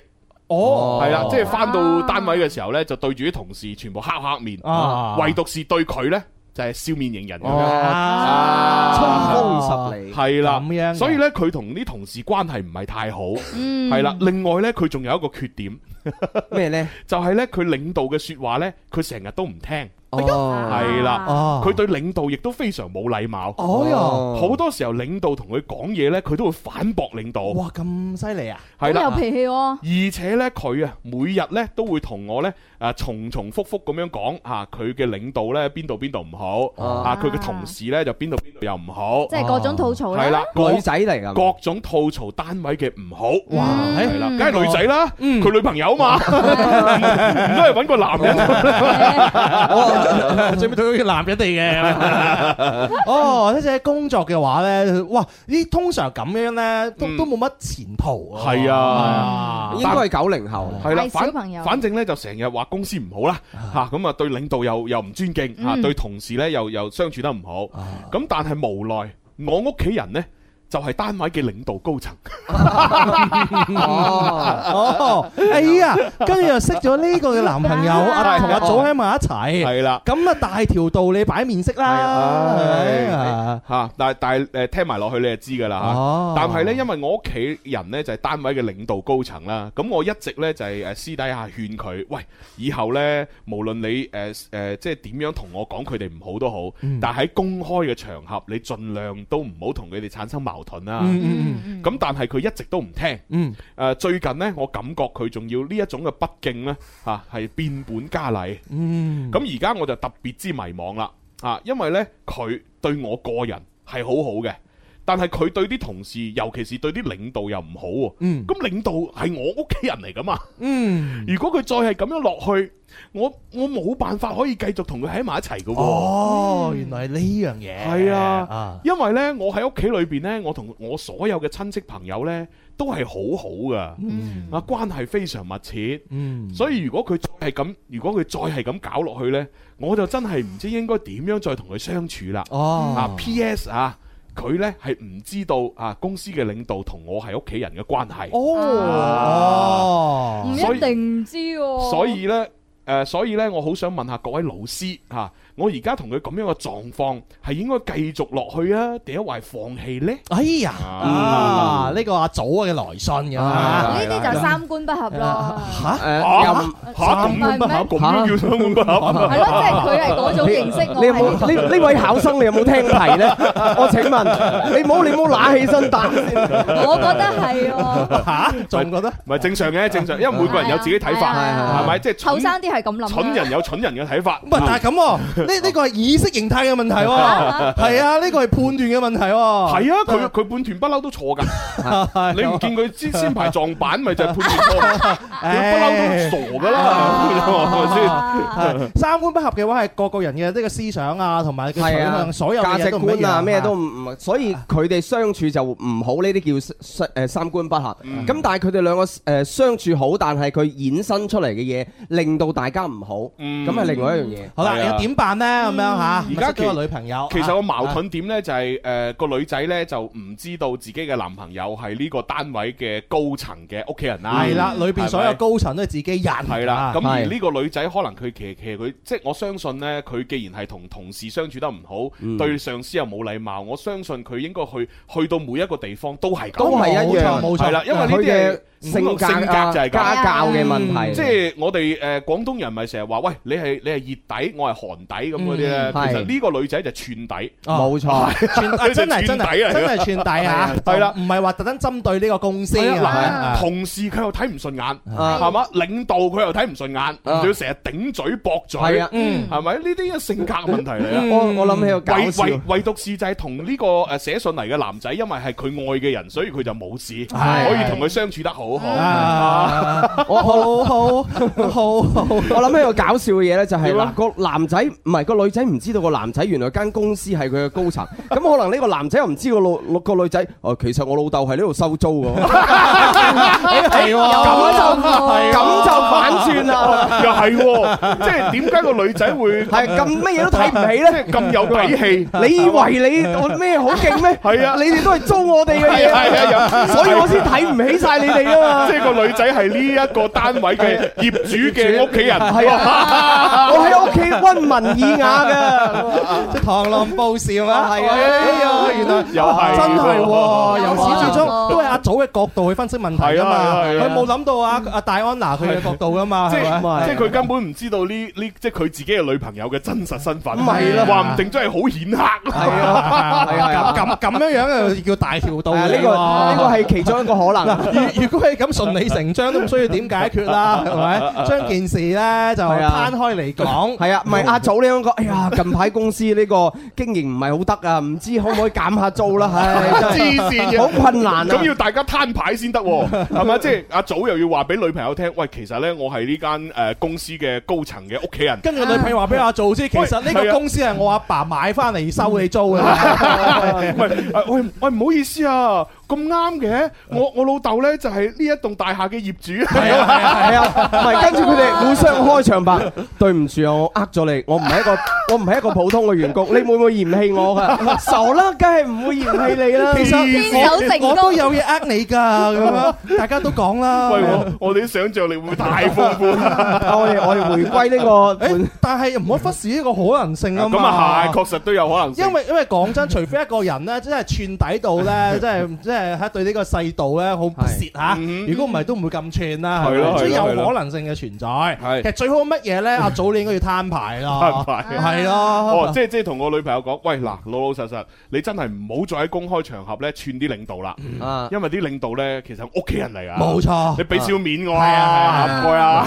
D: 哦
A: 係啦，即係翻到單位嘅時候呢，就對住啲同事全部黑黑面，
D: 啊
A: 唯獨是對佢呢，就係笑面迎人咁
E: 哦
A: 樣。
E: 啊春風十里
A: 係啦，
E: 咁樣嘅
A: 所以呢，佢同啲同事關係唔係太好，
F: Ừ.
E: 嗯
A: 係啦。另外呢，佢仲有一個缺點，
E: 咩 *laughs* 呢？
A: 就係呢，佢領導嘅説話呢，佢成日都唔聽。
F: À.
E: 哦
A: 係
D: Ờ.
A: 啦
E: 哦，
A: 佢對領導亦都非常冇禮貌。
D: 哦喲
A: 好多時候領導同佢講嘢呢，佢都會反駁領導。
D: 哇，咁犀利啊！
A: 係啦
F: 好有脾氣喎。
A: 而且呢，佢啊，每日呢都會同我呢啊重重複複咁樣講啊，佢嘅領導呢邊度邊度唔好，啊佢嘅同事呢就邊度邊度又唔好，
F: 即係各種吐槽啦
A: 係啦，
E: 女仔嚟㗎
A: 㗎，各種吐槽單位嘅唔好，
E: 哇
A: 係啦，
E: 嗯
A: 梗係女仔啦，
E: 嗯
A: 佢女朋友嘛，唔都係揾個男
D: *laughs*
A: 人，
D: 最尾都要男人哋
A: *laughs*
D: 嘅。哦，即係工作嘅話咧，哇！呢通常咁樣咧，都都冇乜前途啊。
A: 係啊，
E: 應該係九零後，
A: 係啦，
E: 係小朋友
A: 反反正咧就成日話公司唔好啦，吓咁啊對領導又又唔尊敬，吓
E: 嗯
A: 對同事咧又又相處得唔好，咁但係無奈我屋企人呢，就係單位嘅領導高層，
D: 哦，哎呀，跟住又識咗呢個嘅男
A: *laughs*
D: 朋友，阿同阿祖喺埋一齊，
A: 係啦，
D: 咁啊大條道理擺面色啦，係咪啊
A: 吓但係但係诶听埋落去你就知噶啦吓
D: 哦，
A: 但係呢，因為我屋企人呢，就係單位嘅領導高層啦，咁我一直呢，就係诶呃私底下勸佢，喂，以後呢，無論你诶诶即係點樣同我講佢哋唔好都好，
D: 嗯
A: 但係喺公開嘅場合，你盡量都唔好同佢哋產生矛盾啦。
D: 嗯
F: Ừ,
D: 嗯
A: 咁但係佢一直都唔聽。
D: 嗯，
A: 誒最近呢，我感覺佢仲要呢一種嘅不敬呢，嚇係變本加厲。
D: 嗯，
A: 咁而家我就特別之迷茫啦，啊，因為呢，佢對我個人係好好嘅，但係佢對啲同事，尤其是對啲領導又唔好喎。
D: 嗯
A: 咁領導係我屋企人嚟噶嘛？
D: 嗯，
A: 如果佢再係咁樣落去，我我冇辦法可以繼續同佢喺埋一齊嘅喎。
D: 哦，原來係呢樣嘢，
A: 係
D: 啊
A: 啊，因為呢，我喺屋企裏邊呢，我同我所有嘅親戚朋友呢，都係好好噶，
D: 嗯
A: 啊關係非常密切。
D: 嗯
A: 所以如果佢再係咁，如果佢再係咁搞落去呢，我就真係唔知應該點樣再同佢相處啦。
D: 哦
A: 啊，P.S. 啊，佢呢係唔知道啊公司嘅領導同我係屋企人嘅關
D: 哦
A: 係。
E: 啊
F: 唔
A: 所以
F: 一定唔知喎。
A: 所以呢，誒、所以呢，我好想問下各位老師嚇、啊我而家同佢咁樣嘅狀況，係應該繼續落去啊，定係話放棄呢？
D: 哎呀，啊呢個阿祖嘅來信咁啊
F: 呢啲就三觀不合
D: Dạ. *laughs*
F: 咯。
D: 嚇
A: 嚇啊嚇咁
F: 唔係咩
A: 嚇咁樣叫相管不合啊嘛
F: 係咯，即係佢係嗰種形式，我
E: 你有冇
F: 係
E: 呢呢位考生，你有冇聽題 *laughs* 咧？我請問你冇你冇揦起身答 *laughs* 先，
F: 我覺得係
A: *laughs*
F: 喎。
A: 嚇，
D: 仲覺得
A: 唔係正常嘅，正常，因為每個人
F: Dạ.
A: 有自己睇法，
F: 係啊
A: 係咪？即係蠢
F: 後生啊啲係咁諗㗎。
A: 蠢人有蠢人嘅睇法。嗯
D: 唔係，但係咁啊喎，呢
A: 啊
D: 呢個係意識形態嘅問題喎，係啊，呢個係判斷嘅問題喎，
A: 係啊，佢佢判斷不嬲都錯㗎，你唔見佢先先排撞板，咪就係判斷錯，佢不嬲都傻㗎
E: *laughs*
A: 啦，係咪先？
D: 三觀不合嘅話，係個個人嘅呢個思想啊，同埋佢取向，所有嘅
E: 價
D: 嘢
E: 值
D: 都唔一
E: 觀
D: 樣
E: 啊，咩都唔唔，所以佢哋相處就唔好呢啲叫三誒三觀不合。
A: 嗯
E: 咁但係佢哋兩個誒相處好，
A: 嗯
E: 但係佢衍生出嚟嘅嘢令到大家唔好，咁係另外一樣嘢。
D: 好啦，又點辦飯咧咁樣嚇，
A: 啊
E: 嗯
A: 而家
D: 咪識咗個女朋友，
A: 其實個矛
D: 啊
A: 盾點呢，就係誒個女仔呢，就唔知道自己嘅男朋友係呢個單位嘅高層嘅屋企人啦。
D: 係啦，裏
A: 嗯係咪
D: 邊所有高層都係自己人，
A: 係
D: 係
E: 啊
A: 啦，咁而呢個女仔可能佢其其實佢即係我相信呢，佢既然係同同事相處得唔好，
D: 嗯
A: 對上司又冇禮貌，我相信佢應該去去到每一個地方都係咁，
E: 都係一樣冇錯冇錯
A: 係啦，因為呢啲係
E: 佢嘅性格啊
A: 性格就係咁
E: 家教嘅問題
A: 嗯即係我哋誒廣東人咪成日話，喂，你係你係熱底，我係寒底咁嗰啲咧，
E: 嗯
A: 其實
E: 係
A: 呢個女仔就係串底，
E: 冇錯
D: 串啊真係真係真係串底啊！
A: 係啦。
D: 唔係話特登針對呢個公司
A: 係啊
D: 啊
A: 嗱，。同事佢又睇唔順眼，係嘛？領導佢又睇唔順眼，仲要成日頂嘴駁嘴，
E: 係啊嗯
A: 係咪？呢啲嘅性格問題嚟啊！
E: 我我諗起個搞
A: 唯
E: 笑
A: 唯唯獨是就係同呢個誒寫信嚟嘅男仔，因為係佢愛嘅人，所以佢就冇事，
E: 係
A: 可以同佢相處得好好。
D: *laughs* 啊
E: 我好
D: 好好好，我
E: 諗起個搞笑嘅嘢咧，就係
A: 點
E: 嗱
A: 啊
E: 個男仔唔係個女仔唔知道個男仔原來間公司係佢嘅高層，咁可能呢個男仔又唔知個老個女仔，哦其實我老豆係呢度收租㗎喎。
A: 係喎
E: 咁
A: 係
E: 就
A: 喎
E: 咁就反轉啦，
A: *laughs* 又係喎即係點解個女仔會
E: *laughs* 係咁乜嘢都睇唔
A: *laughs*
E: 起咧？
A: 咁有底氣
E: 你以為你我咩好勁咩？
A: 係啊
E: 你哋都係租我哋嘅
A: 係啊係
E: 嘢，
A: 啊
E: 所以我先睇唔起晒你哋啊嘛！
A: 即係個女仔係呢一個單位嘅業主嘅屋企人，
E: 係啊，我喺屋企温文爾雅嘅，
D: 即係螳螂捕蟬啊！
E: 係啊，
D: 哎呀，原來
A: 又係喎
D: 真係喎，由始至
A: 哇
D: 終都係阿祖嘅角度去分析問題
A: 係
D: 啊
A: 啊
D: 嘛，
A: 係啊
D: 佢冇諗到啊阿戴安娜佢嘅角度啊嘛，
A: 即
D: 係
A: 係
D: 咪
A: 即係佢根本唔知道呢呢，即係佢自己嘅女朋友嘅真實身份。
D: 唔係啦
A: 話唔定真係好顯赫。
D: 係啊，係啊，咁咁樣樣就叫大條道
E: 啊
D: 理
E: 呢個
D: 喎
E: 呢個係其中一個可能。
D: 如如果係咁順理成章，都唔需要點解決啦，係咪？將件事咧就
E: 係啊
D: 攤開嚟講，
E: 係啊，唔係阿祖呢咁講，哎呀，近排公司呢個經營唔係好得啊，唔知可唔可以減下租啦？唉，真係
A: 黐線嘅，
E: 好困難啊！
A: 咁要大家攤牌先得喎，係咪？即係阿祖又要話俾女朋友聽，喂，其實咧我係呢間誒公司嘅高層嘅屋企人。
D: 跟住女朋友話俾阿做知，其實呢
A: 喂係
D: 個
A: 啊
D: 公司係我阿爸買翻嚟收你租嘅。
A: 喂誒喂喂，唔好意思啊，咁啱嘅，我我老豆咧就係呢一棟大廈嘅業主。係啊
E: 係啊，唔係跟住佢哋互相開場白，對唔住啊，我呃咗你，我唔係一個我唔係一個普通嘅員工，你會唔會嫌棄我噶？傻啦，梗係唔會嫌棄你啦。
D: 其實我我都有嘢呃你㗎，咁樣大家都講啦。
A: 喂，我我哋啲想像力會唔會太豐 *laughs* 富？
E: 我哋我哋回歸呢個
D: 誒，但係唔好忽視呢個可能性啊嘛。
A: 咁啊係，確實都有可能性。
D: 因為因為講真，除非一個人咧，真係串底到咧，真係真係喺對呢個世道咧好蝕嚇。如果唔係都唔會咁串啦，
A: 係咯
D: 咪所以有
A: 係咯
D: 可能性嘅存在。
A: 係
D: 其實最好乜
A: *laughs*
D: 嘢咧？阿祖你應該要攤牌
A: 攤
D: 咯，
A: 牌
D: 係
A: 哦，
D: 咯。
A: 即係即係同我女朋友講，喂嗱，老老實實，你真係唔好再喺公開場合咧串啲領導啦，
E: 嗯
A: 因為啲領導咧其實屋企人嚟噶，
D: 冇錯
A: *laughs* 你俾少面我係啊，唔該啊，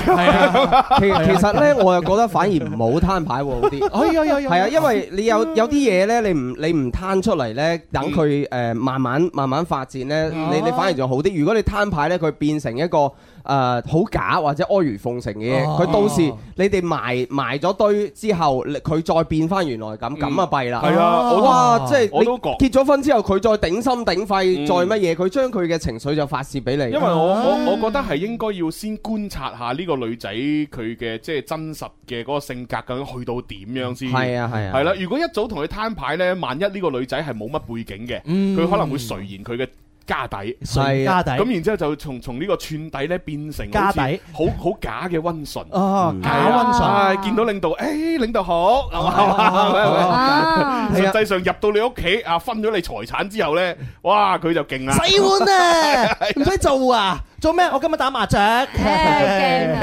E: 其其實咧，我又覺得反而唔好攤牌喎，好啲。
D: 啊 *laughs* 哎呀呀呀
E: 係啊，因為你有有啲嘢咧，你唔你唔攤出嚟咧，等佢誒慢慢慢慢發展咧，
D: 哦
E: 你你反而仲好啲。如果你攤牌咧，佢變成一個誒好假或者阿諛奉承嘅嘢，
D: 哦
E: 佢到時你哋埋埋咗堆之後，你佢再變翻原來
D: 嗯
E: 咁，咁啊弊啦。
A: 係啊我都
E: 哇！即係
A: 我都覺
E: 你結咗婚之後，佢再頂心頂肺，
A: 嗯
E: 再乜嘢，佢將佢嘅情緒就發泄俾你。
A: 因為我我我覺得係應該要先觀察下呢個女仔佢嘅即係真實嘅嗰個性格究竟去到點樣先。
E: 係啊係啊
A: 係啦，如果一早同佢攤牌呢，萬一呢個女仔係冇乜背景嘅，
D: 嗯
A: 佢可能會垂涎佢嘅。家底，
D: 垂涎
E: 啊
D: 家底
A: 咁然之後就從從呢個串底咧變成好似
D: 家底
A: 好好假嘅温順，
D: 哦，假
A: 係啊
D: 温順。
A: *laughs* 唉見到領導，誒領導好，係嘛
F: À.
D: 啊
A: 實際上入到你屋企啊，分咗你財產之後咧，哇佢就勁啦，
D: 洗碗啊，唔使做啊，做咩？我今日打麻
A: *laughs*
D: 雀。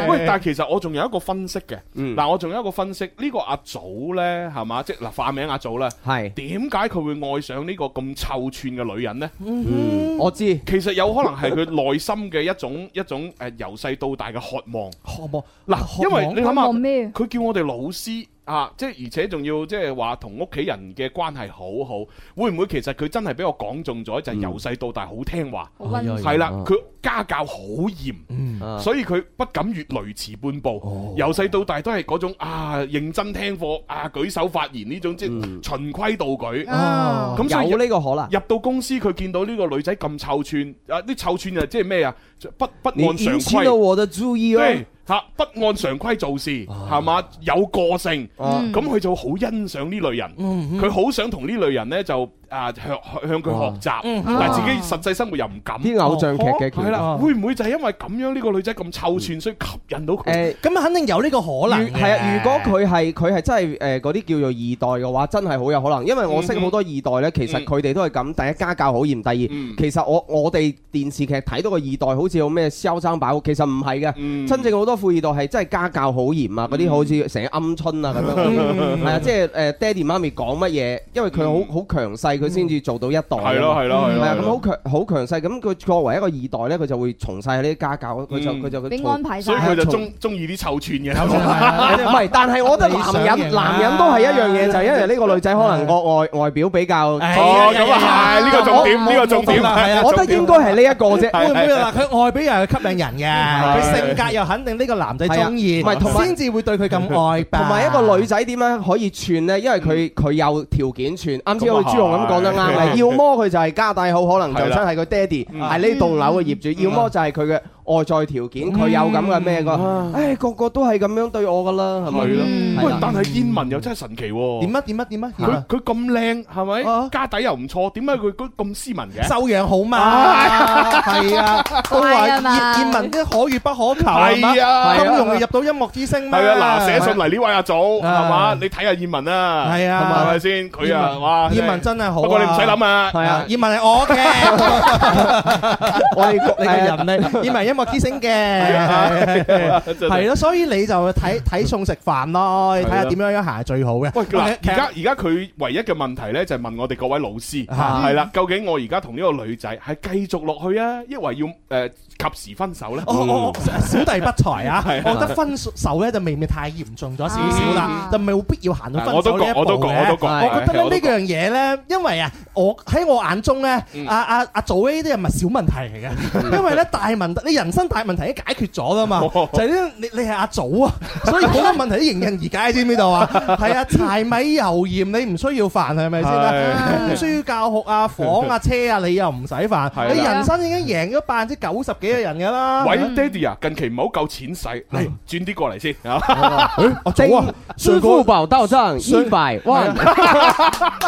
A: 喂，但係其實我仲有一個分析嘅，
E: 嗯
A: 嗱，我仲有一個分析，呢個阿祖呢，係嘛，即係嗱化名阿祖啦，
E: 係
A: 點解佢會愛上呢個咁臭串嘅女人呢？
E: 嗯我知，
A: 其實有可能係佢內心嘅一種一種誒由細到大嘅渴望，
D: 渴望
A: 嗱，因為你諗
F: 渴望
A: 下，佢叫我哋老師。啊！即係而且仲要即係話同屋企人嘅關係好好，會唔會其實佢真係俾我講中咗，就係由細到大好聽話，
F: 好溫順
A: 係啦，佢家教好嚴，
E: 啊
A: 所以佢不敢越雷池半步。由細到大都係嗰種啊認真聽課啊舉手發言呢種，即係循規蹈矩。
E: 哦
A: 咁所以
E: 有呢
A: 個可能。入到公司佢見到呢個女仔咁臭串，啊啲臭串啊即係咩啊？不不
E: 你
A: 按常
E: 引起了
A: 規。
E: 我的注意哦。
A: 對嚇不按常規做事係嘛，有個性，
E: 嗯
A: 咁佢就好欣賞呢類人，佢好想同呢類人呢就啊向向佢學習
E: 嗯，
A: 但係自己實際生活又唔敢。
E: 啲偶像劇嘅橋
A: 係啦
E: 段，
A: 會唔會就係因為咁樣呢個女仔咁臭串，所以吸引到佢
E: 誒？
D: 咁肯定有呢個可
E: 哎
D: 能嘅
E: 如係啊，如果佢係佢係真係誒嗰啲叫做二代嘅話，真係好有可能，因為
A: 嗯
E: 我識好多二代呢，其實佢哋都係咁。第一家教好嚴，第
A: 嗯
E: 二其實我我哋電視劇睇到個二代好似有咩肖爭飽，其實唔係
A: 嗯
E: 嘅，真正好多富二代係真係家教好嚴啊，嗰啲好似成日鵪鶉啊咁樣，
A: 嗯
E: 係啊，即係誒爹哋媽咪講乜嘢，因為佢好好強勢，佢先至做到一代。
A: 嗯係咯係咯係咯
E: 係啊
A: 係
E: 咁
A: 咯
E: 好強好強勢，咁佢作為一個二代呢，佢就會從細喺呢啲家教，佢
A: 嗯
E: 就佢就
F: 俾安排晒
A: 所以佢就
E: 從
A: 中中意啲臭
E: *laughs*
A: 串嘅。
E: 唔係，但係我覺得男人男人都係一樣嘢，就係因為呢個女仔可能我外外表比較
A: 哦咁啊係呢個重點，呢個重點。
E: 我覺得應該係呢一個
D: *laughs*
E: 啫。
D: *laughs* 會唔會
A: 啊
D: 嗱？佢外表又係吸引人嘅，佢性格又肯定呢個男仔中意，
E: 係啊唔係同埋
D: 先至會對佢咁愛吧。
E: 同埋一個女仔點樣可以串呢？因為佢佢有條件串。啱先好似朱紅咁講得啱
D: 咁啊
E: 啊，
D: 係
E: 要麼佢就係家底好，可能就
D: 係啦
E: 真係佢爹哋係呢棟樓嘅業主；要麼就係佢嘅外在條件，佢有咁嘅咩個。唉，個個都係咁樣對我噶啦，係咪？
A: 係咯
E: 係
A: 喂
E: 啦，
A: 但係燕文又真係神奇喎。
D: 點啊點啊點啊！點
A: 佢
D: 啊
A: 佢咁靚係
D: Ờ.
A: 咪？家底又唔錯，點解佢嗰咁斯文嘅？
D: 修養好嘛，
A: 啊
D: 係啊，都話
A: 乖啊
D: 葉
A: 嘛
D: 葉文啲可遇不可求係嘛
A: 係啊
D: 咁容易入到音樂之星咩？
A: 係啊，嗱，寫信嚟呢位阿祖
D: À。
A: 係嘛
D: 啊？
A: 你睇下燕文啊，
D: 係啊
A: 係咪先？佢啊，哇，
D: 葉文真係好啊，
A: 不過你唔使諗啊，
D: 係啊，葉文係我嘅，
E: 我哋
D: 你個人咧，葉文係音樂之星 à.
A: *laughs* à.
D: 嘅， *laughs* 係咯，所以你就睇睇餸食飯咯，睇下點樣樣行係最好嘅。
A: 喂，嗱，
D: 其實
A: 而家而家佢唯一嘅問題呢，就係問我哋各位老師，
D: 啊
A: 係啦，究竟我而家同呢個女仔係繼續落去啊，抑或要誒及時分手呢？
D: 我我我小弟不才啊，
A: 係啊
D: 我覺得分手咧就未免太嚴重咗少少啦，就冇必要行到分手呢一步
A: 我都覺我都覺我都覺
D: 嘅。我覺得
A: 係我都
D: 咧
A: 覺
D: 呢樣嘢咧，因為啊，我喺我眼中啊咧
A: 嗯，
D: 阿阿阿祖呢啲唔係小問題嚟嘅，因為咧大問題，你人生大問題已經解決
A: *laughs*
D: 咗啦嘛，
A: 哦
D: 就係呢你你係阿祖啊，所以好多問題都迎刃而解，知唔知道
A: *laughs*
D: 啊？係啊，柴米油鹽你唔需要煩係咪先啊？
A: 係
D: 唔需要教學啊、房
A: *laughs*
D: 啊、車啊，你又唔使
A: 係
D: 煩，
A: 啦
D: 你人生已經贏咗百分之九十幾嘅人㗎啦。
A: 喂，爹哋啊，近期唔好夠錢使，嚟轉啲過嚟先啊！
D: 誒，阿祖啊，
E: 支付寶到帳一百 *laughs* 萬。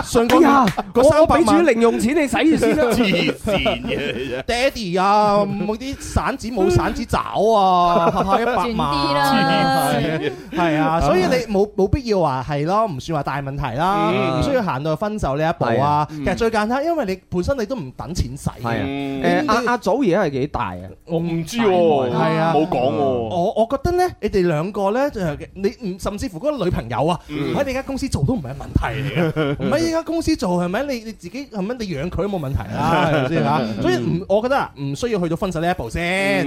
D: 上
E: 哎呀，
D: 個
E: 我我
D: 300
E: 俾住啲
D: 萬
E: 零用錢你使住先 *laughs* 啦。
A: 黐線嘅
D: 爹哋啊，冇啲散紙冇散紙找
E: *laughs*
D: 啊，一百
E: 轉啲啦
D: 萬，係係啊，所以你冇冇必要話係咯，唔算話大問題啦，
E: 嗯
D: 唔需要行到分手呢一步
E: 係
D: 啊
E: 啊。
D: 其實最簡單，因為你本身你都唔等錢使，
E: 係啊，
D: 嗯
E: 誒阿阿祖而家係幾大啊？
A: 我唔知喎，
D: 係啊
A: 冇講喎。
E: 哦
D: 我我覺得咧，你哋兩個咧，就係你唔甚至乎嗰個女朋友啊，
A: 嗯
D: 唔喺你間公司做都唔係問題嚟
E: 啊
D: 嘅，唔喺呢間公司做係咪？你你自己係咪？你養佢都冇問題
E: *laughs*
D: 啦，係咪先嚇？所以唔，我覺得啊唔需要去到分手呢一步先，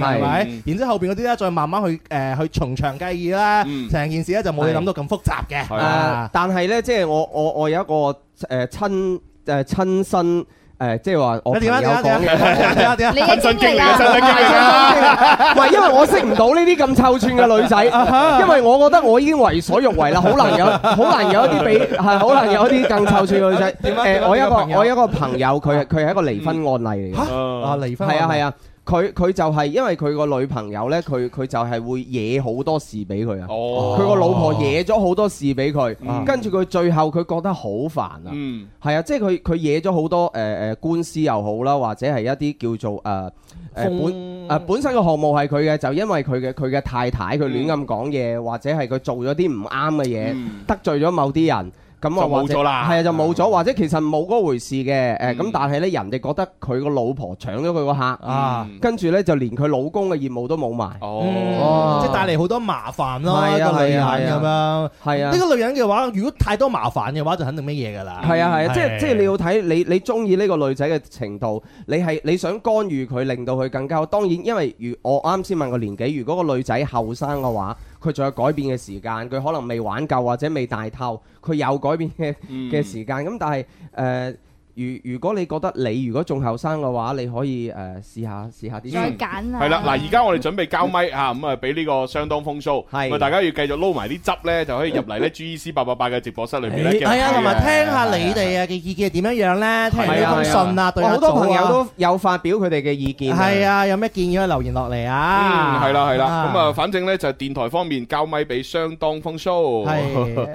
E: 嗯
D: 係咪
E: 係？
D: 然之後後邊嗰啲咧，再慢慢去誒去從長計議啦，
E: 嗯
D: 成件事咧就冇你諗到咁複雜嘅。啊
E: 誒，但係咧，即係我我我有一個誒親誒親身誒，即係話我朋友
D: 點啊點啊點啊
E: 講
D: *laughs* 點啊點啊
E: 嘅 *laughs*
D: 你嘅親身經歷啊經歷啊親身經歷
E: 啊！唔係因為我識唔到呢啲咁臭串嘅女仔，
D: 啊
E: 因為我覺得我已經為所欲為啦，好
D: *laughs*
E: 難有好難有一啲比係好難有一啲更臭串嘅女仔。
D: 點啊點啊
E: 誒，我有一
D: 點啊朋
E: 個
D: 友
E: 我有一個朋友，佢係佢係一個離婚案例嚟嘅。
D: 啊離婚
E: 係啊
D: 案例
E: 係啊。佢佢就係因為佢個女朋友呢，佢佢就係會惹好多事俾佢啊。
A: 哦
E: 佢個老婆惹咗好多事俾佢，跟住佢最後佢覺得好煩啊。
A: 嗯
E: 係啊，即係佢佢惹咗好多誒誒官司又好啦，或者係一啲叫做誒誒
D: 啊
E: 啊本誒本身個項目係佢嘅，就因為佢嘅佢嘅太太佢亂咁講嘢，或者係佢做咗啲唔啱嘅嘢，得罪咗某啲人。咁啊，
A: 就冇
E: 或者
A: 咗啦
E: 係啊，就冇咗，或者其實冇嗰回事嘅，誒咁，但係咧人哋覺得佢個老婆搶咗佢個客啊，跟住咧就連佢老公嘅業務都冇埋，
D: Ờ. Ừ.
A: Ờ.
D: 哦，即係帶嚟好多麻煩咯，
E: 係啊
D: 個
E: 係
D: 女人
E: 啊係
D: 咁樣。
E: 啊係啊
D: 呢個女人嘅話，如果太多麻煩嘅話，就肯定乜嘢㗎啦。
E: 係啊係啊，即係即係你要睇你你中意呢個女仔嘅程度，你係你想干預佢，令到佢更加好。當然，因為如我啱先問個年紀，如果個女仔後生嘅話，佢仲有改變嘅時間，佢可能未玩夠或者未大透，佢有改變嘅
A: 嗯
E: 嘅時間。咁但係誒。如如果你覺得你如果仲後生嘅話，你可以誒試下試下啲
F: 再
E: 書
F: 揀啊。
A: 系嗯啦，嗱，而家我哋準備交咪啊，咁啊，俾呢個相當風騷，咁啊大家要繼續撈埋啲汁咧，就可以入嚟咧 GEC 八八八嘅直播室裏面咧。
D: 係啊，同埋聽下你哋啊嘅意見係點樣樣咧，聽完呢封信啊，對
E: 哇
D: 下
E: 好多
D: 組啊
E: 朋友都有發表佢哋嘅意見。
D: 係啊，有咩建議可以留言落嚟啊？
A: 嗯，系啦，系
D: À.
A: 啦，咁啊，反正咧就電台方面交咪俾相當風騷。
D: 係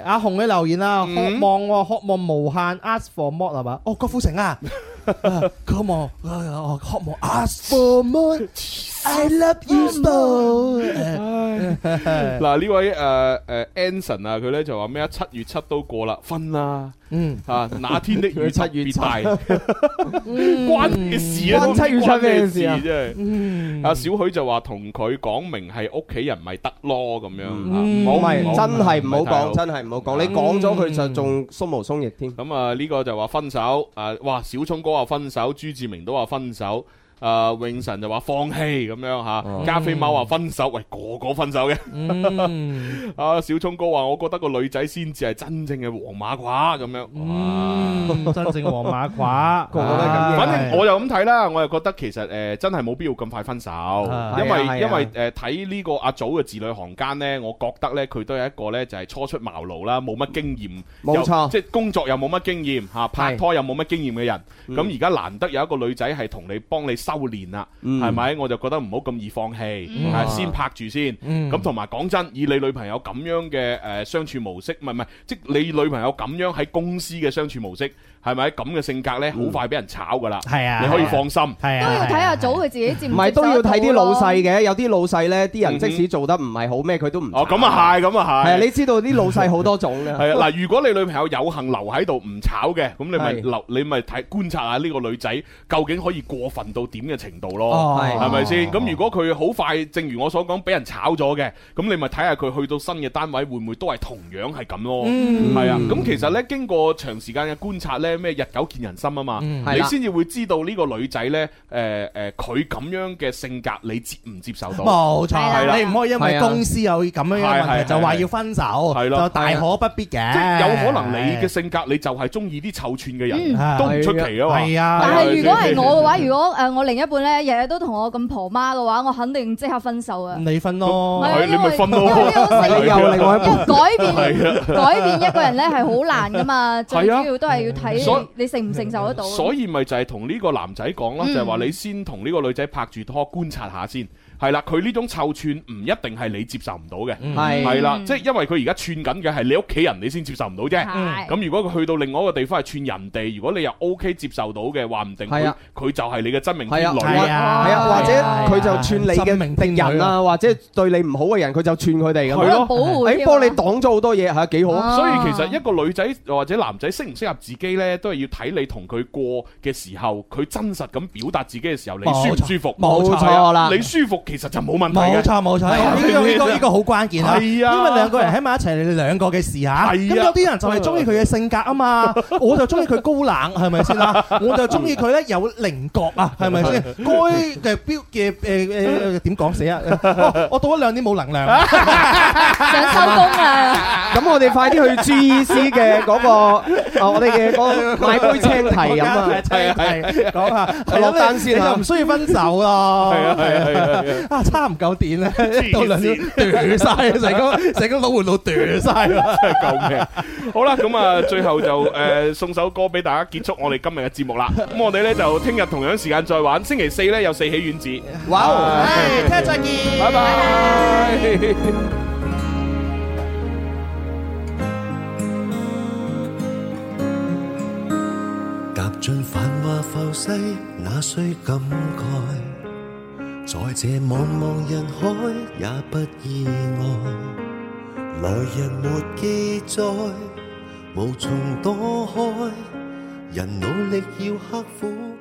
A: *laughs*
D: 阿紅嘅留言啊，
A: 嗯
D: 渴望喎渴望無限 ask for more 係嘛？哦，郭富城
A: *laughs*
D: 啊，啊渴望啊渴望 ask for more，I love
A: *laughs*
E: *laughs*
D: you so。
A: 嗱呢位誒誒 Anson 啊，佢咧就話咩啊？七月七都過啦，分啦。
D: 嗯
A: 啊，那天的雨
E: 七 *laughs*
A: 特
E: 月
A: 別
E: 七嗯
A: 大，關咩事啊？
E: 關七月七
A: 關
E: 咩事啊
A: 真
D: 嗯
A: 係。阿啊小許就話同佢講明係屋企人咪得咯咁樣啊，
E: 嗯唔
A: 好
E: 好係
A: 好
E: 真係唔
A: 太
E: 好講，真係唔好講。你講咗佢就仲鬆毛鬆翼添。
A: 咁啊呢個就話分手，啊哇小聰哥話分手，朱志明都話分手。啊永神就話放棄咁樣
E: 哦
A: 吓，加菲貓話分手，喂個個分手嘅。
D: 嗯
A: 啊小聰哥話我覺得個女仔先至係真正嘅黃馬褂咁樣。
D: 嗯，真正黃馬
A: *laughs*
D: 褂，個個都咁
A: 反正我又咁睇啦，我又覺得其實誒真係冇必要咁快分手，因
E: 係啊
A: 為因為誒睇呢個阿祖嘅字裏行間呢，我覺得呢，佢都係一個呢，就係初出茅廬啦，冇乜經驗，
E: 冇錯嗯
A: 又即係工作又冇乜經驗嚇，拍拖又冇乜經驗嘅人，咁而家難得有一個女仔係同你幫你修練啦，
E: 嗯
A: 係咪？我就覺得唔好咁易放棄，
E: 嗯
A: 係先拍住先。
E: 嗯
A: 咁同埋講真，以你女朋友咁樣嘅誒相處模式，唔係唔係，即係你女朋友咁樣喺公司嘅相處模式，係咪咁嘅性格呢？好快俾人炒㗎啦。
D: 係啊
A: 你可以放心。
D: 係
F: 都要睇下組佢自己接
E: 唔
F: 唔
E: 係
F: 接受
E: 都要
F: 得到
E: 睇啲老
F: 咯
E: 細嘅，有啲老細呢，啲
A: 嗯哼
E: 人即使做得唔係好咩，佢都唔
A: 哦，咁啊係，咁啊係。
E: 係啊，你知道啲老細好多種嘅。
A: 係啊，嗱，如果你女朋友有幸留喺度唔炒嘅，咁你咪
E: 係
A: 留，你咪睇觀察下呢個女仔究竟可以過分到點嘅程度咯
E: 哦，係
A: 係咪先？咁如果佢好快，正如我所講，俾人炒咗嘅，咁你咪睇下佢去到新嘅單位會唔會都係同樣係咁咯？
E: 嗯
A: 係啊，咁其實呢，經過長時間嘅觀察呢，咩日久見人心啊嘛，
E: 嗯
A: 你先至會知道呢個女仔呢，誒誒，佢咁樣嘅性格，你接唔接受到？
D: 冇
A: 係啦
D: 錯，你唔可以因為公司有咁樣嘅
A: 係
D: 問
A: 係
D: 題就話要分手，
A: 係咯
D: 就大可不必嘅。
A: 即係有可能你嘅性格你就係中意啲臭串嘅人，
D: 嗯
A: 都唔出奇啊嘛。
D: 係啊
F: 但係如果係我嘅話，
A: 係
F: 如果誒我另一半咧日日都同我咁婆媽嘅話，我肯定即刻分手啊！
D: 你分咯，
F: 係啊
A: 嗯哦你咪分咯
F: 因為呢個性
A: 係啊
E: 又另外一半
F: 改
A: *laughs*
F: 變
A: 係啊
F: 改變一個人咧係好難噶嘛，最主
A: 係啊
F: 要都係要
A: 所以
F: 睇你承唔承受得到。
A: 所以咪就係同呢個男仔講咯，
F: 嗯
A: 就係話你先同呢個女仔拍住拖觀察下先。係啦，佢呢種臭串唔一定係你接受唔到嘅，
E: 係
A: 係啦，即係因為佢而家串緊嘅係你屋企人，你先接受唔到啫。
E: 係
A: 嗯咁如果佢去到另外一個地方係串人哋，如果你又 OK 接受到嘅，話唔定
E: 係
A: 佢
E: 啊
A: 佢就係你嘅真命天
E: 係啊，
A: 女。
E: 係啊，係啊，或者佢就串你嘅敵人啊，或者對你唔好嘅人，佢就串佢哋咁。
A: 係咯保護添
E: 誒
A: 啊
E: 哎幫你擋咗好多嘢，係啊幾好。
A: 所以其實一個女仔或者男仔適唔適合自己呢，都係要睇你同佢過嘅時候，佢真實咁表達自己嘅時候，你舒唔舒服？
D: 冇錯冇錯
A: 係啊
D: 啦
A: 你舒服其實就冇問題嘅
D: 冇錯冇錯，
A: 係啊
D: 呢個呢個呢個好關鍵啊！ *laughs*
A: 係啊
D: 因為兩個人喺埋一齊，你兩個嘅事嚇。咁
A: 係啊
D: 有啲人就係中意佢嘅性格啊嘛， *laughs* 我就中意佢高冷，係咪 *laughs* 先啦？我就中意佢咧有棱角啊，係咪 *laughs* 先？該嘅標嘅誒誒點講死啊？哦我到咗兩點冇能量，想
F: 收工啊！
E: 咁我哋快啲去 GEC 嘅嗰個，啊我哋嘅嗰
D: *laughs*
E: 個買杯青提飲啊，
A: 係啊係啊係啊
D: 講
E: *laughs*
D: 下
E: 落單先啊
D: 你就唔需要分手咯。
A: 係啊係啊係啊係
D: 啊差唔夠電咧，到兩點斷
A: 線
D: 晒，成個成個腦回路斷晒啦。
A: 真係救命！好啦，咁啊，最後就誒送首歌俾大家結束我哋今日嘅節目啦。咁我哋呢就聽日同樣時間再玩，星期四呢有四喜丸子。
D: 哇哦！誒聽日再見，
A: 拜拜。
N: 踏進繁華浮世，那需感慨。在這茫茫人海，也不意外。來日沒記載，無從躲開。人努力要刻苦。